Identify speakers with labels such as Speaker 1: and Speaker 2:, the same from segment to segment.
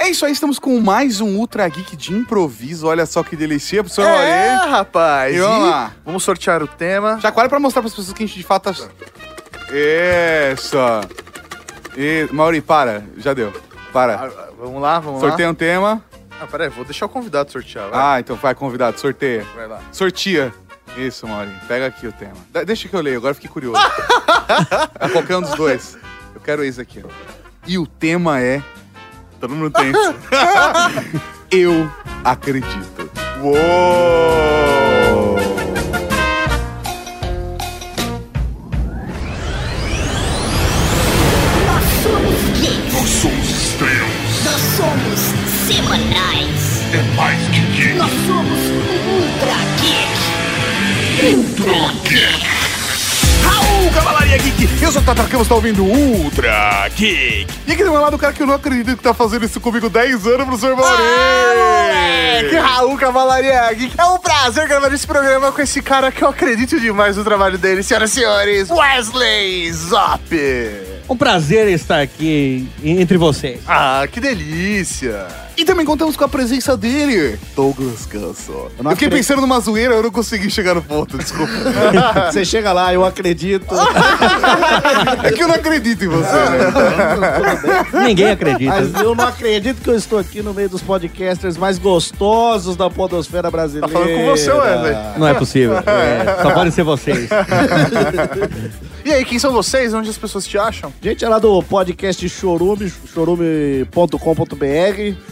Speaker 1: É isso aí, estamos com mais um Ultra Geek de improviso. Olha só que delícia, professor
Speaker 2: É,
Speaker 1: Lorê.
Speaker 2: rapaz.
Speaker 1: E vamos lá.
Speaker 2: vamos sortear o tema.
Speaker 1: Chacoalha pra mostrar pras pessoas que a gente de fato... tá- Isso. E... Mauri, para. Já deu.
Speaker 2: Ah,
Speaker 1: Para.
Speaker 2: ah, vamos lá, vamos
Speaker 1: Sorteia um tema.
Speaker 2: lá. Ah, peraí, vou deixar o convidado sortear. Vai,
Speaker 1: Ah, então vai, convidado. Sorteia.
Speaker 2: vai lá.
Speaker 1: Sortia. Isso, Mauri. Pega aqui o tema. Da- deixa que eu leio, agora eu fiquei curioso. é qualquer um dos dois. Eu quero esse aqui. ó. E o tema é... Todo mundo tem isso. eu acredito.
Speaker 2: Uou!
Speaker 3: Nós somos geeks.
Speaker 4: Nós somos estrelas.
Speaker 3: Nós somos semanais.
Speaker 4: É mais que geek.
Speaker 3: Nós somos ultra geek.
Speaker 4: Raul, Cavalaria Geek. Eu sou o Tatarcão, você tá ouvindo Ultra Geek.
Speaker 1: E aqui do meu lado, o cara que eu não acredito que tá fazendo isso comigo 10 anos, professor Mauri.
Speaker 2: Ah, Que Raul Cavalaria Geek. É um prazer gravar esse programa com esse cara que eu acredito demais no trabalho dele, senhoras e senhores, Wesley Zop.
Speaker 5: Um prazer estar aqui entre vocês.
Speaker 2: Ah, que delícia.
Speaker 1: E também contamos com a presença dele, Douglas Ganso. Eu,
Speaker 6: não
Speaker 1: fiquei
Speaker 6: acredito.
Speaker 1: pensando numa zoeira, eu não consegui chegar no ponto, desculpa.
Speaker 6: Você chega lá, eu acredito.
Speaker 1: é que eu não acredito em você, né?
Speaker 5: Ninguém acredita.
Speaker 6: Mas eu não acredito que eu estou aqui no meio dos podcasters mais gostosos da podosfera brasileira.
Speaker 2: Tá falando com você, Wesley.
Speaker 5: Não é possível. É, só podem ser vocês.
Speaker 2: E aí, quem são vocês? Onde as pessoas te acham?
Speaker 6: Gente, é lá do podcast Chorume, chorume.com.br,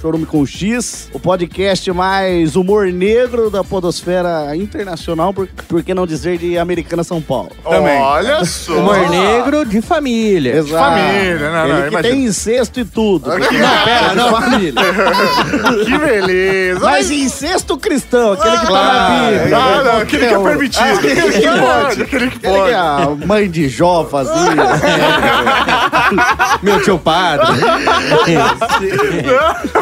Speaker 6: chorume com X, o podcast mais humor negro da podosfera internacional, por, por que não dizer de Americana São Paulo.
Speaker 1: Também.
Speaker 2: Olha só. Ah,
Speaker 5: Humor negro de família.
Speaker 6: Exato.
Speaker 2: família, Ah, não, não,
Speaker 6: Ele que
Speaker 2: imagina.
Speaker 6: tem incesto e tudo. Não, pera, não. Família.
Speaker 2: Que beleza.
Speaker 6: Mas incesto cristão, aquele que tá na
Speaker 2: Claro.
Speaker 6: Bíblia.
Speaker 2: Ah, não, aquele que é permitido. Aquele que pode. Aquele que
Speaker 6: Ele que é
Speaker 2: pode.
Speaker 6: a mãe de Jó fazia.
Speaker 5: Meu tio padre.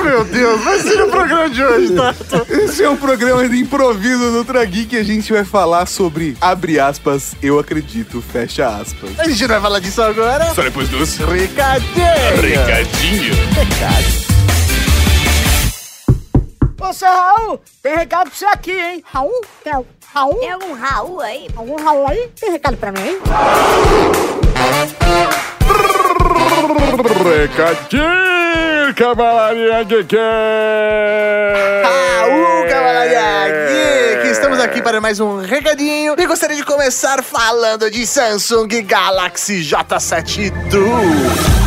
Speaker 2: Meu Deus, vai ser o programa de hoje, tá?
Speaker 1: Esse é um programa de improviso do Ultra Geek e a gente vai falar sobre, abre aspas, eu acredito, fecha aspas.
Speaker 2: A gente não vai falar disso agora.
Speaker 4: Só depois dos
Speaker 2: Brincadeira.
Speaker 4: recadinhos.
Speaker 7: Ô, seu Raul, tem recado pra você aqui, hein? Raul? Tem al- Raul?
Speaker 3: Tem algum Raul aí?
Speaker 7: Algum Raul aí? Tem recado pra mim, hein?
Speaker 4: Recadinho, Cavalaria Geek.
Speaker 2: Raul Cavalaria Geek, estamos aqui para mais um recadinho e gostaria de começar falando de Samsung Galaxy J7 Duo.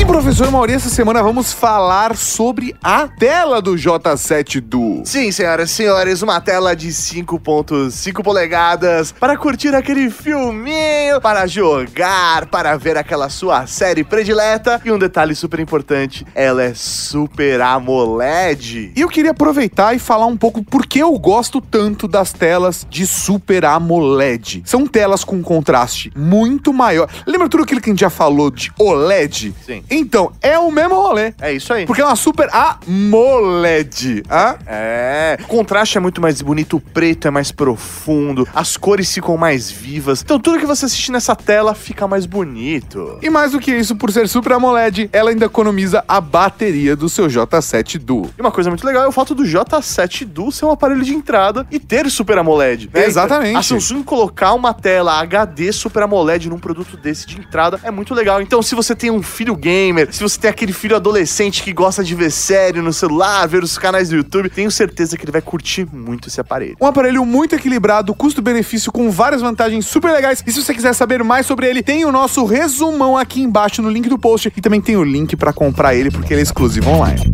Speaker 1: E professor Mauri, essa semana vamos falar sobre a tela do J7 Duo.
Speaker 2: Sim, senhoras e senhores, uma tela de 5.5 polegadas para curtir aquele filminho, para jogar, para ver aquela sua série predileta. E um detalhe super importante, ela é super AMOLED.
Speaker 1: E eu queria aproveitar e falar um pouco por que eu gosto tanto das telas de Super AMOLED. São telas com contraste muito maior. Lembra tudo aquilo que a gente já falou de OLED?
Speaker 2: Sim.
Speaker 1: Então, é o mesmo rolê.
Speaker 2: É isso aí.
Speaker 1: Porque é uma Super AMOLED. Hã?
Speaker 2: É, o contraste é muito mais bonito, o preto é mais profundo, as cores ficam mais vivas. Então tudo que você assiste nessa tela fica mais bonito.
Speaker 1: E mais do que isso, por ser Super AMOLED, ela ainda economiza a bateria do seu J7 Duo.
Speaker 2: E uma coisa muito legal é o fato do J7 Duo ser um aparelho de entrada e ter Super AMOLED. né?
Speaker 1: Exatamente.
Speaker 2: A Samsung colocar uma tela HD Super AMOLED num produto desse de entrada é muito legal. Então, se você tem um filho gamer, se você tem aquele filho adolescente que gosta de ver série no celular, ver os canais do YouTube, tenho certeza que ele vai curtir muito esse aparelho.
Speaker 1: Um aparelho muito equilibrado, custo-benefício, com várias vantagens super legais. E se você quiser saber mais sobre ele, tem o nosso resumão aqui embaixo no link do post. E também tem o link pra comprar ele, porque ele é exclusivo online.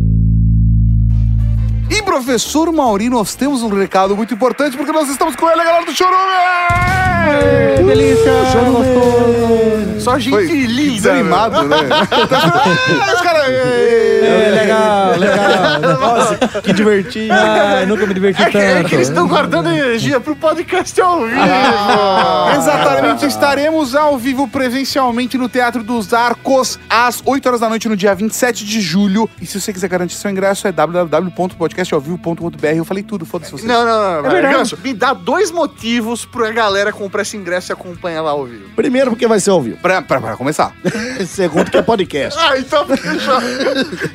Speaker 1: E professor Mauri, nós temos um recado muito importante, porque nós estamos com ele, galera do Chorume!
Speaker 5: Delícia.
Speaker 2: Só gente
Speaker 1: Foi
Speaker 2: linda.
Speaker 1: Desanimado, né? É,
Speaker 2: Ah, os caras.
Speaker 5: É, legal, legal.
Speaker 6: Nossa, Que divertido.
Speaker 5: Ai, nunca me diverti
Speaker 2: É que,
Speaker 5: tanto.
Speaker 2: é que eles estão guardando energia pro podcast ao vivo. Ah.
Speaker 1: Exatamente, estaremos ao vivo presencialmente no Teatro dos Arcos às 8 horas da noite no dia 27 de julho. E se você quiser garantir seu ingresso é www.podcastalvivo.com.br. Eu falei tudo, foda-se vocês.
Speaker 2: Não, não, não. velho. Ganso, me dá dois motivos pra galera comprar esse ingresso e acompanhar lá ao vivo.
Speaker 6: Primeiro, porque vai ser ao vivo.
Speaker 1: Pra, pra- pra começar.
Speaker 6: Segundo, que é podcast.
Speaker 2: Ah, então fechou.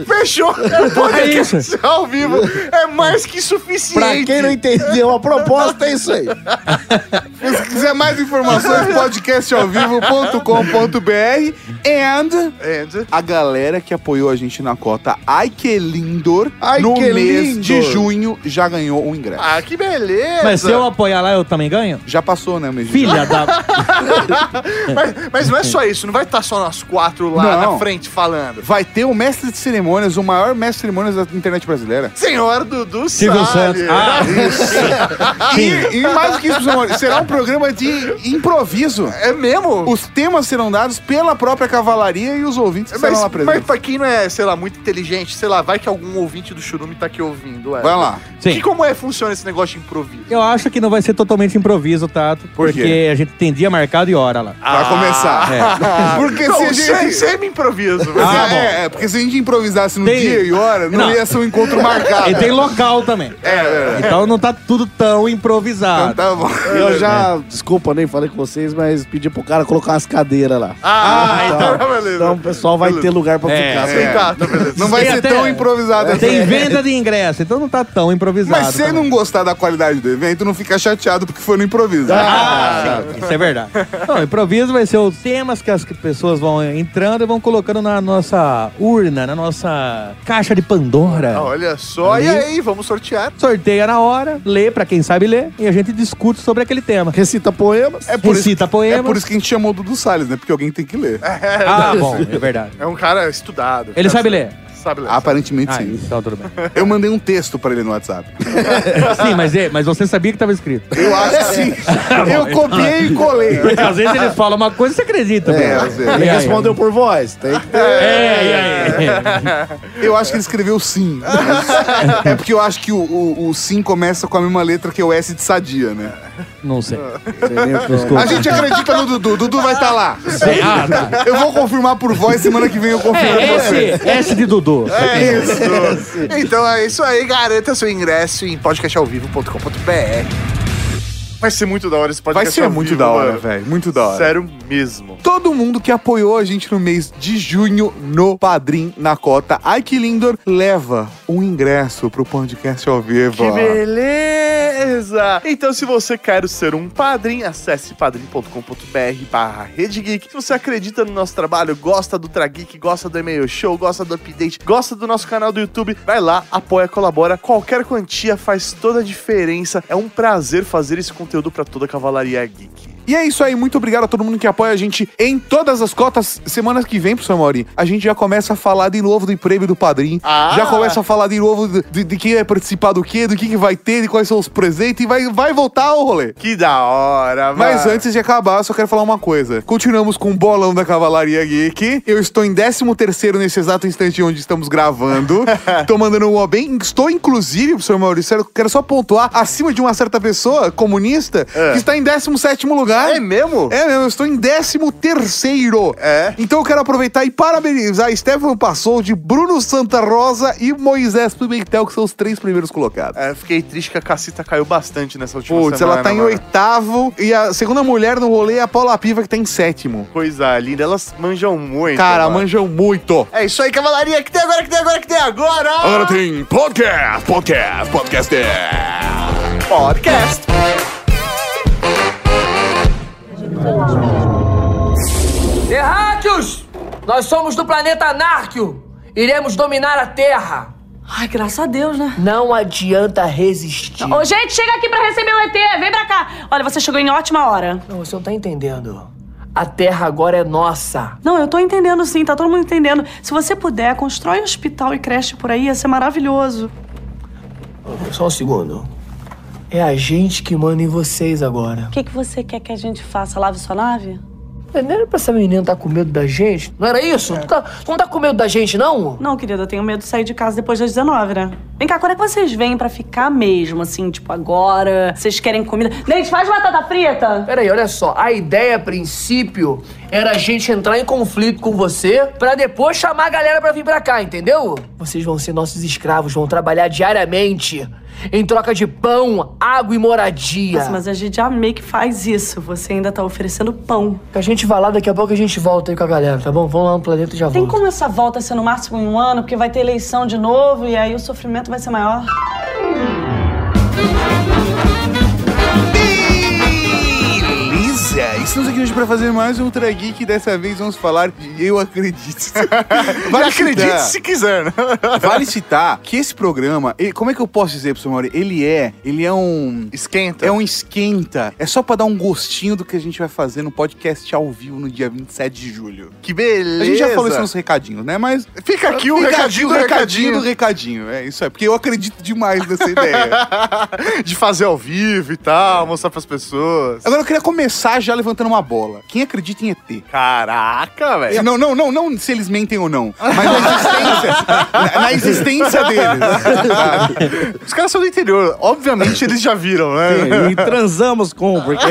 Speaker 2: fechou. É podcast ao vivo. É mais que suficiente.
Speaker 6: Pra quem não entendeu a proposta, é isso aí.
Speaker 1: se quiser mais informações, podcastalvivo.com.br and
Speaker 2: And-
Speaker 1: a galera que apoiou a gente na cota Ai Que Lindor
Speaker 6: Ai,
Speaker 1: no
Speaker 6: que
Speaker 1: mês
Speaker 6: lindo.
Speaker 1: de junho já ganhou um ingresso.
Speaker 2: Ah, que beleza.
Speaker 5: Mas se eu apoiar lá, eu também ganho?
Speaker 1: Já passou, né, meu
Speaker 5: Filha da.
Speaker 2: mas, mas não é só isso. Não vai estar só nós quatro lá
Speaker 1: Não.
Speaker 2: na frente falando.
Speaker 1: Vai ter o mestre de cerimônias, o maior mestre de cerimônias da internet brasileira.
Speaker 2: Senhor Dudu
Speaker 5: Silvio
Speaker 2: Salles.
Speaker 5: Santos. Ah,
Speaker 1: E, e mais do que isso, senhor, será um programa de improviso.
Speaker 2: É mesmo?
Speaker 1: Os temas serão dados pela própria cavalaria e os ouvintes que
Speaker 2: Mas,
Speaker 1: serão lá
Speaker 2: mas
Speaker 1: presentes.
Speaker 2: pra quem não é, sei lá, muito inteligente, sei lá, vai que algum ouvinte do Churume tá aqui ouvindo. ué.
Speaker 1: Vai lá.
Speaker 5: Sim.
Speaker 2: Que como é que funciona esse negócio de improviso?
Speaker 5: Eu acho que não vai ser totalmente improviso, Tato.
Speaker 1: Por quê?
Speaker 5: Porque a gente tem dia marcado e hora lá.
Speaker 1: Pra começar. Porque
Speaker 2: Não,
Speaker 1: se a
Speaker 2: sem,
Speaker 1: gente...
Speaker 2: sem me improviso. mas
Speaker 1: É. Ah,
Speaker 2: é-
Speaker 1: é, é, porque se a gente improvisasse no
Speaker 5: Tem-
Speaker 1: dia e hora, não,
Speaker 5: Não.
Speaker 1: ia ser um encontro marcado.
Speaker 5: E tem local também. Então não tá tudo tão improvisado.
Speaker 1: Então tá bom.
Speaker 6: Eu já, desculpa, nem falei com vocês, mas pedi pro cara colocar umas cadeiras lá.
Speaker 2: Ah, então, beleza.
Speaker 6: Então o pessoal vai ter lugar pra
Speaker 5: É,
Speaker 6: ficar.
Speaker 2: Assim, tá, tá, beleza.
Speaker 1: Não vai
Speaker 5: Tem
Speaker 1: ser
Speaker 5: até-
Speaker 1: tão improvisado assim.
Speaker 5: Tem venda de ingresso, então não tá tão improvisado. tá
Speaker 1: Mas se você
Speaker 5: também.
Speaker 1: não gostar da qualidade do evento, não fica chateado porque foi no improviso.
Speaker 5: Ah, sim, isso é verdade. Não, improviso vai ser os temas que as pessoas vão entrando e vão colocando na nossa urna, na nossa caixa de Pandora.
Speaker 2: Ah, Olha só,
Speaker 5: É. Ali.
Speaker 2: e aí, vamos sortear.
Speaker 5: Sorteia na hora, lê pra quem sabe ler e a gente discute sobre aquele tema.
Speaker 6: Recita poemas.
Speaker 1: É por,
Speaker 5: Recita
Speaker 1: isso,
Speaker 5: poemas.
Speaker 1: é por isso que a gente chamou o Dudu Salles, né? Porque alguém tem que ler.
Speaker 5: Ah, bom, é verdade.
Speaker 2: É um cara estudado.
Speaker 5: Ele
Speaker 2: Cara,
Speaker 5: sabe ler.
Speaker 2: Sabe ler.
Speaker 1: Aparentemente
Speaker 5: Ah,
Speaker 1: sim.
Speaker 5: então tudo bem.
Speaker 1: Eu mandei um texto pra ele no WhatsApp.
Speaker 5: Sim, mas, é- mas você sabia que estava escrito.
Speaker 1: Eu acho que sim. É assim. Eu
Speaker 2: Então,
Speaker 1: copiei e colei.
Speaker 5: Porque às vezes eles falam uma coisa e você acredita.
Speaker 1: É,
Speaker 5: mano.
Speaker 1: às vezes.
Speaker 5: E
Speaker 6: Ele
Speaker 5: aí?
Speaker 6: respondeu por voz. Tem que ter.
Speaker 5: É, e aí?
Speaker 1: Eu acho que ele escreveu sim. Mas É porque eu acho que o, o- o sim começa com a mesma letra que é o S de sadia, né?
Speaker 5: Não sei.
Speaker 1: A gente acredita no Dudu. Dudu vai estar lá.
Speaker 5: Sei- Ah, tá.
Speaker 1: Eu vou confirmar por voz. Semana que vem eu confirmo
Speaker 5: É,
Speaker 1: pra você.
Speaker 5: S, S de Dudu.
Speaker 2: É isso. então é isso aí, garanta seu ingresso em podcastalvivo.com.br. Vai ser muito da hora esse
Speaker 1: Vai
Speaker 2: podcast.
Speaker 1: ser
Speaker 2: ao
Speaker 1: muito
Speaker 2: vivo,
Speaker 1: da hora,
Speaker 2: mano.
Speaker 1: velho. Muito da hora.
Speaker 2: Sério mesmo.
Speaker 1: todo mundo que apoiou a gente no mês de junho no Padrim, na cota Ai Que Lindor, leva um ingresso pro podcast ao vivo.
Speaker 2: Que beleza! Então, se você quer ser um padrinho, acesse padrim.com.br barra Rede Geek. Se você acredita no nosso trabalho, gosta do Trageek, gosta do e-mail show, gosta do update, gosta do nosso canal do YouTube, vai lá, apoia, colabora. Qualquer quantia faz toda a diferença. É um prazer fazer esse conteúdo pra toda a Cavalaria Geek.
Speaker 1: E é isso aí, muito obrigado a todo mundo que apoia a gente em todas as cotas. Semana que vem, professor Mauri, a gente já começa a falar de novo do prêmio do Padrim.
Speaker 2: Ah!
Speaker 1: Já começa a falar de novo de, de- de quem vai participar do quê, do que, que vai ter, de quais são os presentes e vai, vai voltar ao rolê.
Speaker 2: Que da hora,
Speaker 1: Mas
Speaker 2: mano.
Speaker 1: antes de acabar, eu só quero falar uma coisa. Continuamos com o bolão da Cavalaria Geek. Eu estou em 13º nesse exato instante onde estamos gravando. Tô mandando um ó bem. Estou, inclusive, professor Maurício, eu quero só pontuar, acima de uma certa pessoa comunista que está em 17º lugar.
Speaker 2: É mesmo?
Speaker 1: É, meu, eu estou em 13º.
Speaker 2: É.
Speaker 1: Então eu quero aproveitar e parabenizar Stefan Passoldi, Bruno Santa Rosa e Moisés Pimentel, que são os três primeiros colocados.
Speaker 2: É, fiquei triste que a cacita caiu bastante nessa última
Speaker 1: Putz,
Speaker 2: semana.
Speaker 1: ela tá em
Speaker 2: mano.
Speaker 1: oitavo e a segunda mulher no rolê é a Paula Piva, que tá em sétimo.
Speaker 2: Coisa linda, elas manjam muito.
Speaker 1: Cara,
Speaker 2: mano.
Speaker 1: manjam muito.
Speaker 2: É isso aí, cavalaria. Que tem agora, que tem agora, que tem agora.
Speaker 4: Agora tem podcast, podcast, podcast.
Speaker 2: podcast.
Speaker 8: Terráqueos! Nós somos do planeta Anárquio! Iremos dominar a Terra!
Speaker 9: Ai, graças a Deus, né?
Speaker 8: Não adianta resistir.
Speaker 9: Ô, gente, chega aqui pra receber o ET, vem pra cá. Olha, você chegou em ótima hora.
Speaker 8: Não, você não tá entendendo. A Terra agora é nossa.
Speaker 9: Não, eu tô entendendo sim, tá todo mundo entendendo. Se você puder, constrói um hospital e creche por aí, ia ser maravilhoso.
Speaker 8: Só um segundo. É a gente que manda em vocês agora.
Speaker 9: O que, que você quer que a gente faça? Lave sua nave?
Speaker 8: Não era pra essa menina tá com medo da gente? Não era isso? Tu, tá, tu não tá com medo da gente, não?
Speaker 9: Não, querida, eu tenho medo de sair de casa depois das 19, né? Vem cá, quando é que vocês vêm pra ficar mesmo, assim, tipo, agora? Vocês querem comida? Gente, faz batata frita!
Speaker 8: Peraí, olha só. A ideia, a princípio, era a gente entrar em conflito com você pra depois chamar a galera pra vir pra cá, entendeu? Vocês vão ser nossos escravos, vão trabalhar diariamente em troca de pão, água e moradia.
Speaker 9: Nossa, mas a gente já meio que faz isso. Você ainda tá oferecendo pão.
Speaker 8: Que a gente vai lá, daqui a pouco a gente volta aí com a galera, tá bom? Vamos lá no planeta e já
Speaker 9: Tem
Speaker 8: volta.
Speaker 9: como essa volta ser no máximo em um ano, porque vai ter eleição de novo e aí o sofrimento vai ser maior.
Speaker 1: Beleza! É, Estamos aqui hoje para fazer mais um Ultra Geek. Dessa vez vamos falar de Eu Acredito. Vale
Speaker 2: Acredite
Speaker 1: citar-
Speaker 2: se quiser, né?
Speaker 1: Vale citar que esse programa, ele- como é que eu posso dizer pro seu Mauri? Ele é, ele é um...
Speaker 2: Esquenta.
Speaker 1: É um esquenta. É só pra dar um gostinho do que a gente vai fazer no podcast ao vivo no dia 27 de julho.
Speaker 2: Que beleza.
Speaker 1: A gente já falou isso nos recadinhos, né? Mas
Speaker 2: Fica aqui o recadinho do recadinho.
Speaker 1: do recadinho. É isso é, porque eu acredito demais nessa ideia.
Speaker 2: De fazer ao vivo e tal, mostrar pras pessoas.
Speaker 1: Agora eu queria começar já levantando uma bola. Quem acredita em ET?
Speaker 2: Caraca, velho.
Speaker 1: Não, não, não, não se eles mentem ou não, mas na existência, na, na existência deles.
Speaker 2: Os caras são do interior. Obviamente eles já viram,
Speaker 5: é,
Speaker 2: né?
Speaker 6: E transamos com, porque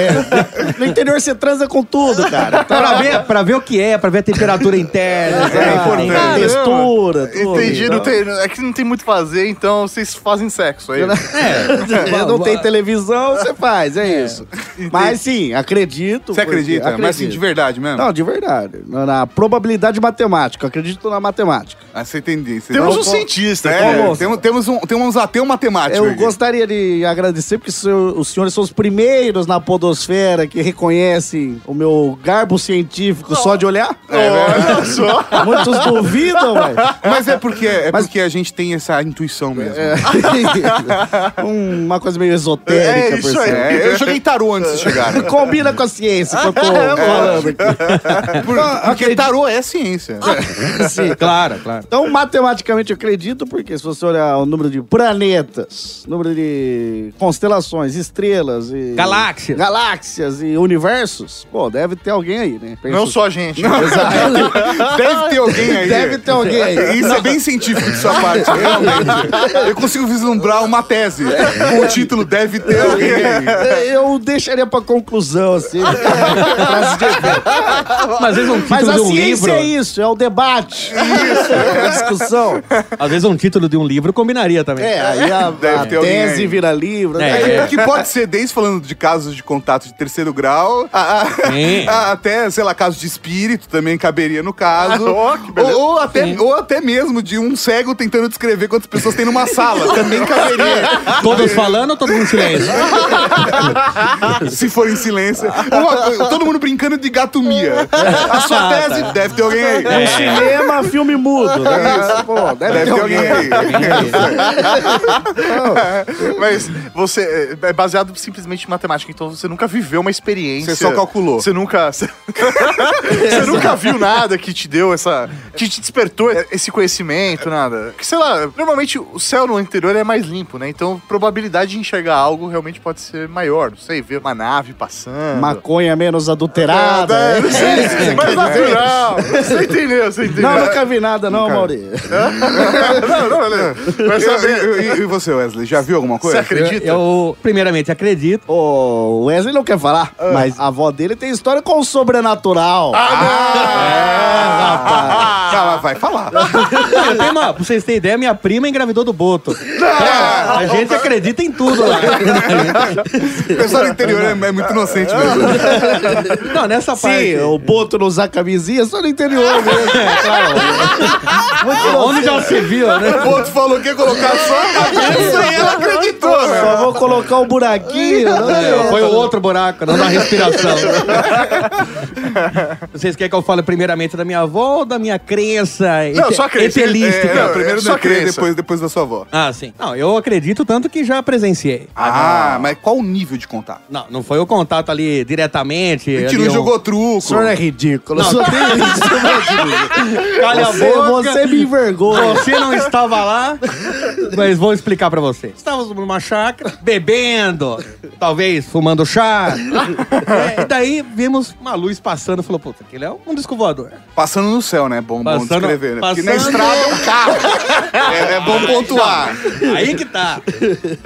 Speaker 6: no interior você transa com tudo, cara.
Speaker 5: Pra ver, pra ver o que é, pra ver a temperatura interna.
Speaker 1: É
Speaker 5: né?
Speaker 1: importante.
Speaker 5: Tem-
Speaker 2: Caramba.
Speaker 6: Textura, tudo.
Speaker 2: Entendi, não tem, é que não tem muito o que fazer, então vocês fazem sexo aí.
Speaker 6: É, não tem televisão, você faz, é isso. Mas sim, acredito.
Speaker 1: Você
Speaker 6: porque-
Speaker 1: acredita? Mas assim, de verdade mesmo?
Speaker 6: Não, de verdade. Na, na probabilidade matemática. eu Acredito na matemática.
Speaker 1: Ah, você entende. Você
Speaker 2: Temos
Speaker 1: não-
Speaker 2: um cientista.
Speaker 1: É,
Speaker 2: como-
Speaker 1: temos, temos um, temos um ateu matemático.
Speaker 6: né? É, Eu
Speaker 1: aqui.
Speaker 6: gostaria de agradecer, porque seu- os senhores são os primeiros na podosfera que reconhecem o meu garbo científico só de olhar.
Speaker 2: É Olha só.
Speaker 6: Muitos duvidam, velho.
Speaker 1: Mas é porque, é
Speaker 6: Mas- É,
Speaker 1: porque a gente tem essa intuição mesmo.
Speaker 6: Hum, Uma coisa meio
Speaker 2: É
Speaker 6: esotérica, por
Speaker 2: isso aí.
Speaker 6: sinal.
Speaker 1: É, eu joguei tarô antes de chegar.
Speaker 6: Combina com a ciência que eu tô
Speaker 2: É,
Speaker 6: falando aqui. Ah,
Speaker 1: Porque tarô é ciência.
Speaker 6: Sim.
Speaker 5: Claro, claro.
Speaker 6: Então, matematicamente, eu acredito, porque se você olhar o número de planetas, número de constelações, estrelas e.
Speaker 5: Galáxias.
Speaker 6: Galáxias e universos, pô, deve ter alguém aí, né?
Speaker 2: Não só a gente.
Speaker 1: Deve ter alguém aí.
Speaker 6: Deve ter alguém aí.
Speaker 1: Isso é bem científico de sua parte, realmente. Eu consigo vislumbrar uma tese. O título deve ter alguém aí.
Speaker 6: Eu deixaria pra conclusão, assim. Frase de efeito.
Speaker 5: Mas às vezes um
Speaker 6: Mas
Speaker 5: título
Speaker 6: a
Speaker 5: de um
Speaker 6: ciência
Speaker 5: livro.
Speaker 6: é isso, é o debate. Isso, é a discussão.
Speaker 5: Às vezes um título de um livro combinaria também.
Speaker 6: É, aí a,
Speaker 1: Deve
Speaker 6: a
Speaker 1: ter alguém aí.
Speaker 6: tese vira livro.
Speaker 5: É,
Speaker 6: né?
Speaker 1: É, que pode ser desde falando de casos de contato de terceiro grau, a- a-
Speaker 5: Sim.
Speaker 1: a- até, sei lá, casos de espírito também caberia no caso.
Speaker 2: Ó, que beleza.
Speaker 1: ou, ou até, ou até mesmo de um cego tentando descrever quantas pessoas tem numa sala. também caberia,
Speaker 5: Todos falando ou todo mundo em silêncio?
Speaker 1: se for em silêncio. Uma- todo mundo brincando de gatomia. A sua tese deve ter alguém aí.
Speaker 6: Um cinema, filme mudo. Né? Isso, pô, deve,
Speaker 1: Deve ter alguém aí.
Speaker 2: Mas você é baseado simplesmente em matemática, então você nunca viveu uma experiência.
Speaker 1: Você só calculou.
Speaker 2: Você nunca. Você você nunca viu nada que te deu essa. que te despertou esse conhecimento, nada. Que, sei lá, normalmente o céu no interior é mais limpo, né? Então a probabilidade de enxergar algo realmente pode ser maior. Não sei, ver uma nave passando.
Speaker 6: Maconha menos adulterada.
Speaker 2: Nada,
Speaker 6: é.
Speaker 2: não sei, mas natural. Ah, Você entendeu, você entendeu.
Speaker 6: Não, nunca vi nada, não, Mauri.
Speaker 2: não, não, beleza. Mas
Speaker 1: Eu-
Speaker 2: sabe,
Speaker 1: eu- eu- e você, Wesley, já viu alguma
Speaker 2: você
Speaker 1: coisa?
Speaker 2: acredita?
Speaker 5: Eu, primeiramente, acredito.
Speaker 6: O Wesley não quer falar, mas a avó dele tem história com o sobrenatural.
Speaker 1: Ah, ah, vai falar.
Speaker 5: Eu tenho uma- pra vocês terem ideia, minha prima engravidou do Boto. A gente acredita em tudo lá.
Speaker 1: O pessoal do interior é, é muito inocente mesmo.
Speaker 5: Não, nessa parte.
Speaker 6: Sim, o Boto não usar camisinha só no interior mesmo. é claro.
Speaker 5: Onde já se viu, né?
Speaker 1: O outro falou que ia colocar só a cabeça e ela acreditou, né?
Speaker 6: Só vou colocar um buraquinho.
Speaker 5: É, Foi o outro buraco, não na respiração. Vocês querem que eu fale primeiramente da minha avó ou da minha crença
Speaker 2: Não,
Speaker 5: ete-
Speaker 2: só crença.
Speaker 5: etelística.
Speaker 2: É,
Speaker 1: Não, primeiro
Speaker 2: Só
Speaker 1: da Crê,
Speaker 2: crença.
Speaker 1: depois, depois da sua avó.
Speaker 5: Ah, sim. Não, eu acredito tanto que já presenciei.
Speaker 4: Ah, mas qual o nível de contato?
Speaker 5: Não, não foi o contato ali diretamente.
Speaker 1: A gente
Speaker 5: ali
Speaker 1: não
Speaker 5: um-
Speaker 1: jogou truco.
Speaker 6: ridículo.
Speaker 5: Não,
Speaker 6: Só né?
Speaker 5: tem isso. Calha a
Speaker 6: você,
Speaker 5: boca.
Speaker 6: você me envergonha.
Speaker 5: Você não estava lá, mas vou explicar pra você. Estávamos numa chácara, bebendo, talvez fumando chá. É, e daí vimos uma luz passando e falou: Puta, aquele é um disco voador.
Speaker 1: Passando no céu, né? Bom, bom
Speaker 5: Passando-
Speaker 1: descrever, né? Porque na
Speaker 5: passando-
Speaker 1: estrada é um carro. é, é bom pontuar.
Speaker 5: Aí que tá.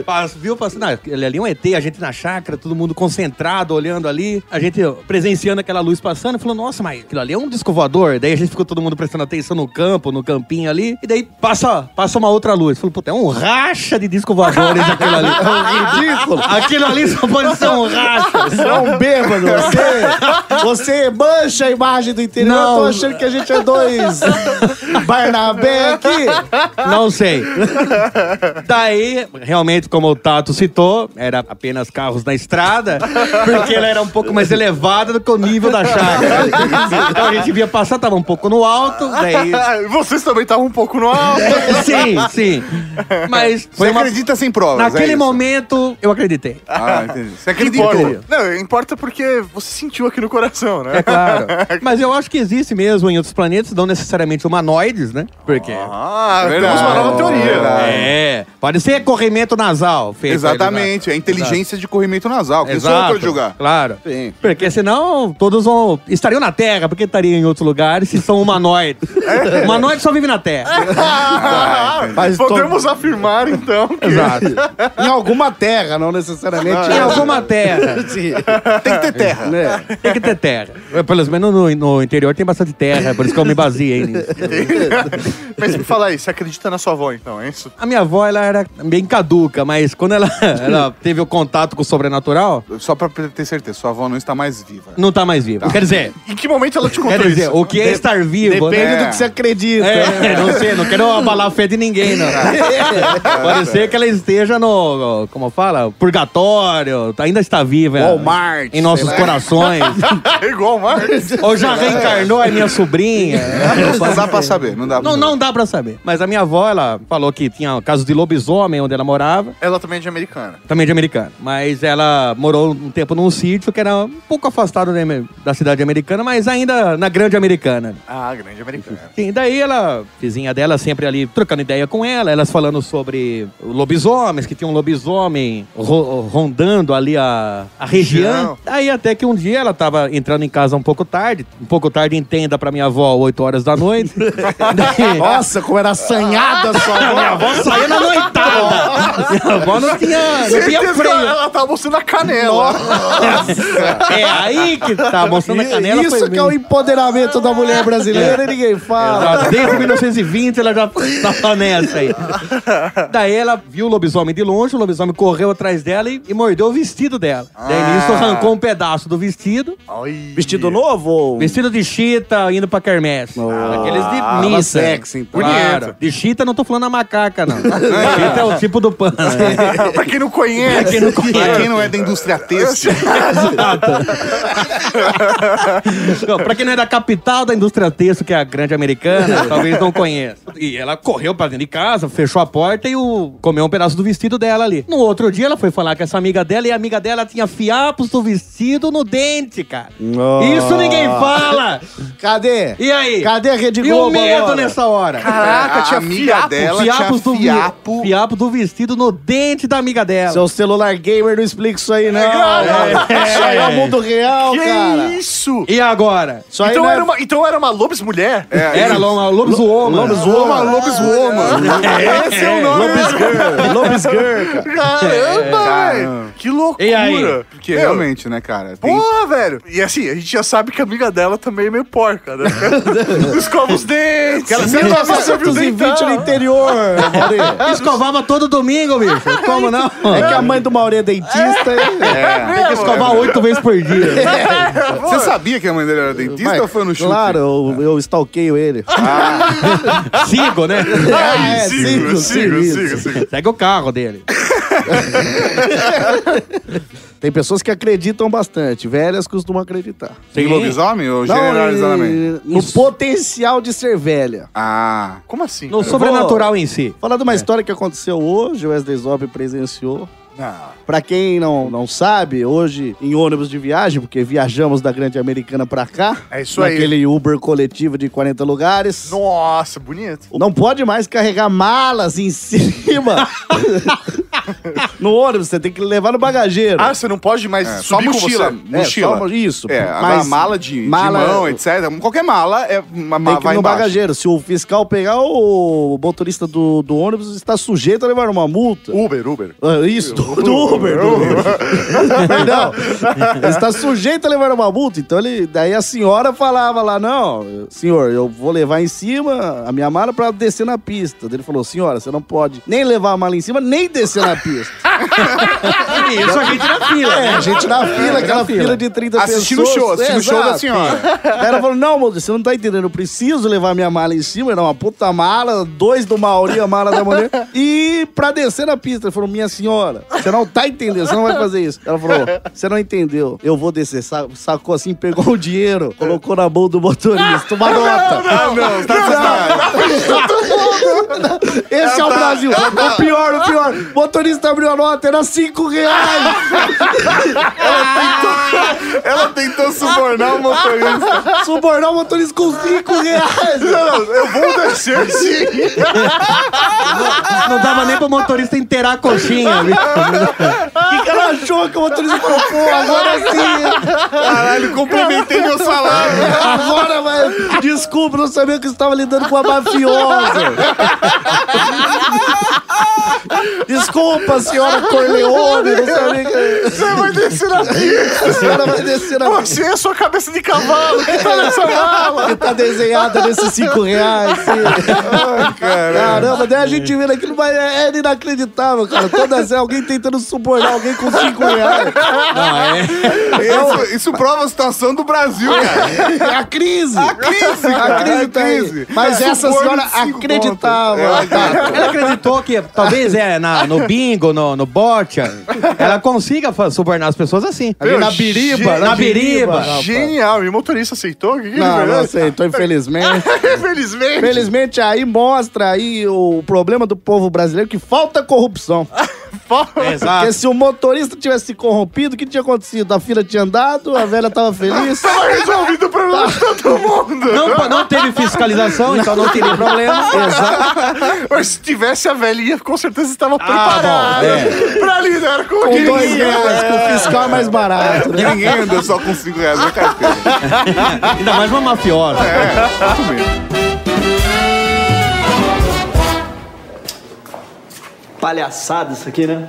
Speaker 5: Pass- viu passando ah, ele ali é um ET, a gente na chácara, todo mundo concentrado, olhando ali, a gente presenciando aquela luz passando e falou: "Nossa, mas aquilo ali é um disco voador". Daí a gente ficou todo mundo prestando atenção no campo, no campinho ali, e daí passa, passa uma outra luz. Falou: "Puta, é um racha de disco voadores aquilo ali".
Speaker 6: É um Ridículo.
Speaker 5: Aquilo ali só pode ser um racha.
Speaker 6: Você é um bêbado. Você, você mancha a imagem do interior.
Speaker 5: Não.
Speaker 6: Eu tô achando que a gente é dois Barnabé aqui.
Speaker 5: Não sei. Daí, realmente, como o Tato citou, era apenas carros na estrada, porque ela era um pouco mais elevada do que o nível da chácara. Então a gente via passar, tava um pouco no alto, daí...
Speaker 2: Ah, Vocês também estavam um pouco no alto.
Speaker 5: Sim, sim. Mas
Speaker 1: Você
Speaker 5: foi uma...
Speaker 1: acredita sem provas, é
Speaker 5: Naquele
Speaker 1: isso?
Speaker 5: momento, eu acreditei.
Speaker 1: Ah, entendi. Você acreditou.
Speaker 2: Importa. Não, importa porque você sentiu aqui no coração, né?
Speaker 5: É claro. Mas eu acho que existe mesmo em outros planetas, não necessariamente humanoides, né? Porque...
Speaker 2: Ah,
Speaker 1: Verdade.
Speaker 2: temos uma nova teoria.
Speaker 1: Verdade.
Speaker 5: É, pode ser corrimento nasal. feito ali
Speaker 1: né? Exatamente. É a inteligência de corrimento nasal. Que isso eu
Speaker 5: Exato.
Speaker 1: tô de jogar.
Speaker 5: Claro.
Speaker 1: Sim.
Speaker 5: Porque senão todos vão, estariam na Terra, porque estariam em outros lugares se são humanoides. humanoide só vive na Terra.
Speaker 2: Ah,
Speaker 6: Mas tô-
Speaker 2: podemos afirmar, então, que...
Speaker 5: Exato.
Speaker 6: Em alguma terra, não necessariamente.
Speaker 5: Em alguma terra.
Speaker 1: Tem que ter terra.
Speaker 6: Né?
Speaker 5: Tem que ter terra. Eu, Pelo menos no, no interior tem bastante terra, por isso que eu me baseei nisso.
Speaker 2: Mas me fala aí, você acredita na sua avó, então, é isso?
Speaker 5: A minha avó, ela era bem caduca, mas quando ela, ela teve o contato com o sobrenatural,
Speaker 1: Só pra ter certeza, sua avó não está mais viva.
Speaker 5: não tá mais viva. Quer dizer,
Speaker 2: Em que momento ela te contou
Speaker 5: quer dizer,
Speaker 2: isso?
Speaker 5: o que é estar vivo,
Speaker 6: Depende
Speaker 5: né?
Speaker 6: do que você acredita.
Speaker 5: É, não sei, não quero abalar a fé de ninguém, não. Pode ser que ela esteja no, no- como fala, purgatório, ainda está viva. né?
Speaker 6: Walmart,
Speaker 5: Em nossos
Speaker 6: sei lá.
Speaker 5: corações.
Speaker 2: É igual o Marcos.
Speaker 5: Ou já reencarnou, é minha sobrinha.
Speaker 1: Não É, dá pra saber, não dá pra
Speaker 5: Não, não dá pra saber. Mas a minha avó, ela falou que tinha casos de lobisomem onde ela morava,
Speaker 2: Ela também é de americana.
Speaker 5: também de americana. Mas ela morou um tempo num sítio que era um pouco afastado de- da cidade americana, mas ainda na grande americana.
Speaker 2: Ah, grande americana.
Speaker 5: Sim, daí ela, vizinha dela, sempre ali trocando ideia com ela, elas falando sobre lobisomens, que tinha um lobisomem ro- rondando ali a, a região.
Speaker 2: Região.
Speaker 5: Aí até que um dia ela tava entrando em casa um pouco tarde, um pouco tarde, entenda pra minha avó, 8 horas da noite. daí,
Speaker 6: Nossa, como era assanhada sua avó.
Speaker 5: minha avó saiu na noitada. minha avó não tinha, não tinha
Speaker 2: Certeza que ela
Speaker 5: freio.
Speaker 2: ela tá mostrando a canela.
Speaker 5: É aí que tá, mostrando a canela.
Speaker 6: Isso
Speaker 5: foi
Speaker 6: que é o empoderamento da mulher brasileira e ninguém fala.
Speaker 5: Ela, desde 1920 ela já tava nessa aí. Daí ela viu o lobisomem de longe, o lobisomem correu atrás dela e, e mordeu o vestido dela.
Speaker 6: Ah.
Speaker 5: Daí nisso arrancou um pedaço do vestido, um-
Speaker 2: Ai.
Speaker 6: Vestido novo? ou-
Speaker 5: vestido de chita indo pra quermesse. Aqueles
Speaker 6: Ah, tava
Speaker 5: de missa.
Speaker 6: sexy, então.
Speaker 5: Claro. De chita não tô falando a macaca, não. chita é o tipo do pano.
Speaker 2: pra quem não conhece.
Speaker 5: Pra quem não
Speaker 1: Pra
Speaker 5: conhece.
Speaker 1: quem não é da indústria têxtil,
Speaker 5: Não, pra quem não é da capital da indústria texto, que é a grande americana, talvez não conheça. E ela correu pra dentro de casa, fechou a porta e o... comeu um pedaço do vestido dela ali. No outro dia, ela foi falar com essa amiga dela e a amiga dela tinha fiapos do vestido no dente, cara. Isso ninguém fala!
Speaker 6: Cadê?
Speaker 5: E aí?
Speaker 6: Cadê a Rede
Speaker 5: E o
Speaker 6: Globo
Speaker 5: medo
Speaker 6: agora?
Speaker 5: nessa hora?
Speaker 2: Caraca,
Speaker 1: a
Speaker 2: tinha
Speaker 1: amiga
Speaker 2: fiapo.
Speaker 1: dela
Speaker 5: fiapos
Speaker 1: tinha
Speaker 5: do vi-
Speaker 1: fiapo.
Speaker 5: fiapo do vestido no dente da amiga dela.
Speaker 6: Seu celular gamer não explica isso aí, não.
Speaker 2: É.
Speaker 6: Isso aí é o mundo real,
Speaker 2: Que
Speaker 6: cara.
Speaker 2: isso?
Speaker 5: E agora?
Speaker 6: Isso aí
Speaker 2: então,
Speaker 6: não é-
Speaker 2: era uma, então era uma lobis mulher?
Speaker 1: É,
Speaker 5: Era Loma- lobisomem.
Speaker 1: Lobisoma, lobisoma.
Speaker 2: Esse é o nome.
Speaker 6: Lopes
Speaker 1: É,
Speaker 6: Girl, cara.
Speaker 2: Caramba, velho. Que loucura.
Speaker 5: E aí?
Speaker 1: Porque realmente, né, cara? Tem-
Speaker 2: Porra, velho! E assim, a gente já sabe que a amiga dela também é meio porca, né? Escova os dentes! Ela
Speaker 6: no interior, Maurê.
Speaker 5: Escovava todo domingo, bicho. Como não?
Speaker 6: É que a mãe do Maurê é dentista. É.
Speaker 5: Tem que escovar oito vezes por dia.
Speaker 1: Você sabia que a mãe dele era dentista ou foi no chute?
Speaker 6: Claro, eu, eu stalkeio ele.
Speaker 5: Sigo, né?
Speaker 6: Ah, é,
Speaker 2: Sigo, sigo, sigo, sigo.
Speaker 5: Segue o carro dele.
Speaker 6: Tem pessoas que acreditam bastante, velhas costumam acreditar.
Speaker 1: Tem lobisomem ou generalizadamente?
Speaker 6: e- no potencial de ser velha.
Speaker 1: Ah,
Speaker 2: Como assim?
Speaker 5: No
Speaker 2: cara?
Speaker 5: sobrenatural em si.
Speaker 6: Falar
Speaker 1: É.
Speaker 6: de uma história que aconteceu hoje, o Wesley Zop presenciou.
Speaker 1: não.
Speaker 6: Pra quem não, não sabe, hoje em ônibus de viagem, porque viajamos da Grande Americana pra cá.
Speaker 2: É isso aí.
Speaker 6: naquele Uber coletivo de 40 lugares. Não.
Speaker 2: Nossa, bonito.
Speaker 6: pode mais carregar malas em cima. no ônibus, você tem que levar no bagageiro.
Speaker 2: Ah, você não pode mais
Speaker 1: É, só
Speaker 2: subir com
Speaker 1: mochila.
Speaker 2: você?
Speaker 6: É,
Speaker 1: mochila.
Speaker 6: só- isso.
Speaker 1: É, agora mala de, de mão, etc. Qualquer mala é uma
Speaker 6: é- Tem
Speaker 1: mala
Speaker 6: que ir
Speaker 1: vai
Speaker 6: no
Speaker 1: embaixo.
Speaker 6: bagageiro. Se o fiscal pegar, o motorista do, do ônibus está sujeito a levar uma multa.
Speaker 2: Uber, Uber.
Speaker 6: Ah, Isso, do, do Uber. Do Uber. Perdão. Ele está sujeito a levar uma multa. Então, ele, daí a senhora falava lá, não, senhor, eu vou levar em cima a minha mala para descer na pista. Daí Ele falou, senhora, você não pode nem levar a mala em cima, nem descer na pista.
Speaker 5: Isso a gente na fila.
Speaker 6: É, a gente na fila, aquela fila. de 30
Speaker 1: né? Assistindo o
Speaker 6: pessoas.
Speaker 1: show, assistindo o show da
Speaker 6: exato.
Speaker 1: senhora.
Speaker 6: Aí ela falou, não, moço, você não tá entendendo, eu preciso levar minha mala em cima, era uma puta mala, dois do Mauri, a mala da mulher, e pra descer na pista. Ela falou, minha senhora, você não tá entendendo, você não vai fazer isso. Ela falou, você não entendeu, eu vou descer. Sa- Sacou assim, pegou o dinheiro, colocou na mão do motorista, uma nota.
Speaker 1: Ah, não, você tá desesperado.
Speaker 6: Esse
Speaker 1: tá-
Speaker 6: é o Brasil, o pior, o pior. O motorista abriu a nota, era cinco reais.
Speaker 1: Ela tentou subornar o motorista.
Speaker 6: Subornar o motorista com cinco reais.
Speaker 1: Eu vou descer sim.
Speaker 5: Não dava nem pro motorista inteirar a coxinha. viu?
Speaker 6: que ela achou que o motorista falou, pô, agora sim,
Speaker 1: Caralho, complementei meu salário.
Speaker 6: agora vai. Desculpa, não sabia que você estava lidando com uma mafiosa. Desculpa, senhora Corleone, não sabia que
Speaker 2: Você vai descer na pista.
Speaker 6: a senhora vai descer na
Speaker 2: Você é a sua cabeça de cavalo. Que tá nessa
Speaker 6: que tá desenhada nesses cinco reais. sim. Caramba, daí a gente vira aquilo, mas é, é inacreditável, cara. Todas é alguém tentando subornar alguém com cinco reais.
Speaker 5: é.
Speaker 1: Isso, isso prova a situação do Brasil, cara.
Speaker 6: É a crise. A
Speaker 1: crise, cara,
Speaker 6: A crise
Speaker 1: é a
Speaker 6: tá
Speaker 1: crise.
Speaker 6: aí. Mas
Speaker 1: É,
Speaker 6: essa
Speaker 1: suborno
Speaker 6: senhora
Speaker 1: de cinco
Speaker 6: acreditava.
Speaker 1: pontos. É,
Speaker 6: Tá.
Speaker 5: Ela acreditou que talvez é na- no bingo, no, no bocha, ela consiga fa- subornar as pessoas assim.
Speaker 6: Ali
Speaker 2: Meu,
Speaker 6: na biriba.
Speaker 2: gente,
Speaker 5: na biriba.
Speaker 6: rapaz.
Speaker 2: Genial. E o motorista aceitou? Que que ele
Speaker 6: Não,
Speaker 2: fez?
Speaker 6: não aceitou, infelizmente.
Speaker 2: Infelizmente.
Speaker 6: Infelizmente, aí mostra aí o problema do povo brasileiro, que falta corrupção.
Speaker 5: Exato.
Speaker 6: Porque se o motorista tivesse se corrompido, o que tinha acontecido? A fila tinha andado, a velha tava feliz.
Speaker 2: Tava resolvido o problema de todo mundo.
Speaker 5: Não, não teve fiscalização, então não teria problema. Exato.
Speaker 2: Mas se tivesse a velhinha, com certeza estava
Speaker 5: bom,
Speaker 2: preparada
Speaker 5: é.
Speaker 2: pra lidar com,
Speaker 6: Com
Speaker 2: aquele
Speaker 6: dois
Speaker 2: dia.
Speaker 6: reais, que o fiscal é mais barato, né?
Speaker 1: E ninguém anda só com 5 reais na carteira.
Speaker 5: Ainda mais uma mafiosa.
Speaker 1: É.
Speaker 10: Palhaçada isso aqui, né?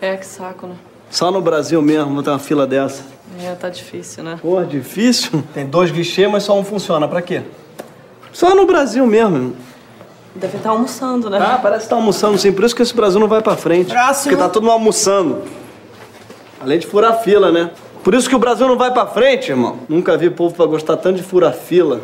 Speaker 9: É, que saco, né?
Speaker 10: Só no Brasil mesmo vou ter uma fila dessa.
Speaker 9: É, tá difícil, né?
Speaker 10: Pô, difícil. Tem dois guichês, mas só um funciona. Pra quê? Só no Brasil mesmo.
Speaker 9: Deve estar almoçando, né?
Speaker 10: Ah, parece que tá almoçando sim. Por isso que esse Brasil não vai pra frente.
Speaker 9: Próximo.
Speaker 10: Porque tá todo mundo almoçando. Além de furar fila, né? Por isso que o Brasil não vai pra frente, irmão. Nunca vi povo pra gostar tanto de furar fila.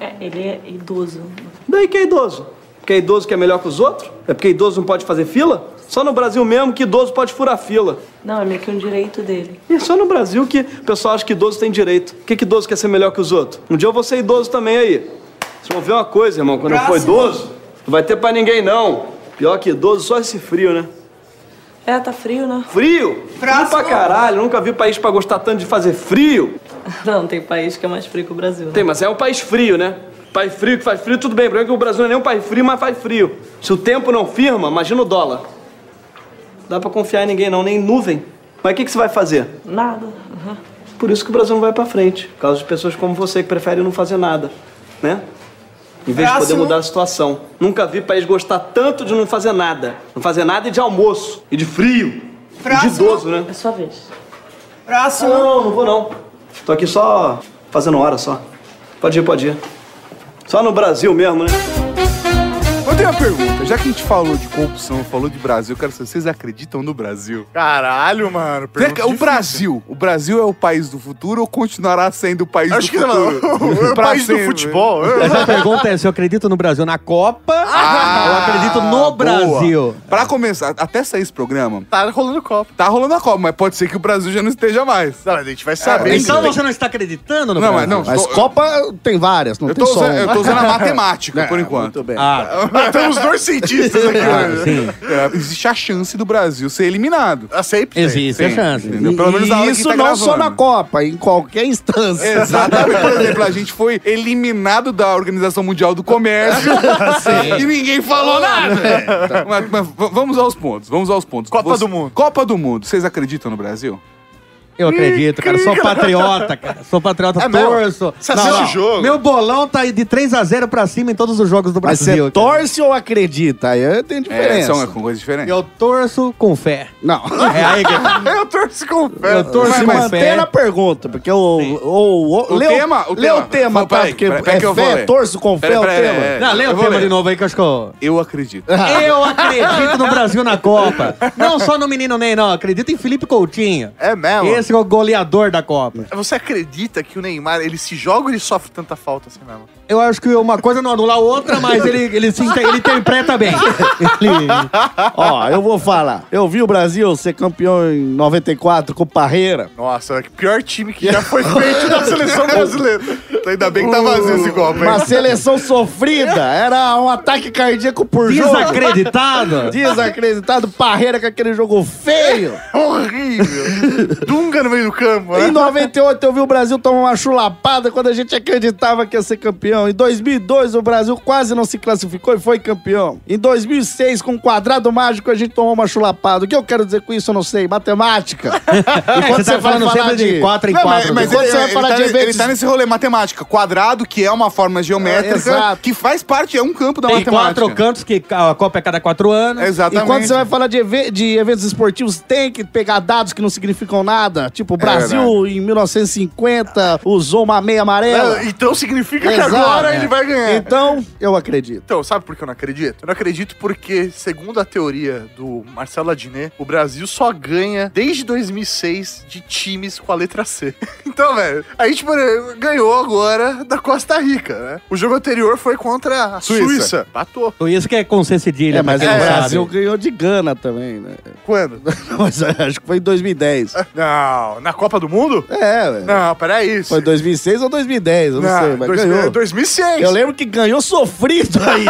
Speaker 9: É, ele é idoso.
Speaker 10: Daí que é idoso. Porque é idoso que é melhor que os outros? É porque idoso não pode fazer fila? Só no Brasil mesmo que idoso pode furar fila.
Speaker 9: Não, é meio que um direito dele.
Speaker 10: E é só no Brasil que o pessoal acha que idoso tem direito. O que, que idoso quer ser melhor que os outros? Um dia eu vou ser idoso também aí. Vocês vão ver uma coisa, irmão. Quando eu for idoso, não vai ter pra ninguém, não. Pior que idoso, só esse frio, né?
Speaker 9: É, tá frio, né?
Speaker 10: Frio? Frio pra caralho. Nunca vi país pra gostar tanto de fazer frio.
Speaker 9: Não, tem país que é mais frio que o Brasil. né?
Speaker 10: Tem, mas é um país frio, né? País frio que faz frio, tudo bem. O problema é que o Brasil não é nem um país frio, mas faz frio. Se o tempo não firma, imagina o dólar. Não dá pra confiar em ninguém, não. Nem em nuvem. Mas o que, que você vai fazer? Uhum.
Speaker 9: Nada. Aham.
Speaker 10: Por isso que o Brasil não vai pra frente. Por causa de pessoas como você que preferem não fazer nada, né? Em vez de poder mudar a situação. Nunca vi país gostar tanto de não fazer nada. Não fazer nada e de almoço. E de frio. E de idoso, né?
Speaker 9: É sua vez.
Speaker 10: Próximo. Não, não, não vou não. Tô aqui só fazendo hora só. Pode ir, pode ir. Só no Brasil mesmo, né?
Speaker 2: Ô,
Speaker 1: tenho uma pergunta. Já que a gente falou de corrupção, falou de Brasil, eu quero saber, vocês acreditam no Brasil?
Speaker 2: Caralho, mano.
Speaker 1: Será que- O Brasil, o Brasil é o país do futuro ou continuará sendo o país
Speaker 2: Acho
Speaker 1: do
Speaker 2: que não.
Speaker 1: futuro?
Speaker 2: É o
Speaker 1: Pra
Speaker 2: país do
Speaker 1: sempre. né?
Speaker 2: futebol.
Speaker 5: Essa pergunta é se eu acredito no Brasil na Copa ou eu acredito no
Speaker 1: Ah! Boa.
Speaker 5: Brasil.
Speaker 1: Pra começar, até sair esse programa,
Speaker 2: Tá rolando copo.
Speaker 1: tá rolando a Copa, mas pode ser que o Brasil já não esteja mais.
Speaker 2: Não, mas a gente vai saber.
Speaker 1: É,
Speaker 5: Então
Speaker 1: tem-
Speaker 5: você não está acreditando no
Speaker 1: Não, mas
Speaker 5: Brasil?
Speaker 1: não,
Speaker 6: Mas
Speaker 1: estou-
Speaker 6: Copa tem várias, não
Speaker 1: eu,
Speaker 6: tem
Speaker 1: tô
Speaker 6: só um.
Speaker 1: usando, eu
Speaker 6: uma.
Speaker 1: tô usando a matemática,
Speaker 2: É,
Speaker 1: por enquanto.
Speaker 6: Muito bem.
Speaker 5: Ah,
Speaker 2: Matamos dois cientistas aqui. né?
Speaker 5: ah,
Speaker 2: mano.
Speaker 5: sim.
Speaker 1: É, existe a chance do Brasil ser eliminado.
Speaker 2: Ah, sempre.
Speaker 5: Existe a
Speaker 1: Sim,
Speaker 5: chance.
Speaker 1: entendeu? Pelo menos
Speaker 6: E
Speaker 1: na hora que
Speaker 6: isso
Speaker 1: tá
Speaker 6: não
Speaker 1: gravando.
Speaker 6: só na Copa, em qualquer instância.
Speaker 1: Exatamente. Por exemplo, a gente foi eliminado da Organização Mundial do Comércio e ninguém falou nada. Então, mas, mas v- vamos aos pontos, vamos aos pontos.
Speaker 2: Copa do Mundo.
Speaker 1: Copa do Mundo. Vocês acreditam no Brasil?
Speaker 5: Eu acredito, cara. Sou patriota, cara. Sou patriota,
Speaker 2: É mesmo?
Speaker 5: torço.
Speaker 2: Você assiste o jogo?
Speaker 5: Meu bolão tá aí de 3x0 pra cima em todos os jogos do
Speaker 6: Mas
Speaker 5: Brasil. cara.
Speaker 6: você torce ou acredita? Aí é,
Speaker 1: É,
Speaker 6: tem diferença.
Speaker 1: são coisas diferentes.
Speaker 5: Eu torço com fé.
Speaker 6: Não.
Speaker 5: É aí que...
Speaker 2: Eu torço com o pé.
Speaker 5: Eu torço
Speaker 6: Se
Speaker 5: com
Speaker 6: manter
Speaker 5: fé.
Speaker 6: na pergunta, porque o. o, o,
Speaker 1: O
Speaker 6: lê
Speaker 1: tema, o
Speaker 6: lê
Speaker 1: tema.
Speaker 6: o tema,
Speaker 1: Não,
Speaker 6: tá?
Speaker 1: peraí,
Speaker 6: Porque
Speaker 1: peraí, peraí
Speaker 6: é
Speaker 1: que eu vou
Speaker 6: fé,
Speaker 1: ler.
Speaker 6: torço com fé
Speaker 1: Peraí,
Speaker 6: é o
Speaker 1: peraí,
Speaker 6: tema.
Speaker 1: é, é.
Speaker 5: Não, lê
Speaker 1: Eu
Speaker 5: o
Speaker 1: vou
Speaker 5: tema
Speaker 1: ler.
Speaker 5: de novo aí que eu acho que eu...
Speaker 1: Eu acredito. É
Speaker 5: Eu acredito no Brasil na Copa. Não só no menino Ney, não. Acredito em Felipe Coutinho.
Speaker 2: É mesmo?
Speaker 5: Esse é o goleador da Copa.
Speaker 2: Você acredita que o Neymar, ele se joga ou ele sofre tanta falta assim mesmo?
Speaker 5: Eu acho que uma coisa não anula a outra, mas ele, ele, se, inte- ele interpreta bem. Ele-
Speaker 6: Ó, eu vou falar. Eu vi o Brasil ser campeão em 94 com o Parreira.
Speaker 2: Nossa, que pior time que já foi feito na seleção brasileira. Então, ainda bem que tá vazio esse copo, hein?
Speaker 6: Uma seleção sofrida. Era um ataque cardíaco por jogo.
Speaker 5: Desacreditado.
Speaker 6: Desacreditado. Parreira com aquele jogo feio.
Speaker 2: é Horrível. Dunga no meio do campo,
Speaker 6: Em
Speaker 2: né?
Speaker 6: 98 eu vi o Brasil tomar uma chulapada quando a gente acreditava que ia ser campeão. Em 2002 o Brasil quase não se classificou e foi campeão. Em 2006 com o quadrado mágico a gente tomou uma chulapada. O que eu quero dizer com isso eu não sei. Matemática.
Speaker 5: É, você tá falando sempre de 4 em
Speaker 1: Não, mas
Speaker 5: 4.
Speaker 1: mas
Speaker 6: Quando
Speaker 1: ele,
Speaker 6: você vai
Speaker 1: ele
Speaker 6: falar
Speaker 1: tá,
Speaker 6: de
Speaker 1: ele
Speaker 6: eventos-
Speaker 1: tá nesse rolê matemática. Quadrado, que é uma forma
Speaker 2: Ah,
Speaker 1: geométrica,
Speaker 6: exato.
Speaker 1: que faz parte, é um campo da
Speaker 5: Tem
Speaker 1: matemática.
Speaker 5: quatro cantos, que a Copa é cada quatro anos.
Speaker 1: Exatamente.
Speaker 6: E quando você vai falar de, eve- de eventos esportivos, tem que pegar dados que não significam nada.
Speaker 5: É
Speaker 6: Tipo, o Brasil, em 1950, usou uma meia amarela.
Speaker 2: Então significa
Speaker 6: Exato.
Speaker 2: que agora ele vai ganhar.
Speaker 5: é.
Speaker 6: Então, eu acredito.
Speaker 2: Então, sabe por que eu não acredito? Eu não acredito porque, segundo a teoria do Marcelo Adnet, o Brasil só ganha desde 2006 de times com a letra C. Então, velho, a gente por exemplo, ganhou agora da Costa Rica, né? O jogo anterior foi contra a
Speaker 1: Suíça.
Speaker 2: Suíça. Batou.
Speaker 5: Então, Isso que é com C cedilha,
Speaker 6: É, mas
Speaker 5: pra
Speaker 6: o
Speaker 5: quem não
Speaker 6: Brasil
Speaker 5: sabe.
Speaker 6: ganhou de Gana também, né?
Speaker 2: Quando? É,
Speaker 6: Mas acho que foi em 2010.
Speaker 2: Não, na Copa do Mundo?
Speaker 6: É, velho.
Speaker 2: Não, peraí.
Speaker 6: Foi 2006 ou 2010, eu não, sei, mas
Speaker 2: dois-
Speaker 6: ganhou.
Speaker 2: 2006.
Speaker 6: Eu lembro que ganhou sofrido aí.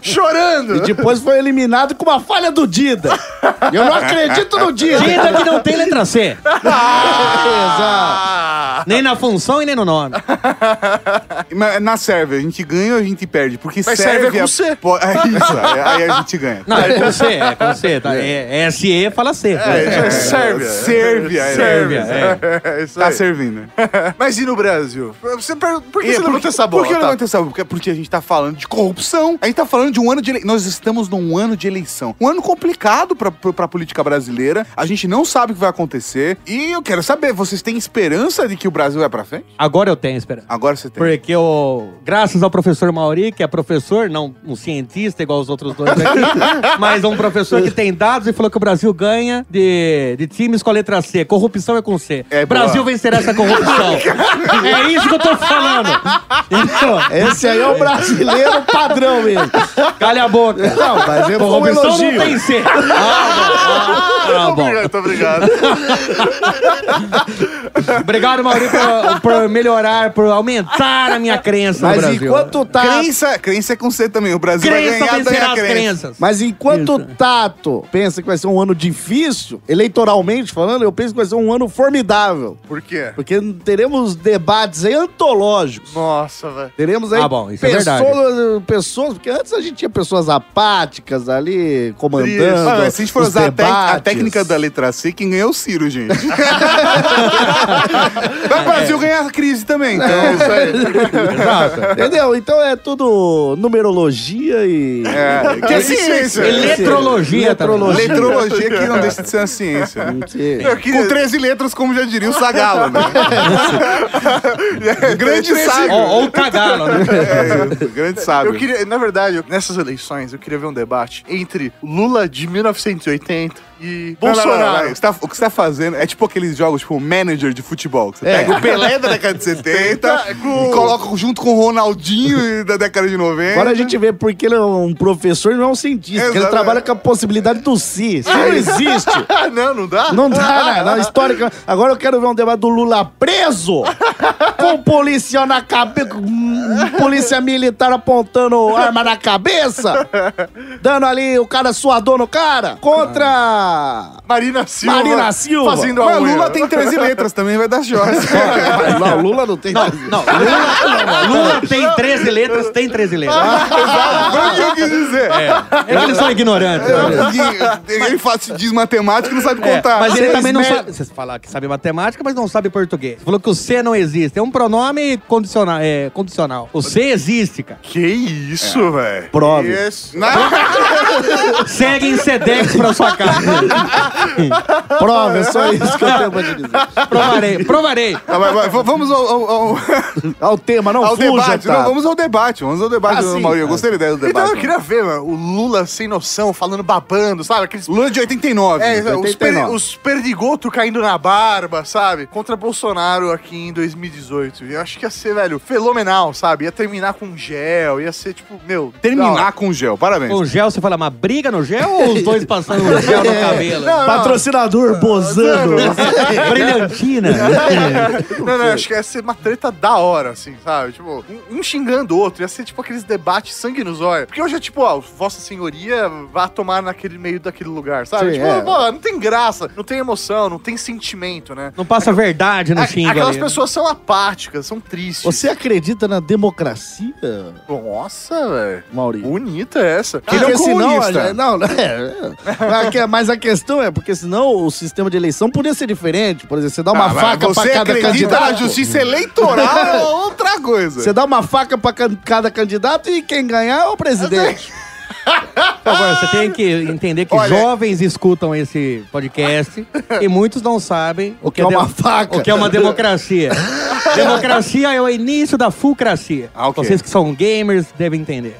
Speaker 2: Chorando.
Speaker 6: e depois foi eliminado com uma falha do Dida. Eu não acredito no Dida.
Speaker 5: Ainda que não tem letra C.
Speaker 6: Exato.
Speaker 2: Ah!
Speaker 5: Nem na função e nem no nome.
Speaker 1: Mas Na Sérvia, a gente ganha ou a gente perde? Porque
Speaker 2: Mas
Speaker 1: Sérvia...
Speaker 2: Sérvia é com C.
Speaker 1: po- É isso, aí aí a gente ganha.
Speaker 5: Não, é com C, é com C. Tá? É, é SE, fala C. tá?
Speaker 2: É, Sérvia.
Speaker 1: Sérvia, é.
Speaker 5: Sérvia, é.
Speaker 2: É isso
Speaker 1: Tá
Speaker 2: aí.
Speaker 1: servindo.
Speaker 2: Mas e no Brasil? Você per- Por que
Speaker 1: E
Speaker 2: você levantou essa bola?
Speaker 1: É, Por que eu
Speaker 2: Tá.
Speaker 1: levantei essa bola? Porque, porque a gente tá falando de corrupção. A gente tá falando de um ano de eleição. Nós estamos num ano de eleição. Um ano complicado pra, pra, pra política brasileira. A gente não sabe o que vai acontecer. E eu quero saber, vocês têm esperança de que o Brasil vai pra frente?
Speaker 5: Agora eu tenho esperança.
Speaker 1: Agora você tem.
Speaker 5: Porque eu, graças ao professor Mauri, que é professor, não um cientista igual os outros dois aqui, mas um professor que tem dados e falou que o Brasil ganha de, de times com a letra C. Corrupção é com C.
Speaker 1: É, boa.
Speaker 5: Brasil vencerá essa corrupção. é isso que eu tô falando. Então,
Speaker 6: Esse aí é o brasileiro padrão mesmo.
Speaker 5: calha a boca.
Speaker 6: Não, mas é um
Speaker 5: Corrupção não
Speaker 6: elogio.
Speaker 5: tem C. Ah, bom. Ah, bom.
Speaker 2: Obrigado, Tá obrigado.
Speaker 5: Obrigado, Mauri, por, por melhorar, por aumentar a minha crença no
Speaker 6: Mas
Speaker 5: Brasil.
Speaker 6: enquanto tá...
Speaker 1: Crença, crença é com C também. O Brasil vai
Speaker 5: Crença
Speaker 1: ganhar
Speaker 5: vencerá
Speaker 1: da
Speaker 5: as
Speaker 1: crença.
Speaker 5: crenças.
Speaker 6: Mas enquanto o Tato pensa que vai ser um ano difícil, eleitoralmente falando, eu penso que vai ser um ano formidável.
Speaker 2: Por quê?
Speaker 6: Porque teremos debates aí antológicos.
Speaker 2: Nossa, velho.
Speaker 6: Teremos aí
Speaker 5: Ah, bom, isso é
Speaker 6: pessoas,
Speaker 5: verdade.
Speaker 6: pessoas, porque antes a gente tinha pessoas apáticas ali, comandando.
Speaker 1: Isso. Ah, mas se a gente for
Speaker 6: os
Speaker 1: usar a, tec- a
Speaker 6: debates.
Speaker 1: técnica da letra C, quem ganhou é o Ciro, gente. Vai o Brasil ganhar a crise também. Então, é isso aí.
Speaker 6: Entendeu? Então é tudo numerologia e.
Speaker 1: É, que é ciência.
Speaker 5: Eletrologia também.
Speaker 6: Eletrologia.
Speaker 1: Letrologia que não deixa de ser uma ciência. né?
Speaker 6: Sim.
Speaker 1: Com 13 letras, como já diria o Sagalo, né? É, grande sábio.
Speaker 5: Ó, ó o cagalo, né?
Speaker 1: É, grande sábio.
Speaker 2: Eu queria, na verdade, eu- nessas eleições, eu queria ver um debate entre Lula de 1980 e
Speaker 1: Não, não, não,
Speaker 2: Bolsonaro.
Speaker 1: não, não. Você tá- o que você tá fazendo é tipo aqueles jogos, tipo, manager de futebol. que Você
Speaker 6: É.
Speaker 1: pega o Pelé da década de 70 e coloca junto com o Ronaldinho e da década de 90.
Speaker 6: Agora a gente vê porque ele é um professor e não é um cientista. Porque ele
Speaker 1: Exatamente. Ah,
Speaker 6: trabalha com a possibilidade do si. Si não existe.
Speaker 2: Ah, não, não dá?
Speaker 6: Não dá, né? não, não. Histórica. Agora eu quero ver um debate do Lula preso com policial na cabeça. Polícia militar apontando arma na cabeça. Dando ali o cara suador no cara. Contra.
Speaker 2: Marina Silva.
Speaker 6: Marina Silva.
Speaker 2: Fazendo a
Speaker 1: Mas
Speaker 2: unha.
Speaker 1: Lula tem 13 letras também, vai dar shorts.
Speaker 6: Não, Lula não tem.
Speaker 5: Não, Lula, Lula tem 13 letras, tem 13
Speaker 1: Ah.
Speaker 5: letras.
Speaker 1: Foi o que eu quis dizer.
Speaker 5: É que eles são ignorantes. né?
Speaker 1: Ah, Porque Ele faz, diz matemática e não sabe contar.
Speaker 5: Mas ele
Speaker 1: Seis
Speaker 5: também não
Speaker 1: meses.
Speaker 5: sabe. Você fala que sabe matemática, mas não sabe português. Você falou que o C não existe. É um pronome condicional. É, condicional. O C existe, cara.
Speaker 2: Que isso, velho.
Speaker 6: Prove.
Speaker 2: Isso.
Speaker 1: Né?
Speaker 5: Segue em Sedex pra sua casa.
Speaker 6: Prova, é só isso que eu tenho pra te dizer.
Speaker 5: Provarei, provarei.
Speaker 1: Ah, mas- mas vamos ao, ao- ao-
Speaker 6: Ao tema, não
Speaker 1: ao
Speaker 6: fuja,
Speaker 1: debate.
Speaker 6: tá?
Speaker 1: Não, vamos ao debate. Vamos ao debate,
Speaker 6: Ah,
Speaker 1: do
Speaker 6: sim.
Speaker 1: Maurinho. Eu gostei da ideia do debate.
Speaker 2: Então eu queria ver, mano, o Lula sem noção, falando babando, sabe? Aqueles.
Speaker 1: Lula de 89.
Speaker 2: É, os,
Speaker 6: 89.
Speaker 2: per, os perdigoto caindo na barba, sabe? Contra Bolsonaro aqui em 2018. Eu acho que ia ser, velho, fenomenal, sabe? Ia terminar com gel, ia ser tipo, meu. da hora.
Speaker 1: Terminar com gel, parabéns.
Speaker 5: O gel, você fala, uma briga no gel ou os dois passando o gel no cabelo?
Speaker 1: Ah,
Speaker 6: Patrocinador Bozano.
Speaker 5: Brilhantina.
Speaker 2: Não, não, acho que ia ser uma treta da hora, assim, sabe? Tipo, um, um xingando o outro. Ia ser tipo aqueles debates sangue nos olhos. Porque hoje é tipo, ó, Vossa Senhoria vá tomar naquele meio daquele lugar, sabe?
Speaker 6: Sim,
Speaker 2: tipo,
Speaker 6: é.
Speaker 2: pô, não tem graça, não tem emoção, não tem sentimento, né?
Speaker 5: Não passa verdade no
Speaker 2: A-
Speaker 5: xingo
Speaker 2: Aquelas
Speaker 5: ali. né?
Speaker 2: pessoas são apáticas, são tristes.
Speaker 6: Você acredita na democracia,
Speaker 2: Nossa, velho.
Speaker 6: Maurício?
Speaker 2: Bonita
Speaker 6: Ah,
Speaker 2: essa.
Speaker 1: Que ele é um comunista.
Speaker 6: a gente- não, não, é, é. Mas a que- Mas a questão é, porque senão o sistema de eleição podia ser diferente. Por exemplo, você dá uma
Speaker 1: Ah, mas
Speaker 6: faca
Speaker 1: você
Speaker 6: pra cada
Speaker 1: acredita na
Speaker 6: candidato.
Speaker 1: justiça eleitoral é outra coisa.
Speaker 6: Você dá uma faca pra can- cada candidato e quem ganhar é o presidente.
Speaker 5: Agora, você tem que entender que jovens escutam esse podcast e muitos não sabem
Speaker 6: O que é uma
Speaker 5: de-
Speaker 6: faca.
Speaker 5: O que é uma democracia. democracia é o início da fulcracia.
Speaker 1: Ah, ok.
Speaker 5: Vocês que são gamers devem entender.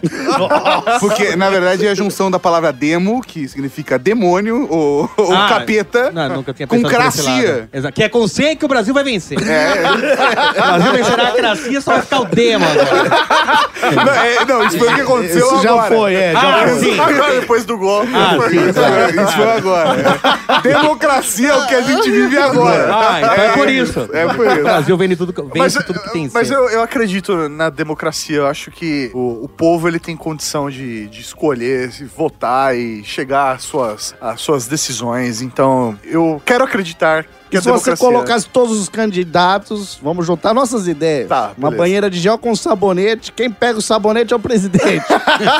Speaker 1: Porque, na verdade, é a junção da palavra demo, que significa demônio ou, ou
Speaker 5: Ah,
Speaker 1: capeta,
Speaker 5: Não, nunca tinha
Speaker 1: com
Speaker 5: pensado por esse lado.
Speaker 1: cracia.
Speaker 5: Exato. Que é com C que o Brasil vai vencer. O Brasil vencerá a cracia, só vai ficar o demo agora.
Speaker 1: Não, é- não, isso foi o que aconteceu
Speaker 6: Isso já
Speaker 1: agora.
Speaker 6: foi, é. Já
Speaker 5: Ah,
Speaker 6: foi.
Speaker 5: sim.
Speaker 2: Agora, depois do gol.
Speaker 5: Ah, sim, exato.
Speaker 2: né?
Speaker 1: Isso foi agora. é. Democracia é o que a gente vive agora.
Speaker 5: Ah, então é por isso.
Speaker 1: É por
Speaker 5: O
Speaker 1: isso. é-
Speaker 5: Brasil vende tudo, que- vence
Speaker 2: Mas,
Speaker 5: tudo que tem
Speaker 2: mas
Speaker 5: C.
Speaker 2: eu, eu acredito na democracia. Eu acho que o, o povo ele tem condição de, de escolher, se votar e chegar às suas, às suas decisões. Então, eu quero acreditar que
Speaker 6: E
Speaker 2: a
Speaker 6: se você
Speaker 2: democracia...
Speaker 6: colocasse todos os candidatos, vamos juntar nossas ideias.
Speaker 2: Tá,
Speaker 6: uma
Speaker 2: beleza.
Speaker 6: banheira de gel com sabonete. Quem pega o sabonete é o presidente.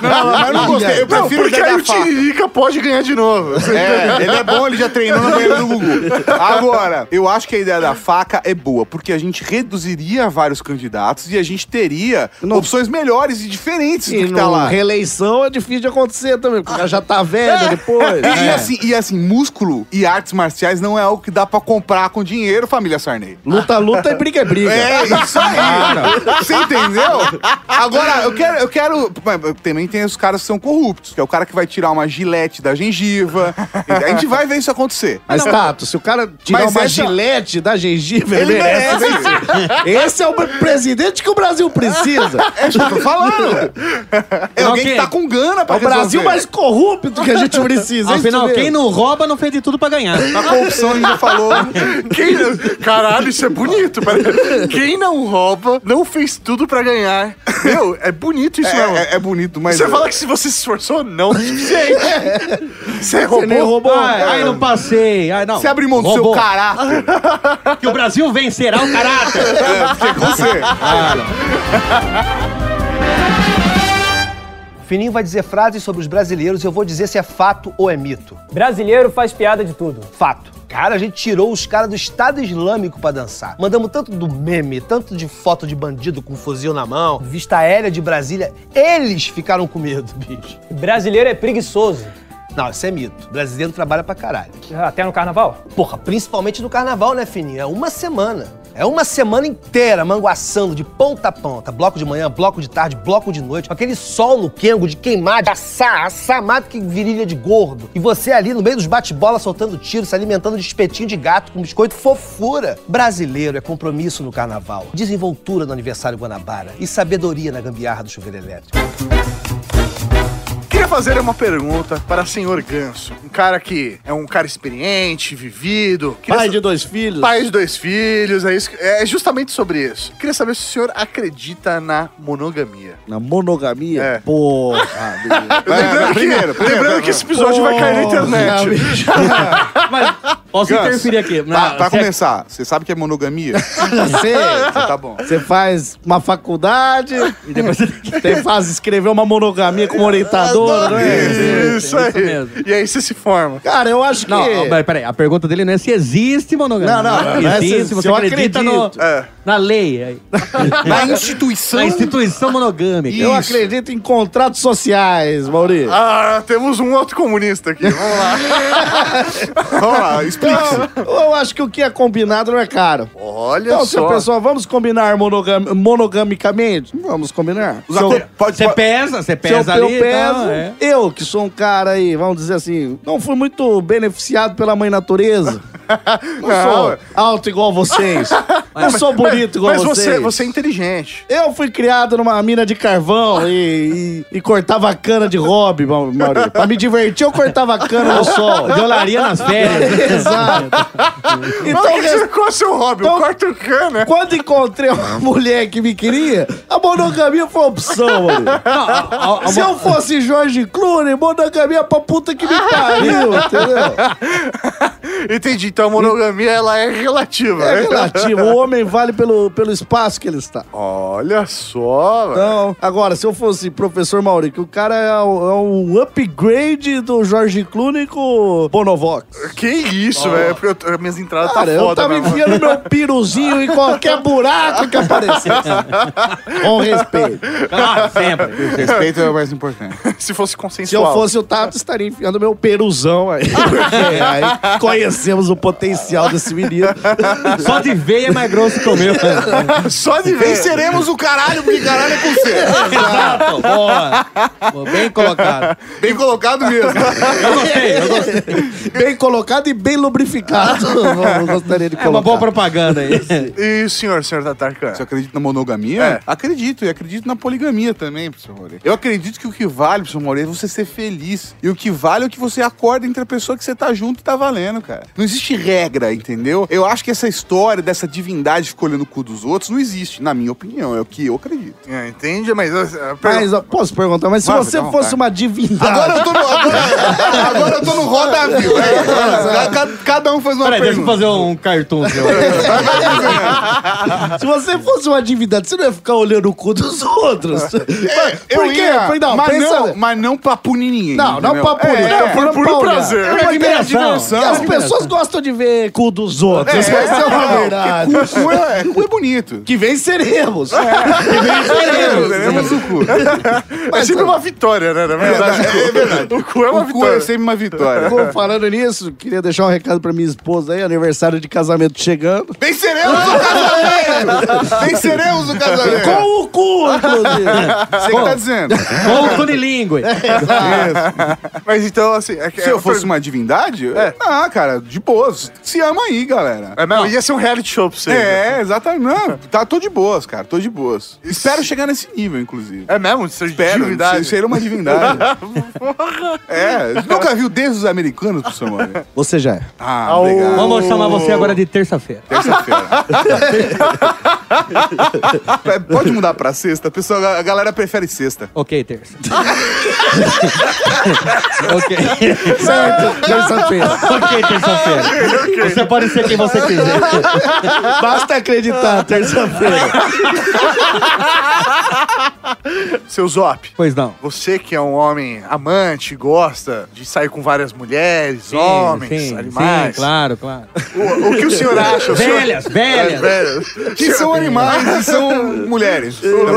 Speaker 1: Não, mas eu não gostei. Eu
Speaker 2: Não,
Speaker 1: prefiro
Speaker 2: porque aí
Speaker 1: da
Speaker 2: o
Speaker 1: faca.
Speaker 2: Tiririca pode ganhar de novo.
Speaker 1: É, ele é bom, ele já treinou na banheira do Gugu. Agora, eu acho que a ideia da faca é boa, porque a gente reduziria vários candidatos e a gente teria
Speaker 6: Não.
Speaker 1: opções melhores e diferentes
Speaker 6: E
Speaker 1: do que tá
Speaker 6: no-
Speaker 1: lá. É.
Speaker 6: reeleição é difícil de acontecer também, porque o cara já tá velho depois.
Speaker 1: E,
Speaker 5: É.
Speaker 11: É.
Speaker 1: e assim, e assim, músculo e artes marciais não é algo que dá pra comprar com dinheiro, família Sarney.
Speaker 6: Luta, luta e briga é briga.
Speaker 1: É isso aí! Você entendeu? Agora, eu quero, eu quero. mas Também tem os caras que são corruptos, que é o cara que vai tirar uma gilete da gengiva. A gente vai ver isso acontecer.
Speaker 6: Mas Tato, se o cara tirar
Speaker 1: Mas
Speaker 6: uma
Speaker 1: essa-
Speaker 6: gilete da gengiva,
Speaker 1: Ele
Speaker 6: ele merece.
Speaker 1: merece.
Speaker 6: Esse é o presidente que o Brasil precisa.
Speaker 1: É isso que eu tô falando. É
Speaker 5: Não,
Speaker 1: alguém que
Speaker 5: quem-
Speaker 1: tá com gana
Speaker 6: É
Speaker 1: pra
Speaker 6: o Brasil
Speaker 1: resolver.
Speaker 6: mais corrupto que a gente precisa. é isso
Speaker 5: Afinal,
Speaker 6: mesmo.
Speaker 5: quem não rouba não fez de tudo pra ganhar.
Speaker 1: A corrupção a gente já falou.
Speaker 2: Quem- Caralho, isso é bonito. pera- Quem não rouba, não fez tudo pra ganhar. Meu, é bonito
Speaker 1: É,
Speaker 2: isso mesmo.
Speaker 1: é- é bonito, mas.
Speaker 2: Você fala que se você se esforçou, não é o suficiente. Você roubou. Ah, é.
Speaker 6: nem roubou.
Speaker 5: Ai, ai, não passei. Ai, não.
Speaker 1: Você abre mão do seu
Speaker 5: Roubou.
Speaker 1: caráter.
Speaker 5: Que o Brasil vencerá o caráter.
Speaker 1: É, porque com você.
Speaker 5: Ah, não.
Speaker 11: Fininho vai dizer frases sobre os brasileiros e eu vou dizer se é fato ou é mito.
Speaker 12: Brasileiro faz piada de tudo.
Speaker 11: Fato. Cara, a gente tirou os caras do Estado Islâmico pra dançar. Mandamos tanto do meme, tanto de foto de bandido com fuzil na mão, vista aérea de Brasília. Eles ficaram com medo, bicho.
Speaker 12: Brasileiro é preguiçoso.
Speaker 11: Não, isso é mito. Brasileiro trabalha pra caralho.
Speaker 12: Até no carnaval?
Speaker 11: Porra, principalmente no carnaval, né, Fininho? É uma semana. É uma semana inteira manguaçando de ponta a ponta. Bloco de manhã, bloco de tarde, bloco de noite. com Aquele sol no quengo de queimar, de assar, assar mato que virilha de gordo. E você ali no meio dos bate-bola soltando tiro, se alimentando de espetinho de gato com biscoito fofura. Brasileiro é compromisso no carnaval, desenvoltura no aniversário Guanabara e sabedoria na gambiarra do chuveiro elétrico.
Speaker 2: Queria fazer uma pergunta para o senhor Ganso. Um cara que é um cara experiente, vivido.
Speaker 6: Pai de
Speaker 2: dois filhos. Pai de dois filhos, é, isso, é justamente sobre isso. Queria saber se o senhor acredita na monogamia.
Speaker 6: Na monogamia?
Speaker 11: É.
Speaker 6: Porra, bicho.
Speaker 2: Lembrando que- lembrando que esse episódio vai cair na internet.
Speaker 1: Mas
Speaker 5: posso interferir aqui?
Speaker 6: tá,
Speaker 1: Pra,
Speaker 5: Não,
Speaker 1: pra
Speaker 5: você-
Speaker 1: começar, você sabe que é monogamia?
Speaker 6: Sei.
Speaker 1: Tá bom.
Speaker 6: Você faz uma faculdade, e depois tem, faz escrever uma monogamia como orientadora, não é?
Speaker 2: Isso aí. E aí você se forma.
Speaker 6: Cara, eu acho que-
Speaker 5: Não, mas peraí, a pergunta dele não é se existe monogamia.
Speaker 6: Não, não, não é se-
Speaker 5: existe,
Speaker 6: se
Speaker 5: você
Speaker 6: eu
Speaker 5: acredita no,
Speaker 6: acredito. É.
Speaker 5: na lei.
Speaker 6: Na instituição.
Speaker 5: Na instituição monogâmica.
Speaker 6: Eu acredito em contratos sociais, Maurício.
Speaker 2: Ah, temos um outro comunista aqui. Vamos lá. Vamos lá, explica.
Speaker 6: Então, eu acho que o que é combinado não é caro.
Speaker 2: Olha
Speaker 6: então,
Speaker 2: só.
Speaker 6: Então, pessoal, vamos combinar monogam- monogamicamente? Vamos combinar.
Speaker 5: Os até- pode- Você pode- pesa, você
Speaker 6: Se
Speaker 5: pesa
Speaker 6: eu,
Speaker 5: ali e
Speaker 6: Eu peso.
Speaker 5: tal, é.
Speaker 6: Eu, que sou um cara aí, vamos dizer assim, não fui muito beneficiado pela mãe natureza. Não, sou alto igual vocês. não sou bonito igual
Speaker 2: mas
Speaker 6: vocês.
Speaker 2: você, você é inteligente.
Speaker 6: Eu fui criado numa mina de carvão e, e, e cortava cana de hobby, Mau- Maurício. Pra me divertir, eu cortava cana no sol.
Speaker 5: De olaria nas férias. né?
Speaker 6: Exato.
Speaker 2: Então, que qual é o né? seu hobby? eu corto cana.
Speaker 6: Quando encontrei uma mulher que me queria, a monogamia foi opção, Maurício. Se eu fosse Jorge Clooney, monogamia pra puta que me pariu, entendeu?
Speaker 2: Entendi. Então a monogamia ela é relativa.
Speaker 6: É
Speaker 2: né?
Speaker 6: relativo. O homem vale pelo, pelo espaço que ele está.
Speaker 2: Olha só, velho.
Speaker 6: Então, agora, se eu fosse professor Mauri, que o cara é um, é um upgrade do Jorge Clooney com o Bonovox.
Speaker 2: Que isso,
Speaker 6: Ó.
Speaker 2: velho? Porque eu- minhas entradas
Speaker 6: Cara,
Speaker 2: tá foda,
Speaker 6: eu tava
Speaker 2: mesmo.
Speaker 6: enfiando meu piruzinho em qualquer buraco que aparecesse. Com respeito.
Speaker 1: Claro, sempre. Respeito é o mais importante.
Speaker 2: Se fosse
Speaker 6: Se eu
Speaker 2: consensual.
Speaker 6: fosse o Tato, estaria enfiando meu peruzão aí. Porque aí conhecemos o potencial desse menino.
Speaker 5: Só de veia é mais grosso que o meu. né?
Speaker 2: Só
Speaker 1: É.
Speaker 2: de
Speaker 6: veia.
Speaker 1: Venceremos o caralho, porque caralho é com C.
Speaker 5: Exato. Boa. Bem colocado.
Speaker 1: Bem colocado mesmo.
Speaker 5: Eu gostei, eu gostei.
Speaker 6: Bem colocado e bem lubrificado. Eu gostaria de
Speaker 5: É uma
Speaker 6: colocar.
Speaker 5: boa propaganda aí.
Speaker 2: E o senhor, senhor Tatarkan?
Speaker 1: Você acredita na monogamia?
Speaker 2: É.
Speaker 1: Acredito, e acredito na poligamia também, professor Moreira. Eu acredito que o que vale, professor Moreira, é você ser feliz. E o que vale é o que você acorda entre a pessoa que você tá junto e tá valendo, cara. Não existe regra, entendeu? Eu acho que essa história dessa divindade ficou olhando o cu dos outros não existe, na minha opinião. É o que eu acredito.
Speaker 2: É, entende? Mas. ah, per-
Speaker 6: Mas, ó, posso perguntar, mas se
Speaker 1: Vai,
Speaker 6: você
Speaker 1: fica à
Speaker 6: fosse
Speaker 1: vontade.
Speaker 6: uma divindade.
Speaker 1: Agora eu tô no, agora, agora eu tô no roda viu? É, agora cada, cada um faz uma
Speaker 5: Peraí, deixa eu
Speaker 1: pergunta.
Speaker 5: fazer um cartoon seu.
Speaker 6: Se você fosse uma divindade, você não ia ficar olhando o cu dos outros. Mas
Speaker 1: É, Eu ia,
Speaker 6: Foi- Não,
Speaker 1: mas,
Speaker 6: pensa-
Speaker 1: não, mas não pra punir ninguém.
Speaker 6: Não, não
Speaker 1: entendeu?
Speaker 6: pra punir,
Speaker 1: É,
Speaker 6: tô falando
Speaker 1: por
Speaker 6: pra
Speaker 1: puro
Speaker 6: olhar.
Speaker 1: prazer.
Speaker 6: É uma
Speaker 1: diversão.
Speaker 6: diversão.
Speaker 1: É
Speaker 6: As
Speaker 1: uma
Speaker 6: pessoas gostam de ver cu dos outros. Essa
Speaker 1: É,
Speaker 6: é uma
Speaker 1: não,
Speaker 6: verdade.
Speaker 1: porque Cu, cu é, cu é bonito.
Speaker 6: Que venceremos.
Speaker 1: É, Veremos, veremos o cu.
Speaker 2: É sempre uma vitória, né? Na verdade, o cu- O cu é uma
Speaker 1: O cu
Speaker 2: vitória.
Speaker 1: é sempre uma vitória.
Speaker 6: Pô, Falando nisso, queria deixar um recado pra minha esposa aí, aniversário de casamento chegando.
Speaker 1: Venceremos o casamento! Venceremos o casamento!
Speaker 6: Com o cu, inclusive.
Speaker 1: Você que tá dizendo.
Speaker 5: Com o Tunilingue.
Speaker 2: Mas então, assim. É, que-
Speaker 1: Se
Speaker 2: é
Speaker 1: eu
Speaker 2: uma
Speaker 1: fosse
Speaker 2: pergunta-
Speaker 1: uma divindade, ah, cara, de boas. Se ama aí, galera.
Speaker 2: É, não, ia ser um reality show pra você.
Speaker 1: É, exatamente. Não, tá, tô de boas, cara, tô de boas. Espero chegar nesse nível, inclusive.
Speaker 2: É mesmo? Ser
Speaker 1: Espero,
Speaker 2: divindade.
Speaker 1: se- ser uma divindade. É, nunca viu desde os americanos, professor Mano.
Speaker 6: Você já é.
Speaker 1: Ah, obrigado.
Speaker 5: Vamos chamar você agora de terça-feira.
Speaker 1: Terça-feira. É, Pode mudar pra sexta? Pessoal, a galera prefere sexta.
Speaker 5: Ok, terça. ok.
Speaker 6: Certo, terça-feira.
Speaker 5: Ok, terça-feira. Você pode ser quem você quiser.
Speaker 6: Basta acreditar, terça-feira.
Speaker 2: é Seu Zop.
Speaker 5: Pois não.
Speaker 2: Você que é um homem amante, gosta de sair com várias mulheres,
Speaker 5: Sim,
Speaker 2: homens,
Speaker 5: sim,
Speaker 2: animais.
Speaker 5: sim, claro, claro.
Speaker 2: O, o que o senhor acha? O senhor-
Speaker 5: Velhas, velhas.
Speaker 2: É, velhas.
Speaker 1: Que são animais e são mulheres.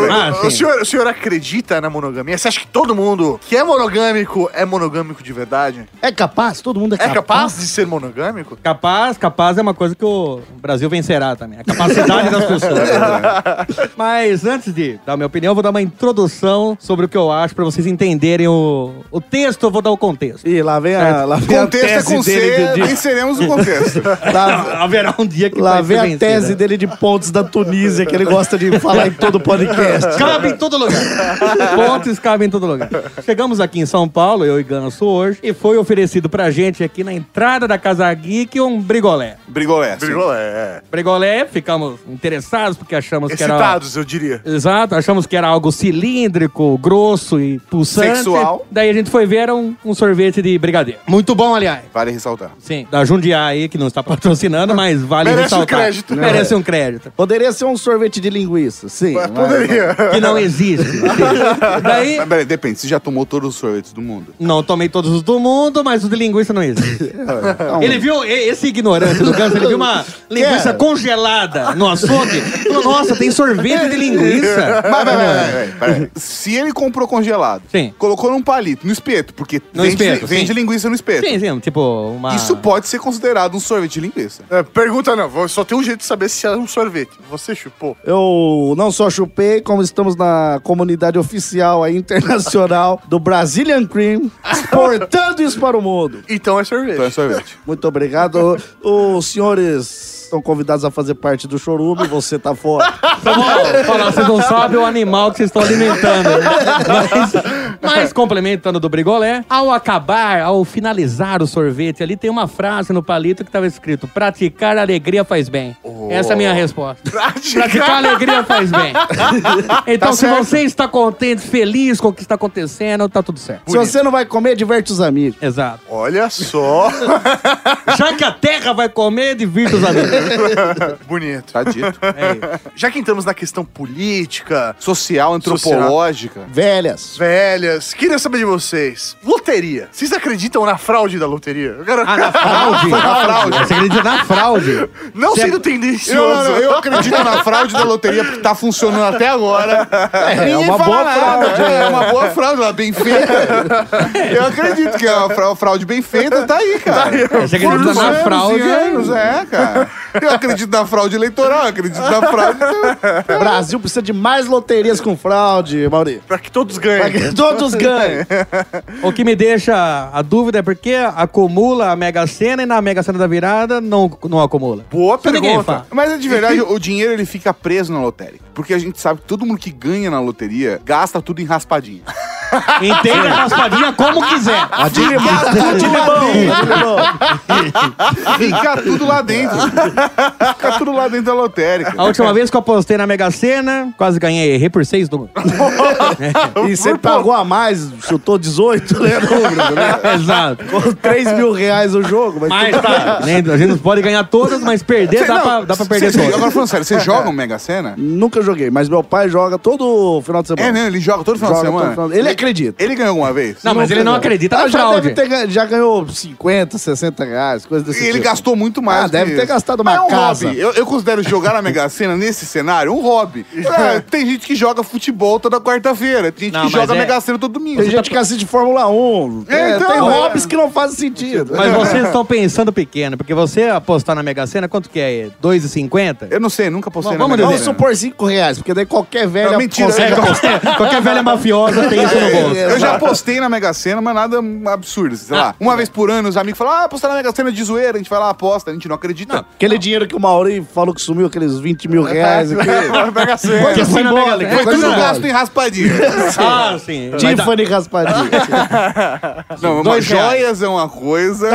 Speaker 1: Ah,
Speaker 2: o,
Speaker 1: sim.
Speaker 2: senhor, o senhor acredita na monogamia? Você acha que todo mundo que é monogâmico é monogâmico de verdade?
Speaker 6: É capaz? Todo mundo é
Speaker 2: capaz?
Speaker 6: capaz?
Speaker 2: É capaz de ser monogâmico?
Speaker 5: Capaz, capaz é uma coisa que o Brasil vencerá também. A capacidade das pessoas. Mas antes de dar minha opinião, eu vou dar uma introdução sobre o que eu acho pra vocês entenderem o, o texto, eu vou dar o contexto.
Speaker 6: E lá vem
Speaker 5: a,
Speaker 6: lá vem a Contexto é tese com dele C, de- de-
Speaker 1: venceremos o um contexto.
Speaker 5: Não, haverá um dia que
Speaker 6: Lá
Speaker 5: vai ser
Speaker 6: vem a
Speaker 5: vencida.
Speaker 6: tese dele de pontos da Tunísia, que ele gosta de falar em todo podcast.
Speaker 5: Cabe em todo lugar. Pontos cabem em todo lugar. Chegamos aqui em São Paulo, eu e Ganso hoje, e foi oferecido pra gente aqui na entrada da Casa Geek um brigolé.
Speaker 1: Brigolé. sim.
Speaker 2: Brigolé, é.
Speaker 5: Brigolé, ficamos interessados porque achamos que era...
Speaker 2: Excitados, eu diria.
Speaker 5: Exato, achamos que era algo cilíndrico, grosso e pulsante.
Speaker 1: Sexual.
Speaker 5: Daí a gente foi ver era um, um sorvete de brigadeiro. Muito bom, aliás.
Speaker 1: Vale ressaltar.
Speaker 5: Sim. Da Jundiaí aí, que não está patrocinando, mas vale
Speaker 1: Merece um
Speaker 5: ressaltar.
Speaker 1: crédito.
Speaker 5: Merece um crédito.
Speaker 6: Poderia ser um sorvete de linguiça, sim. mas-
Speaker 5: Que não existe. Daí-
Speaker 1: Mas peraí, depende. Você já tomou todos os sorvetes do mundo?
Speaker 5: Não tomei todos os do mundo, mas os de linguiça não existe.
Speaker 1: Não.
Speaker 5: ele viu, e- esse ignorante do Ganso, ele viu uma linguiça congelada no açougue. Falou, nossa, tem sorvete de linguiça.
Speaker 1: Mas, mas, mas, mas, mas, peraí. Se ele comprou congelado, colocou num palito, no espeto, porque
Speaker 5: No
Speaker 1: vende,
Speaker 5: espeto,
Speaker 1: vende
Speaker 5: sim.
Speaker 1: linguiça no espeto.
Speaker 5: Sim, sim, tipo uma...
Speaker 1: Isso pode ser considerado um sorvete de linguiça.
Speaker 2: Ah. É, pergunta não, vou- só tem um jeito de saber se é um sorvete. Você chupou.
Speaker 6: Eu não só chupei, como estamos na comunidade oficial aí, internacional do Brazilian Cream, exportando isso para o mundo.
Speaker 2: Então é sorvete.
Speaker 1: Então é sorvete.
Speaker 6: Muito obrigado. O- Os senhores estão convidados a fazer parte do chorume, você tá fora.
Speaker 5: Tá bom, falar, vocês não sabem o animal que vocês estão alimentando. né? Mas, mas complementando do brigolé, ao acabar, ao finalizar o sorvete ali, tem uma frase no palito que estava escrito praticar alegria faz bem. Essa é a minha resposta. Praticar alegria faz bem. Então,
Speaker 6: Tá
Speaker 5: se
Speaker 6: certo.
Speaker 5: você está contente, feliz com o que está acontecendo, tá tudo certo.
Speaker 6: Se você não vai comer, diverte os amigos.
Speaker 5: Exato.
Speaker 2: Olha só.
Speaker 5: Já que a terra vai comer, divirta os amigos.
Speaker 2: Bonito. É
Speaker 1: Tá dito.
Speaker 2: Já que entramos na questão política,
Speaker 1: Social, antropológica.
Speaker 6: Velhas.
Speaker 2: velhas, queria saber de vocês. Loteria. Vocês acreditam na fraude da loteria? Eu quero-
Speaker 5: Ah, na fraude?
Speaker 2: na fraude.
Speaker 5: Você acredita na fraude? é
Speaker 2: Não
Speaker 1: Você-
Speaker 2: sendo
Speaker 1: Eu,
Speaker 2: tendencioso.
Speaker 1: não, não, eu acredito na fraude da loteria porque tá funcionando até agora.
Speaker 6: É, é
Speaker 1: Ninguém
Speaker 6: uma
Speaker 1: fala
Speaker 6: boa
Speaker 1: nada.
Speaker 6: fraude. né?
Speaker 1: É uma boa fraude, ela é bem feita. Eu acredito que é uma fra- fraude bem feita, tá aí, cara.
Speaker 5: Você acredita
Speaker 1: Por
Speaker 5: na
Speaker 1: anos e
Speaker 5: fraude,
Speaker 1: Anos, é, cara. Eu acredito na fraude eleitoral, eu acredito na fraude. É.
Speaker 6: O Brasil precisa de mais loterias com fraude, Mauri.
Speaker 2: Pra que todos ganhem.
Speaker 6: Pra que todos ganhem.
Speaker 5: O que me deixa a dúvida é porque acumula a Mega Sena e na Mega Sena da virada não, não acumula.
Speaker 2: Boa
Speaker 5: Isso ninguém fala.
Speaker 1: Mas é de verdade, o dinheiro ele fica preso na lotérica. Porque a gente sabe que todo mundo que ganha na loteria gasta tudo em raspadinha.
Speaker 5: Entenda a raspadinha como quiser.
Speaker 1: Fica tudo lá dentro. Fica tudo lá dentro. Fica tudo lá dentro da lotérica.
Speaker 5: A última vez que eu apostei na Mega Sena, quase ganhei. Errei por 6 do.
Speaker 6: E você pagou a mais, chutou 18, né? Número, né?
Speaker 5: Exato.
Speaker 6: Com 3 mil reais o jogo, mas.
Speaker 5: Mas tá. né, A gente não pode ganhar todas, mas perder
Speaker 1: Cê-
Speaker 5: dá,
Speaker 1: não,
Speaker 5: pra, dá pra
Speaker 1: cê-
Speaker 5: perder
Speaker 1: cê-
Speaker 5: todas.
Speaker 1: Agora falando sério, você joga um Mega Sena?
Speaker 6: Nunca joguei, mas meu pai joga todo final de semana.
Speaker 1: É mesmo, ele joga todo final
Speaker 6: Joga
Speaker 1: de semana?
Speaker 6: todo final- Ele acredita.
Speaker 1: Ele tá ganhou alguma vez?
Speaker 5: Não, mas ele não acredita na
Speaker 6: Ah, já
Speaker 5: fraude.
Speaker 6: deve ter ganho- já ganhou 50, 60 reais, coisa desse
Speaker 1: Ele
Speaker 6: tipo.
Speaker 1: gastou muito mais.
Speaker 6: Ah,
Speaker 1: do
Speaker 6: deve
Speaker 1: que
Speaker 6: ter
Speaker 1: isso.
Speaker 6: gastado
Speaker 1: Mas
Speaker 6: uma
Speaker 1: é um
Speaker 6: casa.
Speaker 1: Hobby. Eu, eu considero jogar na Mega Sena nesse cenário um hobby. É, tem gente que joga futebol toda quarta-feira, tem gente
Speaker 5: Não,
Speaker 1: que
Speaker 5: mas
Speaker 1: joga
Speaker 5: é- tá
Speaker 1: Mega Sena todo domingo.
Speaker 6: Tem gente que assiste Fórmula 1.
Speaker 1: É,
Speaker 6: É,
Speaker 1: então,
Speaker 6: tem
Speaker 1: é.
Speaker 6: hobbies que não fazem sentido.
Speaker 5: Mas vocês estão pensando pequeno, porque você apostar na Mega Sena, quanto que é? 2,50?
Speaker 1: Eu não sei, nunca apostei
Speaker 5: Vamos
Speaker 1: na Mega
Speaker 6: Vamos
Speaker 1: Sena.
Speaker 6: supor 5 reais, porque daí qualquer velho
Speaker 1: Não, mentira,
Speaker 6: consegue
Speaker 1: eu já-
Speaker 6: apostar.
Speaker 5: é Qualquer velha mafiosa tem isso no bolso.
Speaker 1: Eu já apostei na Mega Sena, mas nada absurdo, sei
Speaker 5: Ah.
Speaker 1: lá. Uma vez por ano, os amigos falam, ah, apostar na Mega Sena de zoeira, a gente vai lá, aposta, a gente não acredita.
Speaker 6: Aquele dinheiro que o Mauri falou que sumiu, aqueles 20 mil reais. aqui.
Speaker 1: Mega Sena.
Speaker 6: Coisa
Speaker 5: foi na Mega
Speaker 6: simbólica,
Speaker 5: Sena.
Speaker 1: Foi
Speaker 6: coisa
Speaker 1: tudo
Speaker 6: simbólica.
Speaker 1: gasto em raspadinha.
Speaker 5: Ah, sim. Mas dá-
Speaker 6: Tiffany Raspadinha.
Speaker 1: Não, mas
Speaker 5: Dois reais.
Speaker 1: joias é uma coisa.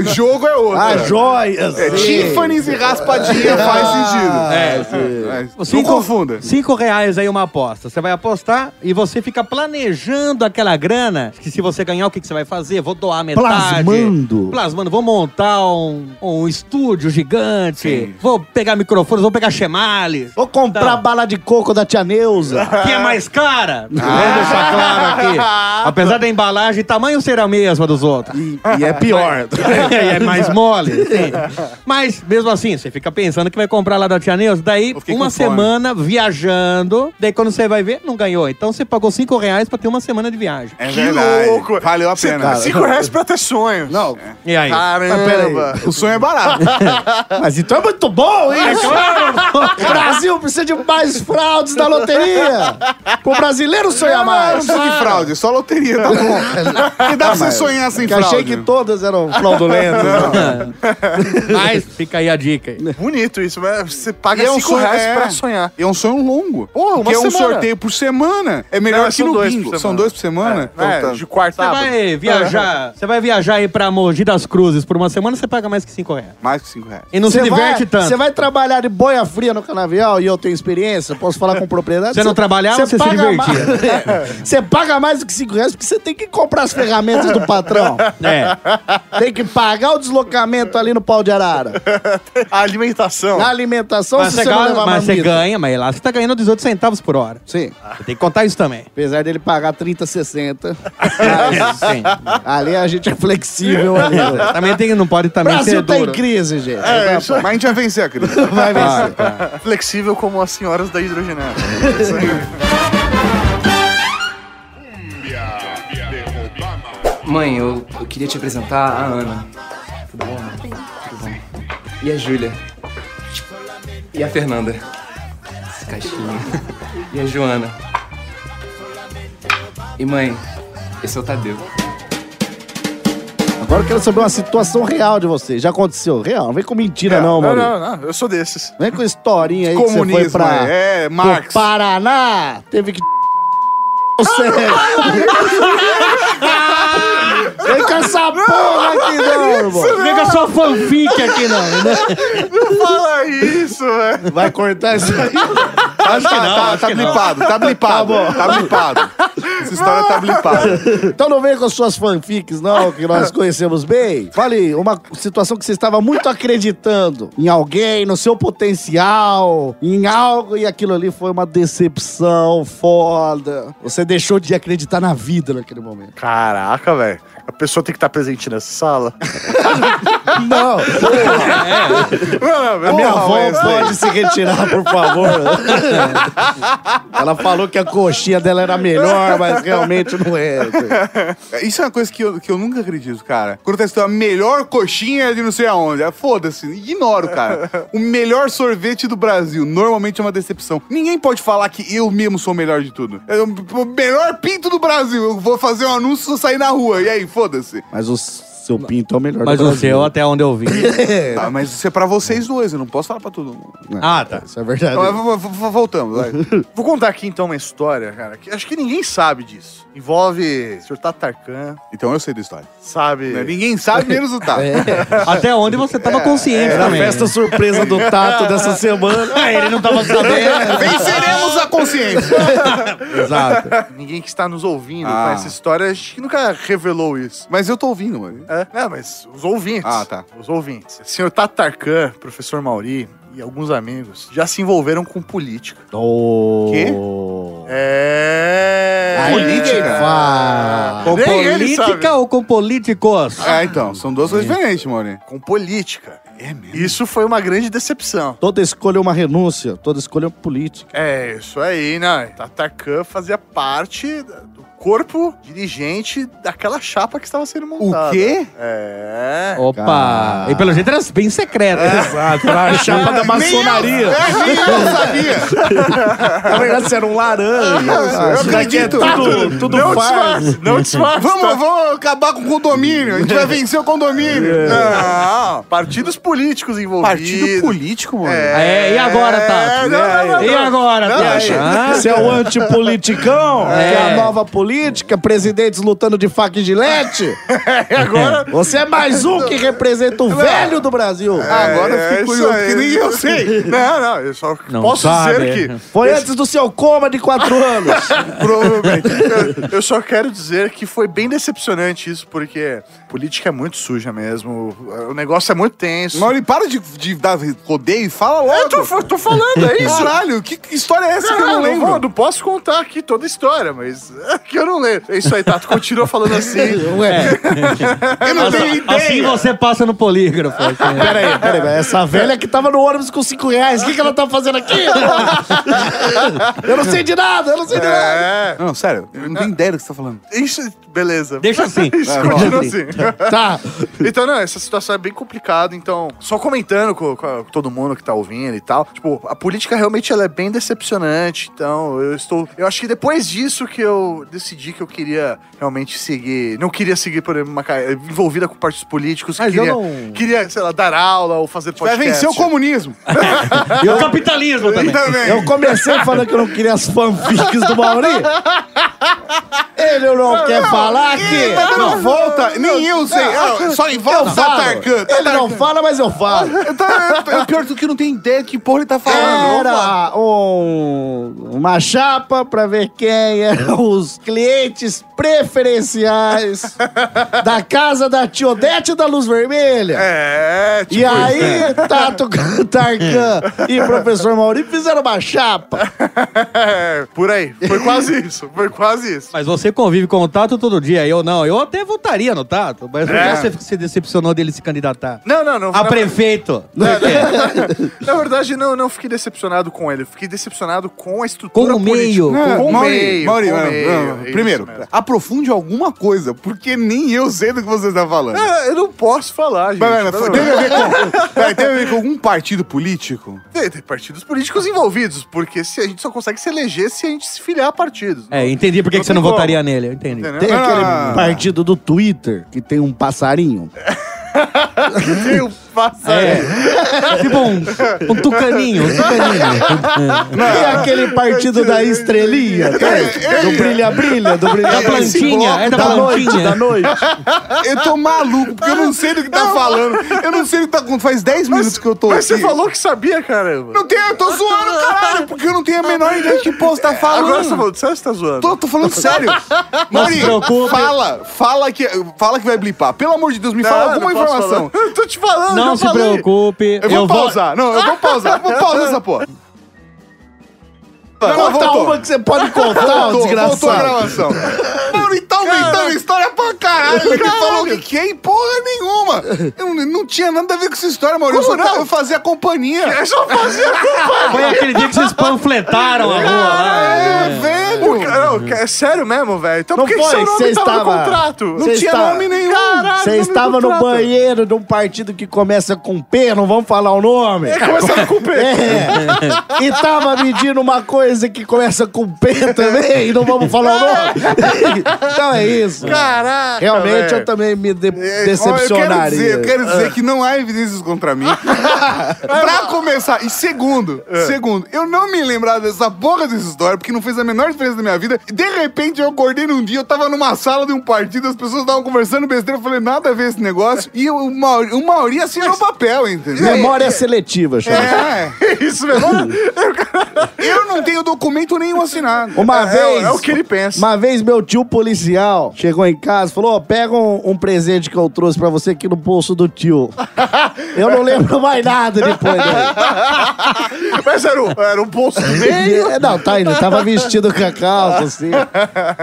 Speaker 1: É, jogo é outra.
Speaker 6: Ah, joias.
Speaker 1: É, Tiffany's e raspadinha faz sentido.
Speaker 5: É,
Speaker 1: Mas não
Speaker 5: Cinco-
Speaker 1: confunda.
Speaker 5: Cinco reais aí uma aposta. Você vai apostar e você fica planejando aquela grana, que se você ganhar, o que, que você vai fazer? Vou doar metade.
Speaker 6: Plasmando.
Speaker 5: Plasmando. Vou montar um, um estúdio gigante. Vou pegar microfones, vou pegar chemales.
Speaker 6: Vou comprar bala de coco da tia Neuza.
Speaker 5: Que é mais cara.
Speaker 1: Ah.
Speaker 5: Vamos deixar claro aqui. Apesar da embalagem, tamanho ser a mesma dos outros. E,
Speaker 6: e é pior.
Speaker 5: e é mais mole. sim. Mas, mesmo assim, você fica pensando que vai comprar lá da Tia Neuza. Daí, uma
Speaker 4: com fome.
Speaker 5: semana viajando. Daí, quando você vai ver, não ganhou. Então, você pagou cinco reais pra ter uma semana de viagem.
Speaker 1: É verdade. Valeu a pena.
Speaker 5: cara.
Speaker 1: Cinco reais pra ter sonho. Não.
Speaker 2: É.
Speaker 6: É.
Speaker 5: E aí?
Speaker 6: Ah.
Speaker 1: Caramba. O sonho é barato.
Speaker 6: Mas então é muito bom isso. O Brasil precisa de mais fraudes da loteria. Pro brasileiro sonhar
Speaker 1: Não
Speaker 6: mais.
Speaker 1: precisa
Speaker 2: Ah.
Speaker 1: de fraude, só loteria, tá bom. Que dá pra você sonhar sem
Speaker 6: que Achei
Speaker 1: fraude.
Speaker 6: que todas eram fraudulentas. né?
Speaker 5: Mas fica aí a dica. aí.
Speaker 2: Bonito isso, mas você paga
Speaker 1: E é um
Speaker 2: cinco
Speaker 1: sonho-
Speaker 2: reais
Speaker 1: é.
Speaker 2: pra sonhar.
Speaker 1: E é um sonho longo.
Speaker 2: Oh, uma
Speaker 1: que é um
Speaker 2: semana.
Speaker 1: sorteio por semana. É melhor
Speaker 2: Não,
Speaker 1: que
Speaker 2: são
Speaker 1: no
Speaker 2: dois por
Speaker 1: bingo.
Speaker 2: semana.
Speaker 1: São dois por semana? Então tá,
Speaker 2: É, é, de quarta
Speaker 6: Tá
Speaker 5: Você
Speaker 2: a
Speaker 5: vai
Speaker 2: sábado.
Speaker 5: viajar, você vai viajar aí pra Mogi das Cruzes por uma semana, você paga mais que cinco reais.
Speaker 1: Mais que cinco reais.
Speaker 5: E não se
Speaker 6: Cê vai-
Speaker 5: diverte tanto.
Speaker 6: Você vai trabalhar de boia fria no canavial e eu tenho experiência, posso falar com propriedade.
Speaker 5: Você não trabalhava, você se
Speaker 6: paga
Speaker 5: divertia.
Speaker 6: mais- Você paga mais do que 5 reais porque você tem que comprar as ferramentas do patrão.
Speaker 5: É.
Speaker 6: Tem que pagar o deslocamento ali no pau de arara.
Speaker 2: A alimentação.
Speaker 6: Na alimentação,
Speaker 5: mas
Speaker 6: se você
Speaker 5: você,
Speaker 6: não
Speaker 5: ganha,
Speaker 6: levar
Speaker 5: mas você
Speaker 6: marmita.
Speaker 5: ganha, mas lá você tá ganhando 18 centavos por hora.
Speaker 6: Sim.
Speaker 5: Você tem que contar isso também.
Speaker 6: Apesar dele pagar 30, 60. mas- Ali a gente é flexível. Ali.
Speaker 5: também tem, não pode também ser
Speaker 6: Brasil tá em
Speaker 5: é duro.
Speaker 6: crise, gente.
Speaker 1: É, isso aí. Mas a gente vai vencer, querido.
Speaker 6: Vai vencer.
Speaker 2: Flexível como as senhoras da hidrogenada.
Speaker 13: Mãe, eu, eu queria te apresentar a Ana. Tudo bom, mãe? Tudo bom. E a Júlia. E a Fernanda. Esse Caixinha. E a Joana. E mãe, esse é o Tadeu.
Speaker 6: Agora eu quero saber uma situação real de você. Já aconteceu? Real? Não vem com mentira,
Speaker 2: não,
Speaker 6: não, mano.
Speaker 2: não, não, eu sou desses.
Speaker 6: Vem com historinha aí que você foi
Speaker 2: Comunismo,
Speaker 6: pra...
Speaker 2: é,
Speaker 6: pro
Speaker 2: Marx.
Speaker 6: Paraná, teve que... Você... Vem com essa porra aqui, não, irmão.
Speaker 5: Vem com sua fanfic aqui, não. né?
Speaker 2: Não fala isso, velho.
Speaker 6: Vai cortar isso aí?
Speaker 1: Acho que não,
Speaker 6: tá,
Speaker 1: acho que não. é. Tá bom. Essa história tá blipada.
Speaker 6: Então não vem com suas fanfics, não, que nós conhecemos bem. Fale uma situação que você estava muito acreditando em alguém, no seu potencial, em algo, e aquilo ali foi uma decepção foda. Você deixou de acreditar na vida naquele momento.
Speaker 2: Caraca, velho. A pessoa tem que estar presente nessa sala.
Speaker 6: Não!
Speaker 2: Não, não,
Speaker 6: A é minha
Speaker 2: porra,
Speaker 6: avó
Speaker 2: mas-
Speaker 6: pode se retirar, por favor. Ela falou que a coxinha dela era melhor, mas realmente não é.
Speaker 1: Isso é uma coisa que eu, que eu nunca acredito, cara. Quando tá escrito a melhor coxinha de não sei aonde. Ah, Foda-se, ignoro, cara. O melhor sorvete do Brasil normalmente é uma decepção. Ninguém pode falar que eu mesmo sou o melhor de tudo. É o o melhor pinto do Brasil. Eu vou fazer um anúncio se eu sair na rua. E aí, foda-se.
Speaker 6: Mas o seu pinto é o melhor
Speaker 5: Mas
Speaker 6: do
Speaker 5: o
Speaker 6: Brasil.
Speaker 5: seu, até onde eu vi.
Speaker 1: Tá, mas isso é pra vocês dois, eu não posso falar pra todo mundo.
Speaker 5: ah, tá.
Speaker 6: Isso é verdade.
Speaker 1: Então, v- v- v- voltamos, vai.
Speaker 2: Vou contar aqui então uma história, cara, que acho que ninguém sabe disso. Envolve o senhor Tatarkan,
Speaker 1: Então eu sei É. da história.
Speaker 2: sabe?
Speaker 1: É, Ninguém sabe, menos o Tato.
Speaker 5: Até onde você tava consciente
Speaker 6: É, Era a
Speaker 5: também.
Speaker 6: festa surpresa do Tato dessa semana.
Speaker 5: Ah, ele não tava sabendo.
Speaker 1: Venceremos a consciência.
Speaker 5: Exato.
Speaker 2: Ninguém que está nos ouvindo
Speaker 1: Ah.
Speaker 2: com essa história, acho que nunca revelou isso.
Speaker 1: Mas eu tô ouvindo, mano.
Speaker 2: É, não, mas os ouvintes.
Speaker 1: Ah, tá.
Speaker 2: Os ouvintes. O senhor Tatarkan, professor Mauri e alguns amigos já se envolveram com política.
Speaker 6: Oh.
Speaker 1: Quê?
Speaker 2: É.
Speaker 6: Aí
Speaker 1: Política.
Speaker 6: fala.
Speaker 5: Com
Speaker 2: Nem ele sabe.
Speaker 5: política ou com políticos?
Speaker 1: Ah, então, são duas coisas diferentes, Maurinho.
Speaker 2: Com política. É mesmo? Isso foi uma grande decepção.
Speaker 6: Toda escolha é uma renúncia, toda escolha é uma política.
Speaker 2: É, isso aí, né? Tatarkan fazia parte da- do corpo dirigente daquela chapa que estava sendo montada.
Speaker 1: quê?
Speaker 2: É.
Speaker 5: Opa! E pelo jeito era bem secreto. Exato.
Speaker 6: A chapa da maçonaria. Na verdade, você era um laranja. é
Speaker 1: Eu acredito.
Speaker 6: Tudo, tudo
Speaker 2: Não
Speaker 6: faz.
Speaker 2: disfarce, não disfarce. tá?
Speaker 1: Vamos, vamos acabar com o condomínio. A gente vai vencer o condomínio.
Speaker 2: Não, partidos políticos envolvidos.
Speaker 1: É. Partido político, mano.
Speaker 5: É, e agora, É,
Speaker 2: não,
Speaker 5: Tato?
Speaker 2: não, não,
Speaker 5: E
Speaker 2: não. é
Speaker 5: agora, Tato? Ah,
Speaker 6: Você é o antipoliticão, que é a nova política, presidentes lutando de faca e gilete.
Speaker 1: agora-
Speaker 6: Você é mais um que representa o
Speaker 1: Não.
Speaker 6: velho do Brasil.
Speaker 1: Agora
Speaker 6: é
Speaker 1: eu fiquei curioso, porque nem eu sei. Não, não, eu só
Speaker 6: Não
Speaker 1: posso
Speaker 6: sabe,
Speaker 1: dizer
Speaker 6: é.
Speaker 1: que.
Speaker 6: Foi antes do seu coma de quatro anos.
Speaker 1: Provavelmente. Eu- Eu só quero dizer que foi bem decepcionante isso, porque política é muito suja mesmo. O negócio é muito tenso. Mauri, para de, de dar rodeio e fala logo. Eu É, tô, tô falando, é isso. Caralho, que que história é essa que eu não lembro?
Speaker 2: vou- Não posso contar aqui toda a história, mas é que eu não lembro. É isso aí, Tato. Continua falando assim.
Speaker 6: Ué.
Speaker 2: Eu não tenho ideia.
Speaker 5: É, Assim você passa no polígrafo. assim.
Speaker 6: Peraí, peraí, essa velha que tava no ônibus com cinco reais, o que, que ela tá fazendo aqui? eu não sei de nada, eu não sei de nada.
Speaker 1: Não, sério, eu não tenho ideia do que você tá falando.
Speaker 2: Isso, beleza.
Speaker 1: Deixa assim.
Speaker 2: Isso,
Speaker 1: Vai,
Speaker 2: continua
Speaker 1: volta.
Speaker 2: assim.
Speaker 1: Tá.
Speaker 2: Então, não, essa situação é bem complicada. Então, só comentando com, com todo mundo que tá ouvindo e tal. Tipo, a política realmente ela é bem decepcionante. Então, eu estou... Eu acho que depois disso que eu decidi que eu queria realmente seguir... Não queria seguir, por exemplo, uma carreira envolvida com partidos políticos.
Speaker 1: Mas eu
Speaker 2: queria,
Speaker 1: não-
Speaker 2: queria, sei lá, dar aula ou fazer
Speaker 1: Vai
Speaker 2: podcast.
Speaker 1: vencer o comunismo.
Speaker 5: E o capitalismo também.
Speaker 1: É
Speaker 6: Eu comecei falando que eu não queria as fanfics do Mauri. Ele não quer falar que.
Speaker 1: Não, não volta, nem eu sei. Ah, só em volta,
Speaker 6: Eu
Speaker 1: tá
Speaker 6: falo.
Speaker 1: Tarkan, tá
Speaker 6: Ele não fala, mas eu falo.
Speaker 1: É pior do que não tem ideia que porra ele tá falando.
Speaker 6: Era um- uma chapa pra ver quem eram os clientes preferenciais da casa da Tiodete da Luz Vermelha.
Speaker 2: É,
Speaker 6: E
Speaker 1: Tipo
Speaker 6: aí,
Speaker 1: né?
Speaker 6: Tato Tarkan e professor Mauri fizeram uma chapa.
Speaker 2: é, Por aí. Foi quase isso. Foi quase isso.
Speaker 5: Mas você convive com o Tato todo dia, eu não. Eu até votaria no Tato, mas por
Speaker 2: É.
Speaker 5: que você se decepcionou dele se candidatar?
Speaker 2: Não, não, não.
Speaker 5: A prefeito. É,
Speaker 2: Na verdade, não, não fiquei decepcionado com ele. Fiquei decepcionado com a estrutura
Speaker 5: Com o
Speaker 2: política.
Speaker 5: meio,
Speaker 2: Com,
Speaker 1: Não,
Speaker 2: o
Speaker 1: É, Mauri,
Speaker 2: meio.
Speaker 1: Mauri,
Speaker 2: com o
Speaker 1: não,
Speaker 2: meio,
Speaker 1: não.
Speaker 2: é isso
Speaker 1: Primeiro,
Speaker 2: mesmo.
Speaker 1: aprofunde alguma coisa, porque nem eu sei do que você tá falando.
Speaker 2: Ah, eu não posso falar, gente.
Speaker 1: Mas, mas,
Speaker 2: Não,
Speaker 1: foi-
Speaker 2: não.
Speaker 1: teve, a ver com, peraí, teve a ver com algum partido político?
Speaker 2: Tem, tem partidos políticos envolvidos, porque se a gente só consegue se eleger se a gente se filiar a partidos. né?
Speaker 5: É, entendi por que, que você
Speaker 2: tem
Speaker 5: não
Speaker 2: como.
Speaker 5: votaria nele, eu entendi.
Speaker 6: Tem
Speaker 2: Ah.
Speaker 6: aquele partido do Twitter que tem um passarinho.
Speaker 2: Meu
Speaker 5: É.
Speaker 2: passarinho.
Speaker 5: Tipo um, um tucaninho, um tucaninho.
Speaker 6: Tem aquele partido da estrelinha. Tem, do brilha-brilha, do brilha
Speaker 5: Da plantinha, é da
Speaker 6: noite,
Speaker 5: plantinha.
Speaker 6: da noite.
Speaker 1: Eu tô maluco, porque eu não sei do que tá falando. Eu não sei do que tá acontecendo. Faz 10 minutos que eu tô
Speaker 2: Mas você
Speaker 1: aqui.
Speaker 2: falou que sabia, caramba.
Speaker 1: Não tenho, eu tô zoando, caralho, porque eu não tenho a menor ideia de que porra você tá falando.
Speaker 2: Agora você tá falando sério ou você tá zoando?
Speaker 1: Tô, tô falando sério. Mauri,
Speaker 2: preocupe.
Speaker 1: fala, fala que, fala que vai blipar. Pelo amor de Deus, me
Speaker 2: Não,
Speaker 1: fala
Speaker 2: não
Speaker 1: alguma
Speaker 2: posso
Speaker 1: informação.
Speaker 2: falar. Eu tô te falando,
Speaker 5: Não
Speaker 2: eu
Speaker 5: se
Speaker 2: falei.
Speaker 5: preocupe.
Speaker 1: Eu vou pausar. Não, eu vou pausar. Eu vou pausar essa porra.
Speaker 2: tá
Speaker 6: Conta
Speaker 1: tá, voltou.
Speaker 6: uma que você pode contar, ô
Speaker 1: Voltou, voltou a
Speaker 6: desgraçado.
Speaker 1: gravação. Mano, e tá aumentando a história pra caralho. Ele falou que que é em porra nenhuma. Eu não, não tinha nada a ver com essa história, Maurício. Eu só tava- eu fazia companhia.
Speaker 2: Eu só fazia
Speaker 1: companhia.
Speaker 5: Foi aquele dia que vocês panfletaram a rua lá.
Speaker 1: É, velho.
Speaker 2: O ca- não, é sério mesmo, velho? Então
Speaker 6: Não
Speaker 2: por que, que
Speaker 6: foi,
Speaker 2: seu nome
Speaker 6: você
Speaker 2: tava no
Speaker 6: estava-
Speaker 2: contrato?
Speaker 6: Não você tinha está- nome
Speaker 1: nenhum.
Speaker 2: Caralho,
Speaker 6: Você
Speaker 2: nome
Speaker 6: estava no
Speaker 2: contrato.
Speaker 6: banheiro de um partido que começa com P, não vamos falar o nome.
Speaker 2: É, começava com P.
Speaker 6: É. E tava medindo uma coisa que começa com P também, não vamos falar o nome. Então é isso.
Speaker 2: Caraca,
Speaker 6: Realmente
Speaker 1: velho.
Speaker 6: eu também me de
Speaker 1: É, ó, Eu quero
Speaker 6: decepcionaria.
Speaker 1: dizer, eu quero dizer
Speaker 6: Ah.
Speaker 1: que não há evidências contra mim. pra começar, e segundo, segundo, eu não me lembrava dessa porra dessa história, porque não fez a menor diferença na minha vida. E de repente eu acordei num dia, eu tava numa sala de um partido, as pessoas estavam conversando besteira, eu falei, nada a ver esse negócio. E o Mauri, o Mauri assinou o papel, entendeu?
Speaker 6: Memória seletiva, chama.
Speaker 1: É,
Speaker 2: isso mesmo.
Speaker 1: Eu não tenho documento nenhum assinado.
Speaker 6: Uma
Speaker 1: É,
Speaker 6: vez.
Speaker 1: É, o que ele pensa.
Speaker 6: Uma vez meu tio policial chegou em casa e falou: "Ó, pega um, um presente que eu trouxe pra você aqui no bolso do tio. eu não lembro mais nada depois daí.
Speaker 2: Mas era o, era o bolso do meio.
Speaker 6: É, não, tá, ele tava vestido com a calça, assim.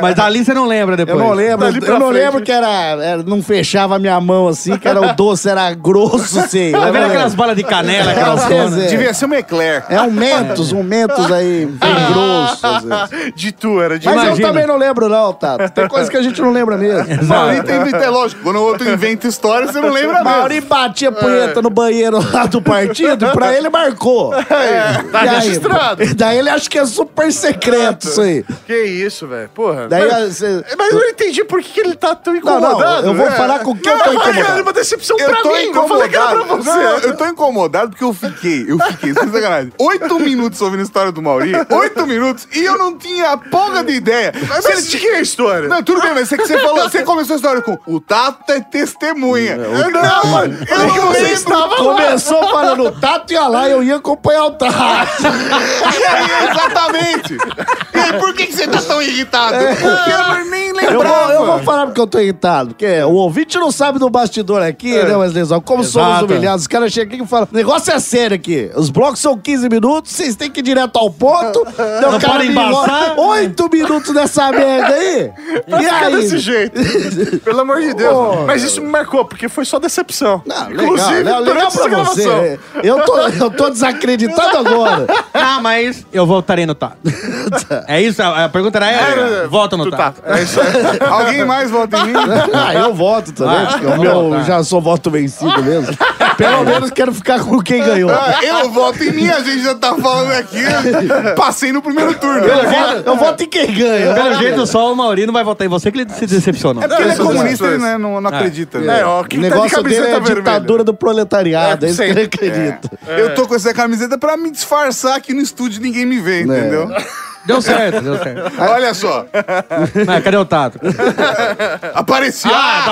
Speaker 5: Mas dali você não lembra depois.
Speaker 6: Eu não lembro,
Speaker 5: Dali pra
Speaker 6: eu não
Speaker 5: frente.
Speaker 6: lembro que era, era- Não fechava a minha mão assim, que era o doce, era grosso, assim.
Speaker 5: Tá
Speaker 6: Eu
Speaker 5: vendo
Speaker 6: não
Speaker 5: aquelas
Speaker 6: lembro.
Speaker 5: balas de canela, aquelas
Speaker 6: Às
Speaker 5: coisas?
Speaker 6: vezes é.
Speaker 1: Devia ser um Eclair.
Speaker 6: É um mentos, um mentos aí,
Speaker 5: Ah.
Speaker 6: bem grosso. às vezes.
Speaker 2: De tu, era de
Speaker 6: Mas
Speaker 2: Imagina.
Speaker 6: eu também não lembro, não, Tato. Tem coisa que a gente não lembra mesmo.
Speaker 1: Mauri tem é lógico, quando o outro inventa história, você não lembra mesmo.
Speaker 6: Mauri batia punheta no banheiro lá do partido, pra ele marcou.
Speaker 2: tá
Speaker 6: E aí,
Speaker 2: registrado.
Speaker 6: Daí ele acha que é super secreto isso aí.
Speaker 2: Que isso, velho. Porra.
Speaker 6: Daí
Speaker 2: mas,
Speaker 6: você-
Speaker 2: mas eu não entendi por que que ele tá tão
Speaker 6: não,
Speaker 2: incomodado.
Speaker 6: eu vou
Speaker 2: né?
Speaker 6: falar com quem eu tô
Speaker 2: Não, mas
Speaker 6: incomodado.
Speaker 2: Era uma decepção
Speaker 1: Eu
Speaker 2: pra
Speaker 1: tô
Speaker 2: mim. Não falei que era pra
Speaker 1: incomodado.
Speaker 2: você.
Speaker 1: Não, eu tô incomodado porque eu fiquei, eu fiquei, sem sacanagem. Oito minutos ouvindo a história do Mauri oito minutos e eu não tinha a porra de ideia.
Speaker 2: Mas
Speaker 1: Se
Speaker 2: mas de que é a história?
Speaker 1: Não, tudo bem, mas é que você falou, você começou a história com o Tato é testemunha.
Speaker 6: o-
Speaker 1: Eu não, mano, eu
Speaker 6: É que
Speaker 1: não
Speaker 6: você
Speaker 1: lembro.
Speaker 6: estava Começou falando, o Tato ia lá, eu ia acompanhar o Tato.
Speaker 1: E aí, exatamente. E aí, por que, que você tá tão irritado?
Speaker 6: É.
Speaker 1: É. Porque eu não- nem
Speaker 6: Eu vou,
Speaker 1: lembrava.
Speaker 6: eu vou falar porque eu tô irritado. Porque o ouvinte não sabe do bastidor aqui, né, Wesley Zão? Como somos
Speaker 1: Exato.
Speaker 6: humilhados. Os caras chegam aqui e falam: o negócio é sério aqui. Os blocos são 15 minutos, vocês têm que ir direto ao ponto. Daí o
Speaker 1: Não
Speaker 6: cara
Speaker 1: podem
Speaker 6: me enrola
Speaker 1: embaçar.
Speaker 6: Oito minutos dessa merda aí.
Speaker 2: Pra
Speaker 6: e
Speaker 2: ficar
Speaker 6: aí?
Speaker 2: desse jeito. Pelo amor de Deus.
Speaker 6: Pô.
Speaker 2: Mas isso me marcou, porque foi só decepção.
Speaker 6: Inclusive, legal, né? legal
Speaker 2: durante
Speaker 6: pra
Speaker 2: essa
Speaker 6: você.
Speaker 2: gravação.
Speaker 6: é. Eu tô, eu tô desacreditado agora.
Speaker 5: Ah, mas eu voltarei no Tato. É isso? A a pergunta era essa? Volta no
Speaker 2: Tá,
Speaker 5: Tato.
Speaker 2: é,
Speaker 1: Alguém mais vota em mim?
Speaker 6: Ah, eu voto também,
Speaker 5: Ah,
Speaker 6: porque
Speaker 5: eu
Speaker 6: o meu
Speaker 5: voto, tá.
Speaker 6: já sou voto vencido mesmo. Pelo menos quero ficar com quem ganhou.
Speaker 1: Ah, eu voto em mim, a gente já tá falando aqui. Passei no primeiro turno.
Speaker 5: Pelo jeito-
Speaker 6: eu voto em quem ganha.
Speaker 5: Pelo jeito, só o Mauri não vai votar em você que ele se decepcionou.
Speaker 1: É porque ele é comunista, ele né, não, não
Speaker 5: Ah.
Speaker 1: acredita.
Speaker 5: É, ó, quem
Speaker 6: o
Speaker 5: tá de
Speaker 6: negócio dele
Speaker 5: camiseta
Speaker 6: é a
Speaker 5: vermelha?
Speaker 6: ditadura do proletariado, é, isso que
Speaker 1: sempre.
Speaker 6: ele acredita.
Speaker 1: É. Eu tô com essa camiseta pra me disfarçar aqui no estúdio e ninguém me vê, entendeu?
Speaker 5: Deu certo, deu certo.
Speaker 1: Olha só.
Speaker 5: Mas cadê o Tato?
Speaker 1: Apareceu.
Speaker 5: Ah,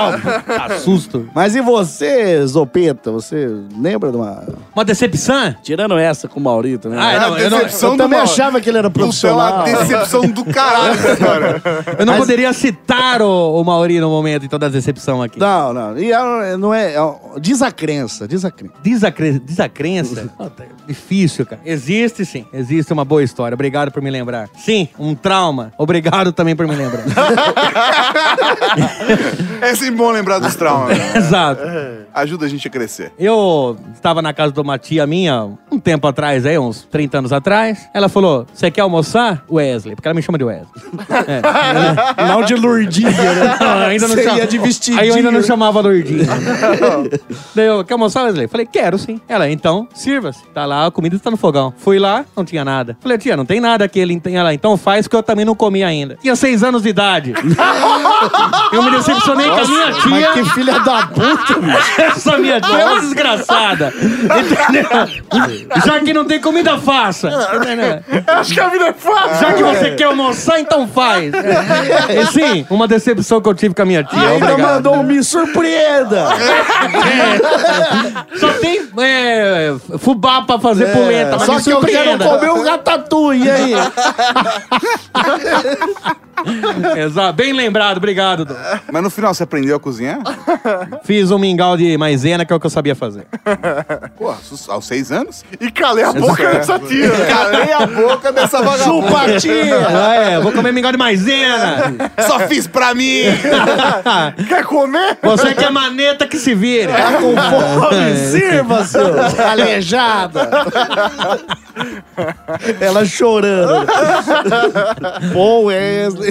Speaker 5: tá, tá susto.
Speaker 6: Mas e você, Zopeta? Você lembra de uma.
Speaker 5: Uma decepção?
Speaker 6: Tirando essa com o Maurito, né?
Speaker 5: Ah, não, eu não-
Speaker 6: eu
Speaker 5: decepção do
Speaker 6: também
Speaker 5: Mauri-
Speaker 6: achava que ele era profissional.
Speaker 5: Puta, é uma decepção
Speaker 1: do caralho, cara.
Speaker 5: Eu não poderia citar o, o Mauri no momento, então, da decepção aqui.
Speaker 6: Não, não. E é- não é. é- Diz a crença, diz a crença.
Speaker 5: Desacre... Desacrença? Puta, é Difícil, cara. Existe sim. Existe uma boa história. Obrigado por me lembrar. Sim, um trauma. Obrigado também por me lembrar.
Speaker 1: É sempre bom lembrar dos traumas. né?
Speaker 5: Exato.
Speaker 1: Ajuda a gente a crescer.
Speaker 5: Eu estava na casa de uma tia minha um tempo atrás, aí, uns 30 anos atrás. Ela falou: Você quer almoçar? Wesley, porque ela me chama de Wesley. É.
Speaker 6: Não de Lourdinha, né?
Speaker 5: Não, ainda não
Speaker 6: Você
Speaker 5: chama-
Speaker 6: ia de vestidinho.
Speaker 5: Aí eu ainda não chamava Lourdinha. Daí eu, quer almoçar, Wesley? Falei, quero sim. Ela, então, sirva-se. Tá lá, a comida está no fogão. Fui lá, não tinha nada. Falei, tia, não tem nada aqui. Ele, ent- ela, então faz, que eu também não comi ainda. Tinha seis anos de idade. Eu me decepcionei com a minha
Speaker 6: Nossa,
Speaker 5: tia.
Speaker 6: mas que filha da puta, bicho.
Speaker 5: Essa minha tia é uma desgraçada. Entendeu? Já que não tem comida, faça.
Speaker 2: Acho que a vida é fácil.
Speaker 5: Já que você quer almoçar, então faz. E sim, uma decepção que eu tive com a minha tia.
Speaker 2: então
Speaker 6: Ainda
Speaker 5: Obrigado.
Speaker 6: mandou um me surpreenda.
Speaker 5: Só tem é, fubá pra fazer
Speaker 6: É,
Speaker 5: polenta, mas
Speaker 6: só
Speaker 5: me
Speaker 6: que eu quero
Speaker 5: surpreenda.
Speaker 6: comer um ratatouille, e aí?
Speaker 5: Exato, bem lembrado, obrigado. Dom.
Speaker 1: Mas no final, você aprendeu a cozinhar?
Speaker 5: Fiz um mingau de maisena, que é o que eu sabia fazer.
Speaker 1: Pô, aos aos seis anos?
Speaker 2: E calei a
Speaker 1: Essa
Speaker 2: boca
Speaker 1: cara.
Speaker 2: dessa tia.
Speaker 1: Calei a boca dessa vagabunda.
Speaker 6: Chupa,
Speaker 5: Ah, é, vou comer mingau de maisena.
Speaker 1: Só fiz pra mim!
Speaker 2: Quer comer?
Speaker 5: Você que é maneta que se É. vira.
Speaker 1: É
Speaker 6: Tá com fome, sirva, seu aleijada. Ela chorando. Bom, Wesley.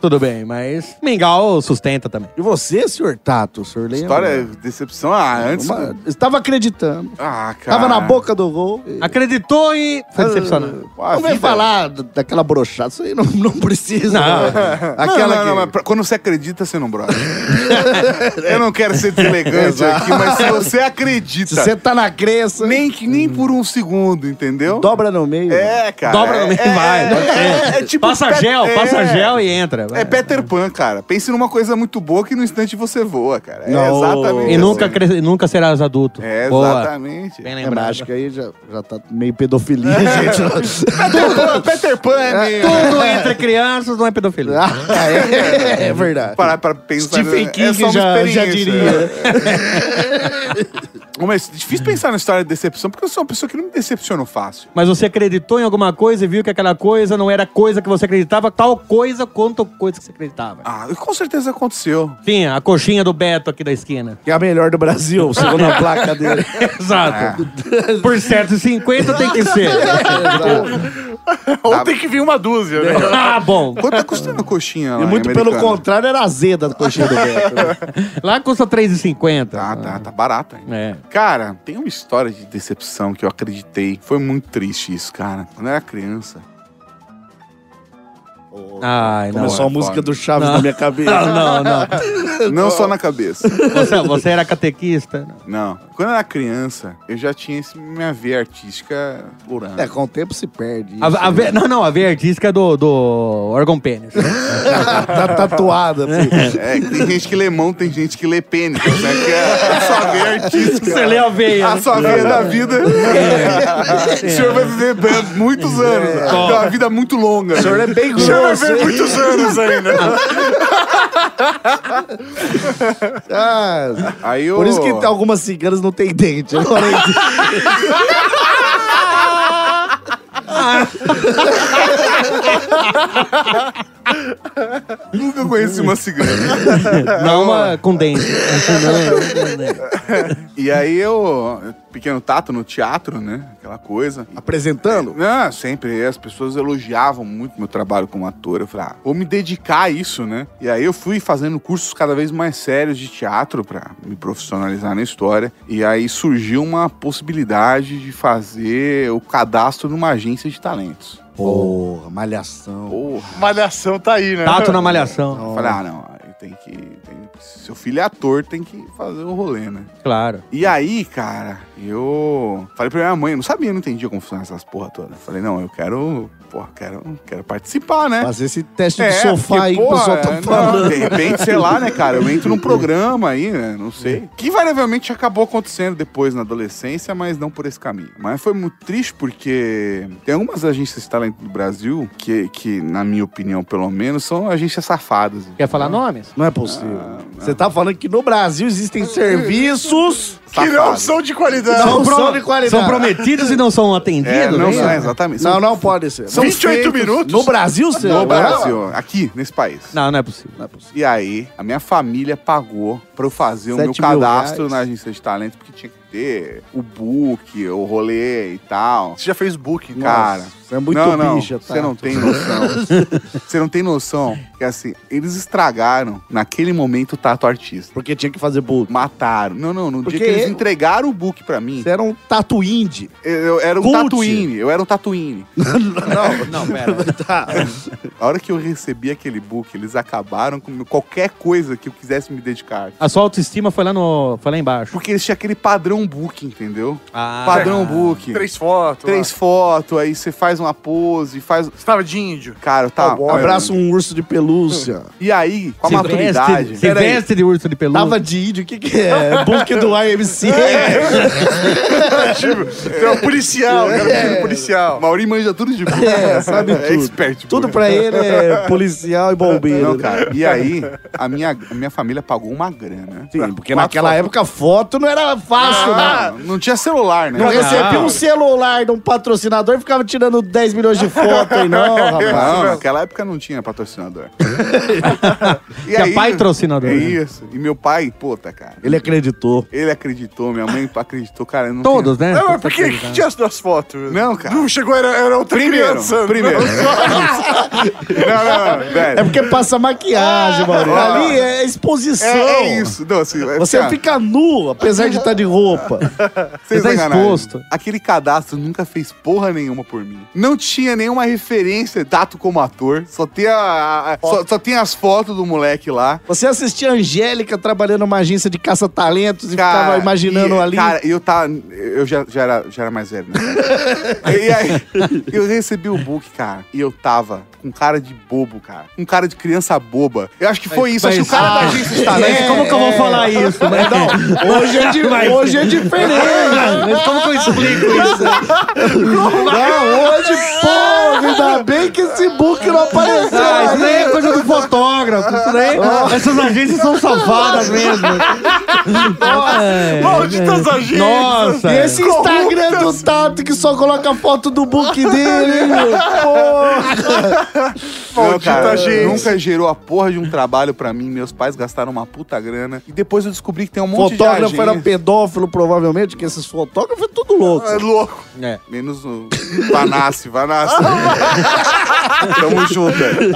Speaker 5: Tudo bem, mas mingau sustenta também.
Speaker 6: E você, senhor Tato, senhor lembra?
Speaker 1: História, decepção. Ah, antes.
Speaker 6: Uma- Estava acreditando.
Speaker 1: Ah, cara.
Speaker 6: Estava na boca do gol.
Speaker 5: Acreditou e foi decepcionado.
Speaker 1: A
Speaker 6: não vem
Speaker 1: vida-
Speaker 6: falar d- daquela brochada. Isso aí não, não precisa. né?
Speaker 5: Não.
Speaker 1: Aquela
Speaker 6: Aquela
Speaker 1: não, não,
Speaker 6: que...
Speaker 1: mas pra- quando você acredita, você não brota. Eu não quero ser deselegante aqui, mas se você acredita,
Speaker 6: Se você tá na crença,
Speaker 1: nem, que- nem por um segundo, entendeu?
Speaker 6: dobra no meio.
Speaker 1: É, cara.
Speaker 5: Dobra no meio,
Speaker 1: é,
Speaker 5: vai.
Speaker 1: É, é tipo
Speaker 5: passa
Speaker 1: Pet-
Speaker 5: gel,
Speaker 1: é,
Speaker 5: passa gel e entra. vai.
Speaker 1: É Peter Pan, cara. Pense numa coisa muito boa que no instante você voa, cara. É
Speaker 6: Não.
Speaker 1: exatamente
Speaker 5: E
Speaker 1: assim.
Speaker 5: nunca, cres- nunca serás adulto.
Speaker 1: É
Speaker 5: Boa.
Speaker 1: exatamente.
Speaker 5: Bem
Speaker 6: É, mas acho
Speaker 5: lembrado.
Speaker 6: que aí já, já tá meio pedofilia,
Speaker 1: É.
Speaker 6: gente.
Speaker 1: Peter Pan, Peter Pan é meio...
Speaker 5: Tudo entre crianças não é pedofilia.
Speaker 6: Ah, é, é verdade.
Speaker 1: Parar pra pensar...
Speaker 6: Stephen
Speaker 1: é
Speaker 6: King
Speaker 1: só uma
Speaker 6: já, já
Speaker 1: experiência.
Speaker 6: diria.
Speaker 1: Mas é difícil pensar na história de decepção, porque eu sou uma pessoa que não me decepciono fácil.
Speaker 5: Mas você acreditou em alguma coisa e viu que aquela coisa não era coisa que você acreditava, tal coisa quanto coisa que você acreditava.
Speaker 1: Ah, com certeza aconteceu.
Speaker 5: Tinha a coxinha do Beto aqui da esquina.
Speaker 6: Que é a melhor do Brasil, segundo a placa dele.
Speaker 5: Exato. Por certo, 50 tem que ser.
Speaker 2: Ou tem que vir uma dúzia, né?
Speaker 5: ah, bom.
Speaker 1: Quanto tá custando a coxinha lá
Speaker 6: E muito
Speaker 1: em
Speaker 6: pelo
Speaker 1: Americana?
Speaker 6: contrário, era azeda a coxinha do Beto.
Speaker 5: Lá custa 3,50.
Speaker 1: Tá, tá, tá barata. hein?
Speaker 5: É.
Speaker 1: Cara, tem uma história de decepção que eu acreditei. Foi muito triste isso, cara. Quando eu era criança.
Speaker 5: Ai, não.
Speaker 6: Começou a música do Chaves
Speaker 5: Não.
Speaker 6: na minha cabeça.
Speaker 5: Não, não, não.
Speaker 1: Não só na cabeça.
Speaker 5: Você, você era catequista?
Speaker 1: Não. Quando eu era criança, eu já tinha esse- minha veia artística orando.
Speaker 6: É, com o tempo se perde. né?
Speaker 5: A- a ve- não, não, a veia artística é do, do órgão pênis.
Speaker 6: tá tatuada.
Speaker 1: É, que tem gente que lê mão, tem gente que lê pênis. Né? Que é a sua veia né? É. artística.
Speaker 5: Você lê a veia. né?
Speaker 1: A sua veia da vida. O senhor vai viver bem- muitos anos. Tem uma vida muito longa. É. O
Speaker 6: senhor é bem
Speaker 1: O senhor vai
Speaker 6: grosso,
Speaker 1: viver
Speaker 6: hein?
Speaker 1: muitos anos ainda. Aí eu...
Speaker 6: ah, Por isso que algumas ciganas não têm dente. né? Eu falei,
Speaker 1: Nunca conheci uma cigana.
Speaker 5: Não uma com dente.
Speaker 1: E aí eu, pequeno tato no teatro, né? Aquela coisa.
Speaker 6: Apresentando?
Speaker 1: Não, sempre. As pessoas elogiavam muito meu trabalho como ator. Eu falei, ah, vou me dedicar a isso, né? E aí eu fui fazendo cursos cada vez mais sérios de teatro pra me profissionalizar na história. E aí surgiu uma possibilidade de fazer o cadastro numa agência de talentos.
Speaker 6: Porra, malhação.
Speaker 2: Malhação tá aí, né?
Speaker 5: Tato na malhação.
Speaker 1: Eu falei, ah, não, aí tem que. tem- seu filho é ator, tem que fazer o rolê, né?
Speaker 5: Claro.
Speaker 1: E aí, cara, eu falei pra minha mãe, eu não sabia, não entendia como funcionava essas porra toda. Eu Falei, não, eu quero, porra, quero, quero participar, né?
Speaker 6: Fazer esse teste
Speaker 1: É,
Speaker 6: do sofá
Speaker 1: porque,
Speaker 6: aí que o
Speaker 1: porra,
Speaker 6: pessoal tá
Speaker 1: não,
Speaker 6: falando.
Speaker 1: de repente, sei lá, né, cara, eu entro num programa aí, né, não sei. Que invariavelmente acabou acontecendo depois na adolescência, mas não por esse caminho. Mas foi muito triste porque tem algumas agências de talento do Brasil que, que na minha opinião, pelo menos, são agências safadas.
Speaker 5: Quer falar nomes?
Speaker 6: Não é possível.
Speaker 1: Ah,
Speaker 6: Você tá falando que no Brasil existem serviços
Speaker 1: Que não são
Speaker 6: de qualidade. Não
Speaker 5: pro-
Speaker 6: são de qualidade.
Speaker 5: são prometidos e não são atendidos?
Speaker 1: É, não
Speaker 5: né?
Speaker 1: são, exatamente.
Speaker 6: Não, não pode ser.
Speaker 1: São 28
Speaker 6: feitos
Speaker 1: minutos.
Speaker 6: No Brasil, você
Speaker 1: No Brasil, aqui, nesse país.
Speaker 5: Não, não é possível.
Speaker 1: E aí, a minha família pagou pra eu fazer o meu
Speaker 6: Sete mil
Speaker 1: cadastro
Speaker 6: reais.
Speaker 1: na agência de talentos, porque tinha que ter o book, o rolê e tal. Você já fez book, cara?
Speaker 6: Nossa, você é muito
Speaker 1: não, não,
Speaker 6: bicha,
Speaker 1: Você não
Speaker 6: Tato.
Speaker 1: tem noção. você não tem noção que, assim, eles estragaram, naquele momento, o Tato Artista.
Speaker 6: Porque tinha que fazer book.
Speaker 1: Mataram. Não, não, no
Speaker 6: Porque
Speaker 1: dia que eles
Speaker 6: eu-
Speaker 1: entregaram o book pra mim...
Speaker 6: Você era um tatu indie.
Speaker 1: Eu, eu era um
Speaker 6: Cult.
Speaker 1: Tatooine, eu era um Tatooine.
Speaker 5: Não, pera.
Speaker 1: A hora que eu recebi aquele book, eles acabaram com qualquer coisa que eu quisesse me dedicar.
Speaker 5: A sua autoestima foi lá, no, foi lá embaixo.
Speaker 1: Porque eles tinham aquele padrão book, entendeu?
Speaker 5: Ah.
Speaker 1: padrão book.
Speaker 2: Três fotos.
Speaker 1: Três fotos, aí você faz uma pose, faz. Você
Speaker 2: tava de índio?
Speaker 1: Cara, eu tava.
Speaker 6: Cowboy, Abraça um urso de pelúcia.
Speaker 1: E aí, com a
Speaker 5: Se
Speaker 1: maturidade.
Speaker 5: veste, se
Speaker 1: Peraí.
Speaker 5: veste de urso de pelúcia.
Speaker 6: Tava de índio, o que que é? Book do IMC. É.
Speaker 2: tipo, tem um policial, cara, um filho policial.
Speaker 1: Mauri É, manja tudo de book.
Speaker 6: É, sabe
Speaker 1: É
Speaker 6: tudo.
Speaker 1: expert, tipo.
Speaker 6: Tudo pra né? ele é policial e bombeiro.
Speaker 1: Não, cara. E aí, a minha, a minha família pagou uma grana.
Speaker 6: Sim, porque naquela época foto não era fácil,
Speaker 1: Ah,
Speaker 6: né?
Speaker 1: não tinha celular, né?
Speaker 6: Não recebia
Speaker 1: Não.
Speaker 6: um celular de um patrocinador e ficava tirando 10 milhões de fotos aí, não,
Speaker 1: Não,
Speaker 6: rapaz.
Speaker 1: naquela época não tinha patrocinador.
Speaker 5: Tinha patrocinador,
Speaker 1: É
Speaker 5: né?
Speaker 1: isso. E meu pai, puta, cara.
Speaker 6: Ele acreditou.
Speaker 1: Ele acreditou, minha mãe acreditou, cara. eu Não
Speaker 5: Todos,
Speaker 1: tenho-
Speaker 5: né?
Speaker 2: Não, mas por que que tinha as duas fotos?
Speaker 1: Não, cara.
Speaker 2: Não chegou, era, era outra
Speaker 1: Primeiro,
Speaker 2: criança.
Speaker 1: primeiro. Não, não, não, velho.
Speaker 6: É porque passa maquiagem, Maurício.
Speaker 1: Ah.
Speaker 6: Ali é exposição.
Speaker 1: É, é isso. Não, assim, é
Speaker 6: Você
Speaker 1: assim, ó,
Speaker 6: fica nu, apesar de estar de roupa.
Speaker 1: sem
Speaker 5: tá
Speaker 1: sacanagem.
Speaker 5: exposto.
Speaker 1: Aquele cadastro nunca fez porra nenhuma por mim. Não tinha nenhuma referência dato como ator. Só tem, a, a- a- só, só tem as fotos do moleque lá.
Speaker 6: Você assistia a Angélica trabalhando numa agência de caça-talentos e
Speaker 1: Cara,
Speaker 6: ficava imaginando
Speaker 1: e,
Speaker 6: ali.
Speaker 1: Cara, eu tava. Eu já, já, era, já era mais velho, né? e aí, eu recebi o book, cara, e eu tava com cara de bobo, cara. Com cara de criança boba. Eu acho que foi isso. Acho que o cara da agência de talentos.
Speaker 5: ah, Mas como que eu vou falar isso? Mas
Speaker 6: Não, hoje é, di-
Speaker 5: Mas-
Speaker 6: hoje é diferente.
Speaker 5: Mas como que eu explico isso?
Speaker 6: Não, hoje, pô, ainda bem que esse book não apareceu.
Speaker 5: Ah, isso daí é
Speaker 6: aí.
Speaker 5: coisa do fotógrafo. Isso daí, essas agências são safadas mesmo. É,
Speaker 2: Malditas
Speaker 5: é.
Speaker 2: agências.
Speaker 5: Nossa.
Speaker 6: E esse Instagram do Tato que só coloca a foto do book dele, hein, meu? Porra.
Speaker 1: Não, cara,
Speaker 2: Maldita gente.
Speaker 1: nunca gerou a porra de um trabalho pra mim. Meus pais gastaram uma puta grana. E depois eu descobri que tem um monte
Speaker 6: Fotógrafo
Speaker 1: de
Speaker 6: era
Speaker 1: agência.
Speaker 6: pedófilo, provavelmente, porque esses fotógrafos é tudo louco.
Speaker 2: É louco.
Speaker 5: É.
Speaker 1: Menos o Vanassi, Vanassi. Tamo junto. velho.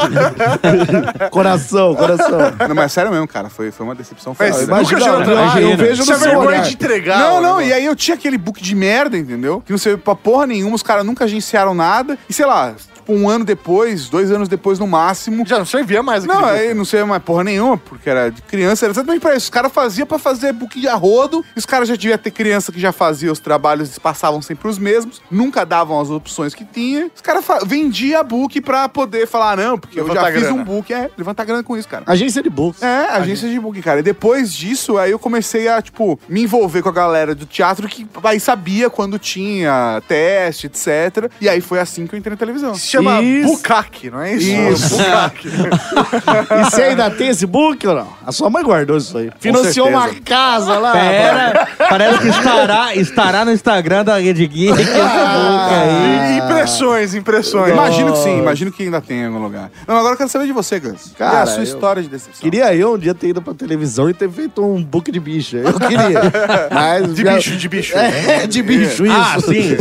Speaker 6: É. Coração, coração.
Speaker 1: Não, mas sério mesmo, cara. Foi, foi uma decepção.
Speaker 2: Mas
Speaker 1: foda.
Speaker 2: nunca
Speaker 6: Imagina,
Speaker 2: gerou
Speaker 6: eu
Speaker 2: trabalho.
Speaker 6: vejo
Speaker 2: Isso
Speaker 6: no
Speaker 2: é
Speaker 6: seu
Speaker 2: vergonha
Speaker 6: olhar.
Speaker 2: de entregar.
Speaker 1: Não,
Speaker 2: o
Speaker 1: não,
Speaker 2: negócio.
Speaker 1: e é aí eu tinha aquele book de merda, entendeu? Que não serviu pra porra nenhuma, os caras nunca agenciaram nada. E sei lá, tipo, tipo, um ano depois, dois anos depois no máximo. Já não servia mais Não, aí não servia mais porra nenhuma, porque era de criança, era exatamente pra isso. Os caras faziam pra fazer book de arrodo, e os caras já deviam ter criança que já fazia os trabalhos, eles passavam sempre os mesmos, nunca davam as opções que tinha. Os caras fa- vendiam book pra poder falar, não, porque eu
Speaker 2: Levantar
Speaker 1: já
Speaker 2: a
Speaker 1: fiz
Speaker 2: grana.
Speaker 1: um book, é, levantar grana com isso, cara.
Speaker 6: Agência de books.
Speaker 1: É, agência de book, cara. E depois disso, aí eu comecei a, tipo, me envolver com a galera do teatro que aí sabia quando tinha teste, etc. E aí foi assim que eu entrei na televisão. Se
Speaker 2: chama
Speaker 1: Bukaki, não é isso?
Speaker 6: Isso.
Speaker 1: Bukaki.
Speaker 6: E você ainda tem esse book ou não? A sua mãe guardou isso aí. Financiou uma
Speaker 5: certeza.
Speaker 6: casa lá.
Speaker 5: Pera, parece que estará, estará no Instagram da Rede Geek. esse
Speaker 6: Ah.
Speaker 5: book aí.
Speaker 1: Impressões, impressões.
Speaker 5: Nossa.
Speaker 1: Ah. Imagino que sim, imagino que ainda tem em algum lugar. Não, agora eu quero saber de você, Gans. Cara,
Speaker 6: Cara,
Speaker 1: a sua
Speaker 6: eu-
Speaker 1: história de decepção.
Speaker 6: Queria eu um dia ter ido pra televisão e ter feito um book de bicha. Eu queria. Mas
Speaker 1: De
Speaker 6: minha-
Speaker 1: bicho, de bicho.
Speaker 6: É, de bicho, isso.
Speaker 1: Ah, sim.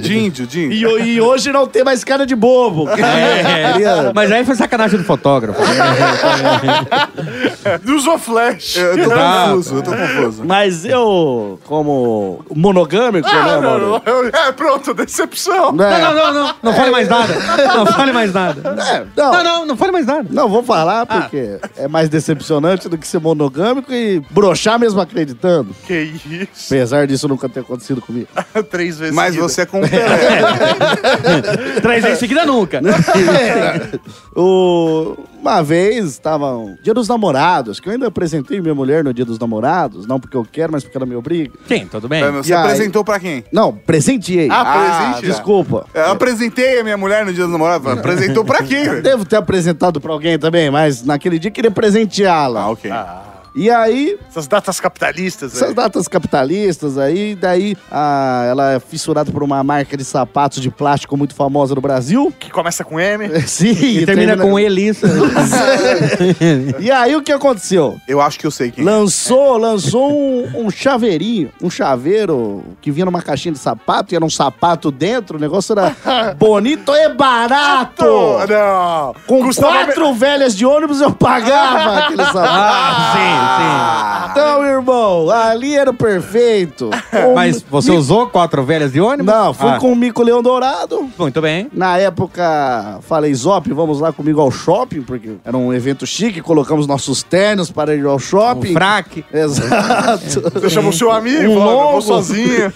Speaker 1: De índio, de
Speaker 6: E,
Speaker 1: índio.
Speaker 6: ho- e hoje não tem mais cara de bobo.
Speaker 5: É, mas aí foi sacanagem do fotógrafo.
Speaker 6: É.
Speaker 1: Não usou flash. Eu tô
Speaker 6: Ah,
Speaker 1: confuso, eu tô confuso.
Speaker 6: Mas eu, como monogâmico, né,
Speaker 1: Ah, não,
Speaker 6: Mauro?
Speaker 1: não, eu- é, pronto, decepção.
Speaker 6: É.
Speaker 5: Não, não, não, não. Não fale mais nada. Não fale mais nada.
Speaker 6: É, não.
Speaker 5: Não, não, não fale mais nada.
Speaker 6: Não, vou falar porque é mais decepcionante do que ser monogâmico e broxar mesmo acreditando.
Speaker 2: Que isso?
Speaker 6: Apesar disso nunca ter acontecido comigo.
Speaker 2: Três vezes.
Speaker 1: Mas
Speaker 2: seguida.
Speaker 1: você é com o Pelé.
Speaker 5: Três vezes seguida nunca.
Speaker 6: O- Uma vez, estava um Dia dos Namorados, que eu ainda apresentei minha mulher no Dia dos Namorados, não porque eu quero, mas porque ela me obriga.
Speaker 5: Sim, tudo bem.
Speaker 1: Você
Speaker 6: E aí?
Speaker 1: apresentou pra quem?
Speaker 6: Não, presenteei.
Speaker 1: Ah, presente?
Speaker 6: Desculpa.
Speaker 1: Eu apresentei a minha mulher no dia dos namorados. Apresentou pra quem, velho?
Speaker 6: Devo ter apresentado pra alguém também, mas naquele dia eu queria presenteá-la.
Speaker 1: Ah, ok.
Speaker 6: E aí,
Speaker 2: Essas datas capitalistas,
Speaker 6: essas
Speaker 2: velho.
Speaker 6: datas capitalistas aí, daí ah, ela é fissurada por uma marca de sapatos de plástico muito famosa no Brasil.
Speaker 2: Que começa com M.
Speaker 6: Sim,
Speaker 5: E termina com Elissa.
Speaker 6: E aí o que aconteceu?
Speaker 1: Eu acho que eu sei quem.
Speaker 6: Lançou, lançou um, um chaveirinho, um chaveiro que vinha numa caixinha de sapato e era um sapato dentro, o negócio era bonito e barato!
Speaker 1: Não!
Speaker 6: Com quatro velhas de ônibus eu pagava aquele sapato.
Speaker 5: Ah,
Speaker 6: Então, irmão, ali era perfeito.
Speaker 5: sim.
Speaker 6: Um-
Speaker 5: Mas você
Speaker 6: mi-
Speaker 5: usou quatro velhas de ônibus?
Speaker 6: Não, fui
Speaker 5: Ah,
Speaker 6: com o Mico Leão Dourado.
Speaker 5: Muito bem.
Speaker 6: Na época, falei, Zop, vamos lá comigo ao shopping, porque era um evento chique, colocamos nossos ternos para ir ao shopping.
Speaker 5: Um Fraque.
Speaker 6: Exato.
Speaker 2: Você chamou seu amigo,
Speaker 6: Um
Speaker 2: falou, "Eu
Speaker 6: longo.
Speaker 2: vou sozinho.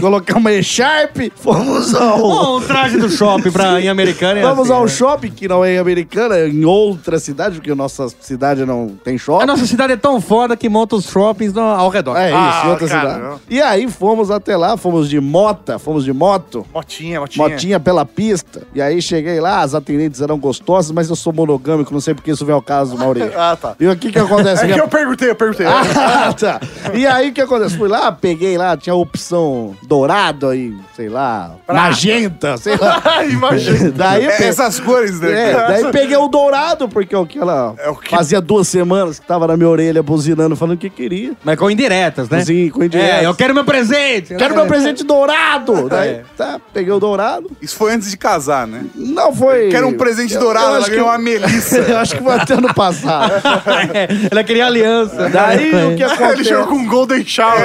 Speaker 6: Colocamos E-Sharp, fomos ao...
Speaker 5: Bom, um traje do shopping pra, em americana. é
Speaker 6: Vamos
Speaker 5: assim,
Speaker 6: ao
Speaker 5: né?
Speaker 6: shopping, que não é em Americana, é em outra cidade, porque nossa cidade não tem shopping.
Speaker 5: A nossa cidade é tão foda que monta os shoppings no- ao redor.
Speaker 6: É isso,
Speaker 2: Ah,
Speaker 6: em outra
Speaker 2: cara,
Speaker 6: cidade.
Speaker 2: não.
Speaker 6: E aí fomos até lá, fomos de mota, fomos de moto.
Speaker 2: Motinha, motinha.
Speaker 6: Motinha pela pista. E aí cheguei lá, as atendentes eram gostosas, mas eu sou monogâmico, não sei porque isso vem ao caso, Maurício.
Speaker 2: Ah, tá.
Speaker 6: E o que que acontece?
Speaker 2: É que
Speaker 6: Minha-
Speaker 2: eu perguntei, eu perguntei.
Speaker 6: Ah, tá. E aí o que acontece? Fui lá, peguei lá, tinha a opção dourado aí, sei lá, magenta, sei lá.
Speaker 2: Ah, Imagina.
Speaker 6: Daí,
Speaker 1: É,
Speaker 6: pe-
Speaker 1: essas cores, né?
Speaker 6: é, daí peguei o dourado, porque é o que ela
Speaker 2: É o que-
Speaker 6: fazia duas semanas que tava na minha orelha buzinando, falando o que queria.
Speaker 5: Mas com indiretas, né?
Speaker 6: Sim, com indiretas.
Speaker 5: É, eu quero meu presente.
Speaker 6: Quero
Speaker 2: É.
Speaker 6: meu presente dourado! Daí, tá, peguei o dourado.
Speaker 1: Isso foi antes de casar, né?
Speaker 6: Não foi.
Speaker 1: Quero um presente
Speaker 6: Eu-
Speaker 1: dourado,
Speaker 6: eu
Speaker 1: ela
Speaker 6: acho
Speaker 1: ganhou
Speaker 6: que-
Speaker 1: uma melissa.
Speaker 6: Eu acho que foi até ano passado.
Speaker 5: Ela queria aliança.
Speaker 6: Daí o que
Speaker 2: Ele chegou
Speaker 6: aconteceu? É,
Speaker 2: com um Golden Shower.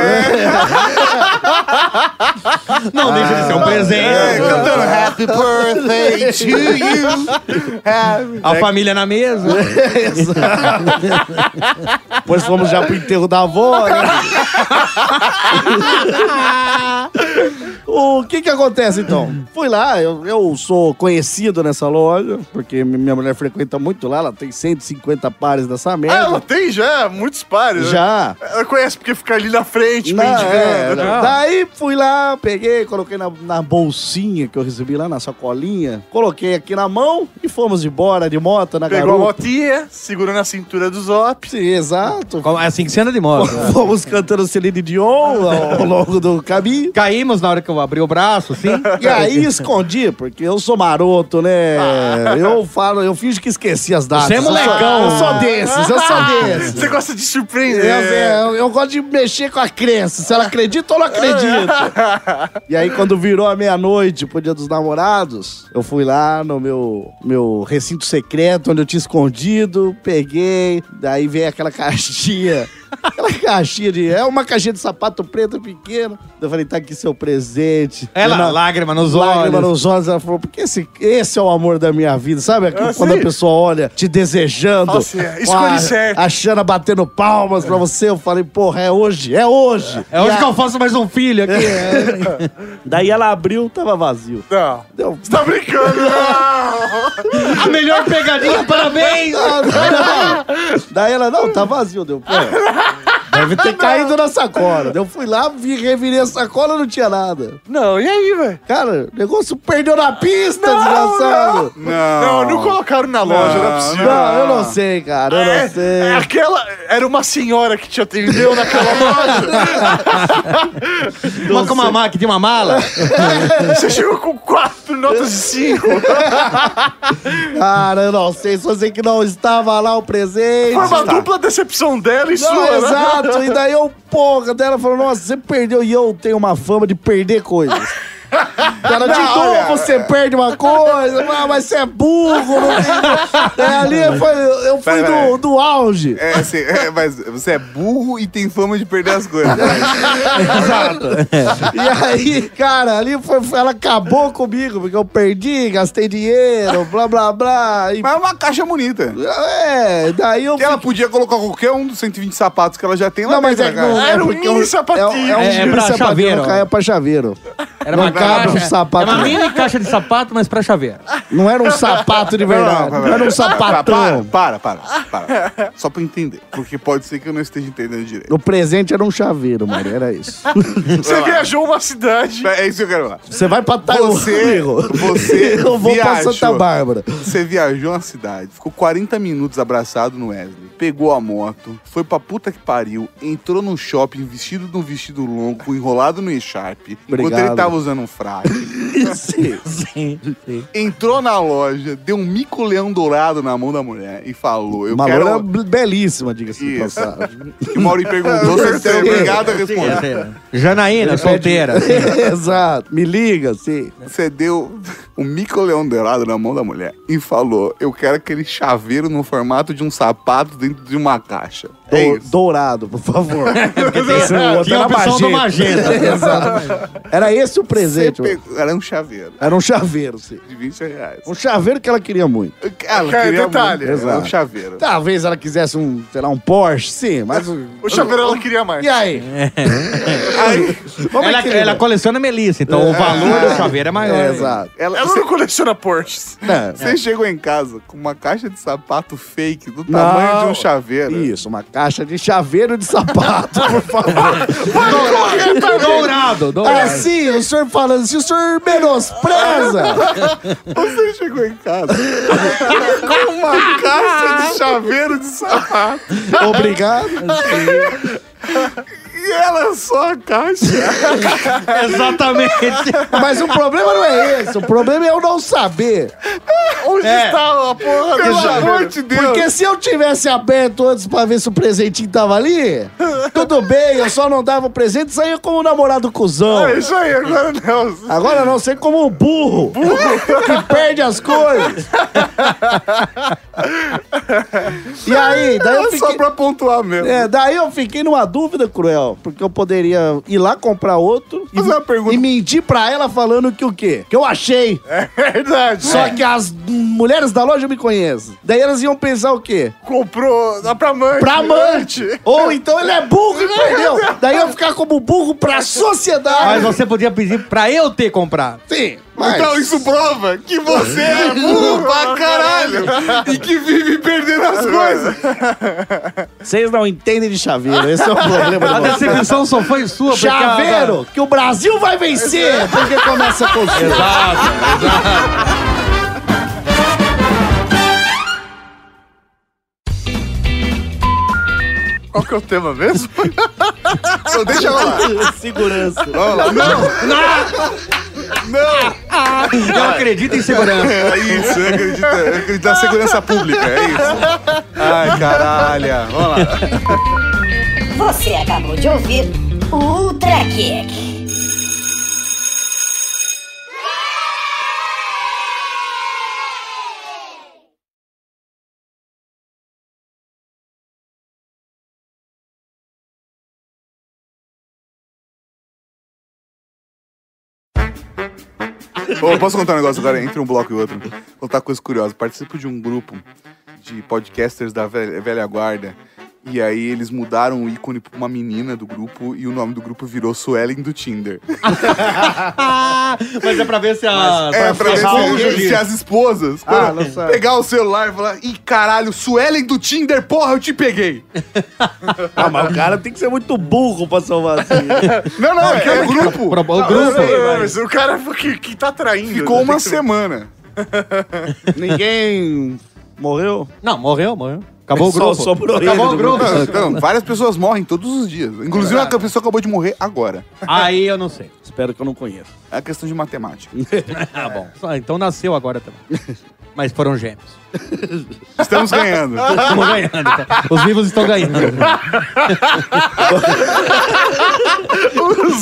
Speaker 5: Não deixa de ser
Speaker 6: Ah,
Speaker 5: um
Speaker 1: É,
Speaker 5: presente.
Speaker 1: cantando Happy Birthday to you. Happy-
Speaker 5: A família na mesa.
Speaker 6: Depois fomos já pro enterro da avó. né? o que que acontece então? Fui lá, eu, eu sou conhecido nessa loja, porque minha mulher frequenta muito lá, ela tem 150 pares dessa
Speaker 2: Ah, ela
Speaker 6: merda.
Speaker 2: tem já muitos pares. né?
Speaker 6: Já.
Speaker 2: Ela conhece porque fica ali na frente,
Speaker 6: Não, é,
Speaker 2: mendigando.
Speaker 6: não. Daí fui lá, peguei, coloquei na, na bolsinha que eu recebi lá, na sacolinha. Coloquei aqui na mão e fomos embora de moto na
Speaker 2: Pegou a
Speaker 6: garupa.
Speaker 2: motinha, segurando a cintura do Zop.
Speaker 6: Sim, exato.
Speaker 5: Como- É assim que você anda de moto.
Speaker 6: Fomos cantando Celine Dion ao, ao longo do caminho.
Speaker 5: Caímos na hora que eu abri o braço, assim.
Speaker 6: E aí escondi, porque eu sou maroto, né? Eu falo, eu finjo que esqueci as datas.
Speaker 5: Você é molecão.
Speaker 6: Eu sou, eu sou desses, eu sou desses.
Speaker 2: Você gosta de
Speaker 6: Eu,
Speaker 2: surpreender.
Speaker 1: É.
Speaker 6: eu- eu gosto de mexer com a crença, se ela acredita ou não acredita. E aí, quando virou a meia-noite pro Dia dos Namorados, eu fui lá no meu, meu recinto secreto, onde eu tinha escondido, peguei, daí veio aquela caixinha. Aquela caixinha de. É uma caixinha de sapato preto pequena. Eu falei, tá aqui seu presente.
Speaker 5: Ela,
Speaker 6: Eu não-
Speaker 5: lágrima nos
Speaker 6: Lágrima
Speaker 5: olhos.
Speaker 6: nos olhos. Ela falou, porque esse, esse é o amor da minha vida, sabe? Aquilo
Speaker 5: Ah,
Speaker 6: quando
Speaker 5: sim.
Speaker 6: a pessoa olha, te desejando.
Speaker 5: Fala assim, é,
Speaker 6: com
Speaker 5: escolhi
Speaker 6: a-
Speaker 5: certo.
Speaker 6: A Xana batendo palmas pra você. Eu falei, porra, é hoje, é hoje.
Speaker 5: É hoje
Speaker 6: E
Speaker 5: que
Speaker 6: a- É.
Speaker 5: eu faço mais um filho aqui.
Speaker 6: Daí ela abriu, tava vazio.
Speaker 1: Não.
Speaker 6: Deu...
Speaker 1: Você tá brincando?
Speaker 2: né?
Speaker 5: A melhor pegadinha, parabéns!
Speaker 6: "Ah, Não, não, não. Daí ela, não, tá vazio, deu. Pô, deve ter caído na sacola. Eu fui lá, vi, revirei a sacola, não tinha nada.
Speaker 2: Não, e aí, velho?
Speaker 6: Cara, o negócio perdeu na pista, desgraçado.
Speaker 2: Não, não colocaram na loja, não, é possível.
Speaker 6: Não, eu não sei, cara, eu
Speaker 2: É,
Speaker 6: não sei.
Speaker 2: é aquela. Era uma senhora que te atendeu naquela loja.
Speaker 5: Uma com uma mala, que tem uma mala.
Speaker 2: Você chegou com quatro notas de cinco.
Speaker 6: Cara, eu não sei, só sei que não estava lá o presente.
Speaker 2: Foi uma dupla decepção dela e
Speaker 6: Tá. Não,
Speaker 2: sua. né?
Speaker 6: exato. E daí eu, porra, daí ela falou, nossa, você perdeu e eu tenho uma fama de perder coisas. Ela, de
Speaker 4: Não,
Speaker 6: novo,
Speaker 4: olha.
Speaker 6: você perde uma coisa, ah, mas você é burro. Não tem... é, ali foi, eu fui
Speaker 1: Pera,
Speaker 6: do,
Speaker 1: pera.
Speaker 6: do auge.
Speaker 1: É, assim, é, mas você é burro e tem fama de perder as coisas. né?
Speaker 6: Exato. E aí, cara, ali foi, foi- ela acabou comigo, porque eu perdi, gastei dinheiro, blá, blá, blá.
Speaker 1: Mas é uma caixa bonita.
Speaker 6: É, daí eu...
Speaker 1: Que ela podia colocar qualquer um dos 120 sapatos que ela já tem lá
Speaker 6: Não, mas
Speaker 1: dentro
Speaker 6: é que
Speaker 1: da caixa.
Speaker 6: não... é
Speaker 2: um
Speaker 6: porque eu- É, um- é, um
Speaker 5: É pra
Speaker 6: sapatinho,
Speaker 5: chaveiro.
Speaker 6: não cai, É pra chaveiro.
Speaker 5: Era
Speaker 6: Não
Speaker 5: uma
Speaker 6: cabe um
Speaker 5: caixa.
Speaker 6: sapato.
Speaker 5: Era uma mini caixa de sapato, mas pra chaveiro.
Speaker 6: Não era um sapato de verdade. Não, era um sapatão.
Speaker 1: Para, para, para, para. Só pra eu entender. Porque pode ser que eu não esteja entendendo direito.
Speaker 6: O presente era um chaveiro, mano. Era isso.
Speaker 1: Você
Speaker 2: viajou uma cidade.
Speaker 1: É isso que eu quero falar.
Speaker 6: Você vai pra Taiwan,
Speaker 1: Você,
Speaker 6: amigo.
Speaker 1: você
Speaker 6: Eu vou pra
Speaker 1: viajou-
Speaker 6: Santa Bárbara.
Speaker 1: Você viajou uma cidade, ficou 40 minutos abraçado no Wesley, pegou a moto, foi pra puta que pariu, entrou num shopping vestido de um vestido longo, enrolado no echarpe, enquanto
Speaker 6: Obrigado.
Speaker 1: ele tava usando um fraco.
Speaker 6: sim, sim, sim.
Speaker 1: Entrou na loja, deu um mico-leão dourado na mão da mulher e falou: Eu
Speaker 6: Uma
Speaker 1: quero.
Speaker 6: loira bl- belíssima, diga-se de
Speaker 1: Isso.
Speaker 6: passagem.
Speaker 1: E o Mauri perguntou se você é obrigado a responder.
Speaker 5: Janaína, solteira.
Speaker 6: Exato. Me liga, sim.
Speaker 1: Você deu um mico-leão dourado na mão da mulher e falou: Eu quero aquele chaveiro no formato de um sapato dentro de uma caixa. É
Speaker 6: Dou- Dourado, por favor. Esse
Speaker 1: Tinha
Speaker 6: outro era
Speaker 1: a opção de uma agenda.
Speaker 6: Exato. Era esse o presente.
Speaker 1: Você pegou- Era um chaveiro
Speaker 6: Era um chaveiro, sim.
Speaker 1: de 20 reais.
Speaker 6: Um chaveiro que ela queria muito.
Speaker 1: Ela
Speaker 6: Cara,
Speaker 1: queria
Speaker 6: detalhe,
Speaker 1: muito, era um
Speaker 6: exato.
Speaker 1: chaveiro.
Speaker 6: Talvez ela quisesse um, sei lá, um Porsche, sim, mas... um
Speaker 1: O chaveiro ela queria mais.
Speaker 6: E aí? é Vamos
Speaker 5: É. ela,
Speaker 6: querer.
Speaker 5: ela coleciona Melissa, então o valor do chaveiro é maior.
Speaker 6: É, exato.
Speaker 1: Ela,
Speaker 2: não coleciona Porsches.
Speaker 5: É.
Speaker 6: Não.
Speaker 1: Você chegou em casa com uma caixa de sapato fake do
Speaker 6: Não.
Speaker 1: tamanho de um chaveiro.
Speaker 6: Isso, uma caixa de chaveiro de sapato, por favor.
Speaker 5: Dourado, dourado.
Speaker 6: Ah, sim, o senhor falando, se o senhor menospreza.
Speaker 1: Você chegou em casa com uma caixa de chaveiro de sapato.
Speaker 6: Obrigado.
Speaker 1: E ela só a caixa.
Speaker 5: Exatamente.
Speaker 6: Mas o problema não é esse, o problema é eu não saber.
Speaker 2: Onde
Speaker 6: É.
Speaker 2: está a porra do
Speaker 6: Pelo
Speaker 2: chaveiro?
Speaker 6: amor de Deus. Porque se eu tivesse aberto antes pra ver se o presentinho tava ali, tudo bem, eu só não dava o presente e saía como um namorado cuzão.
Speaker 2: É isso aí, agora não.
Speaker 6: Agora não, sei como um burro, que perde as coisas. e aí, daí
Speaker 1: É
Speaker 6: eu fiquei...
Speaker 1: só pra pontuar mesmo.
Speaker 6: É, daí eu fiquei numa dúvida cruel, porque eu poderia ir lá comprar outro e, e mentir pra ela falando que o quê? Que eu achei.
Speaker 2: É verdade.
Speaker 6: Só
Speaker 2: É.
Speaker 6: que as mulheres da loja me conhecem. Daí elas iam pensar o quê?
Speaker 2: Comprou dá pra amante.
Speaker 6: Pra amante. Ou então ele é burro e perdeu. Daí eu ficar como burro pra
Speaker 5: Mas
Speaker 6: sociedade.
Speaker 5: você podia pedir pra eu ter comprado.
Speaker 6: Sim,
Speaker 1: Então isso prova que você é burro pra caralho e que vive perdendo as coisas.
Speaker 6: Vocês não entendem de chaveiro, esse é o problema.
Speaker 5: A
Speaker 6: de vocês.
Speaker 5: decepção só foi sua, porque a-
Speaker 6: Chaveiro, que o Brasil vai vencer, porque começa com o Sul.
Speaker 2: Qual que é o tema mesmo?
Speaker 1: Então, deixa eu lá.
Speaker 6: Segurança.
Speaker 1: Vamos lá. Não! Não!
Speaker 5: Eu acredito em segurança.
Speaker 1: É isso, eu acredito, eu acredito na segurança pública, é isso. Ai, caralho. Vamos lá.
Speaker 3: Você acabou de ouvir o Ultra Kick.
Speaker 1: Ô, posso contar um negócio agora? Entre um bloco e outro. Contar coisa curiosa. Participo de um grupo de podcasters da velha, velha guarda. E aí eles mudaram o ícone pra uma menina do grupo e o nome do grupo virou Suelen do Tinder.
Speaker 5: Mas é pra ver se a.
Speaker 1: Mas é pra ver se- se, as esposas
Speaker 5: Ah,
Speaker 1: quando
Speaker 5: lançaram.
Speaker 1: pegar o celular e falar, ih, caralho, Suelen do Tinder, porra, eu te peguei.
Speaker 6: Ah, mas o cara tem que ser muito burro pra salvar
Speaker 5: É
Speaker 6: assim.
Speaker 1: Não, não, é, é grupo.
Speaker 6: Pro- o
Speaker 1: Não,
Speaker 6: grupo.
Speaker 1: não, não, não, mas o cara que, que tá traindo. Ficou uma semana.
Speaker 6: Ninguém morreu?
Speaker 5: Não, morreu, morreu.
Speaker 1: Acabou o grupo.
Speaker 6: Só sobrou
Speaker 1: Acabou
Speaker 6: ele né?
Speaker 1: o
Speaker 6: do
Speaker 1: Tá grupo. Então, várias pessoas morrem todos os dias. Inclusive, uma pessoa acabou de morrer agora.
Speaker 5: Aí eu não sei.
Speaker 6: Espero que eu não conheça.
Speaker 1: É questão de matemática.
Speaker 5: Ah, bom. Só- Então nasceu agora também. Mas foram gêmeos.
Speaker 1: Estamos ganhando.
Speaker 5: Estamos ganhando. tá? Os vivos estão ganhando.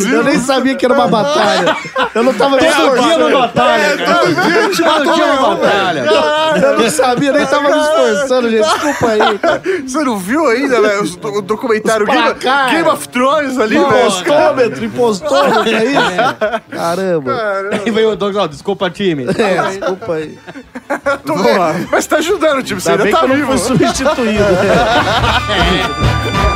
Speaker 6: Eu nem sabia que era uma batalha. Eu não tava
Speaker 5: Todo dia
Speaker 6: esforçando.
Speaker 5: uma batalha,
Speaker 6: É,
Speaker 5: cara.
Speaker 6: todo dia a gente
Speaker 5: Todo
Speaker 6: matou
Speaker 5: dia uma
Speaker 6: leão,
Speaker 5: batalha.
Speaker 6: velho. Eu não sabia, nem tava me esforçando, gente. Desculpa aí.
Speaker 1: Você não viu ainda, velho? os do- O documentário
Speaker 6: Os
Speaker 1: Game,
Speaker 6: placar.
Speaker 1: Game of Thrones ali, velho.
Speaker 6: Impostômetro, impostômetro, é isso? Caramba.
Speaker 5: Aí veio o Douglas, ó, desculpa, time.
Speaker 6: É, desculpa aí.
Speaker 1: Tô bem, Mas tá né? ajudando o time, você ainda
Speaker 6: Ainda bem
Speaker 1: tá
Speaker 6: que eu não
Speaker 1: vivo.
Speaker 6: fui substituído.
Speaker 1: É.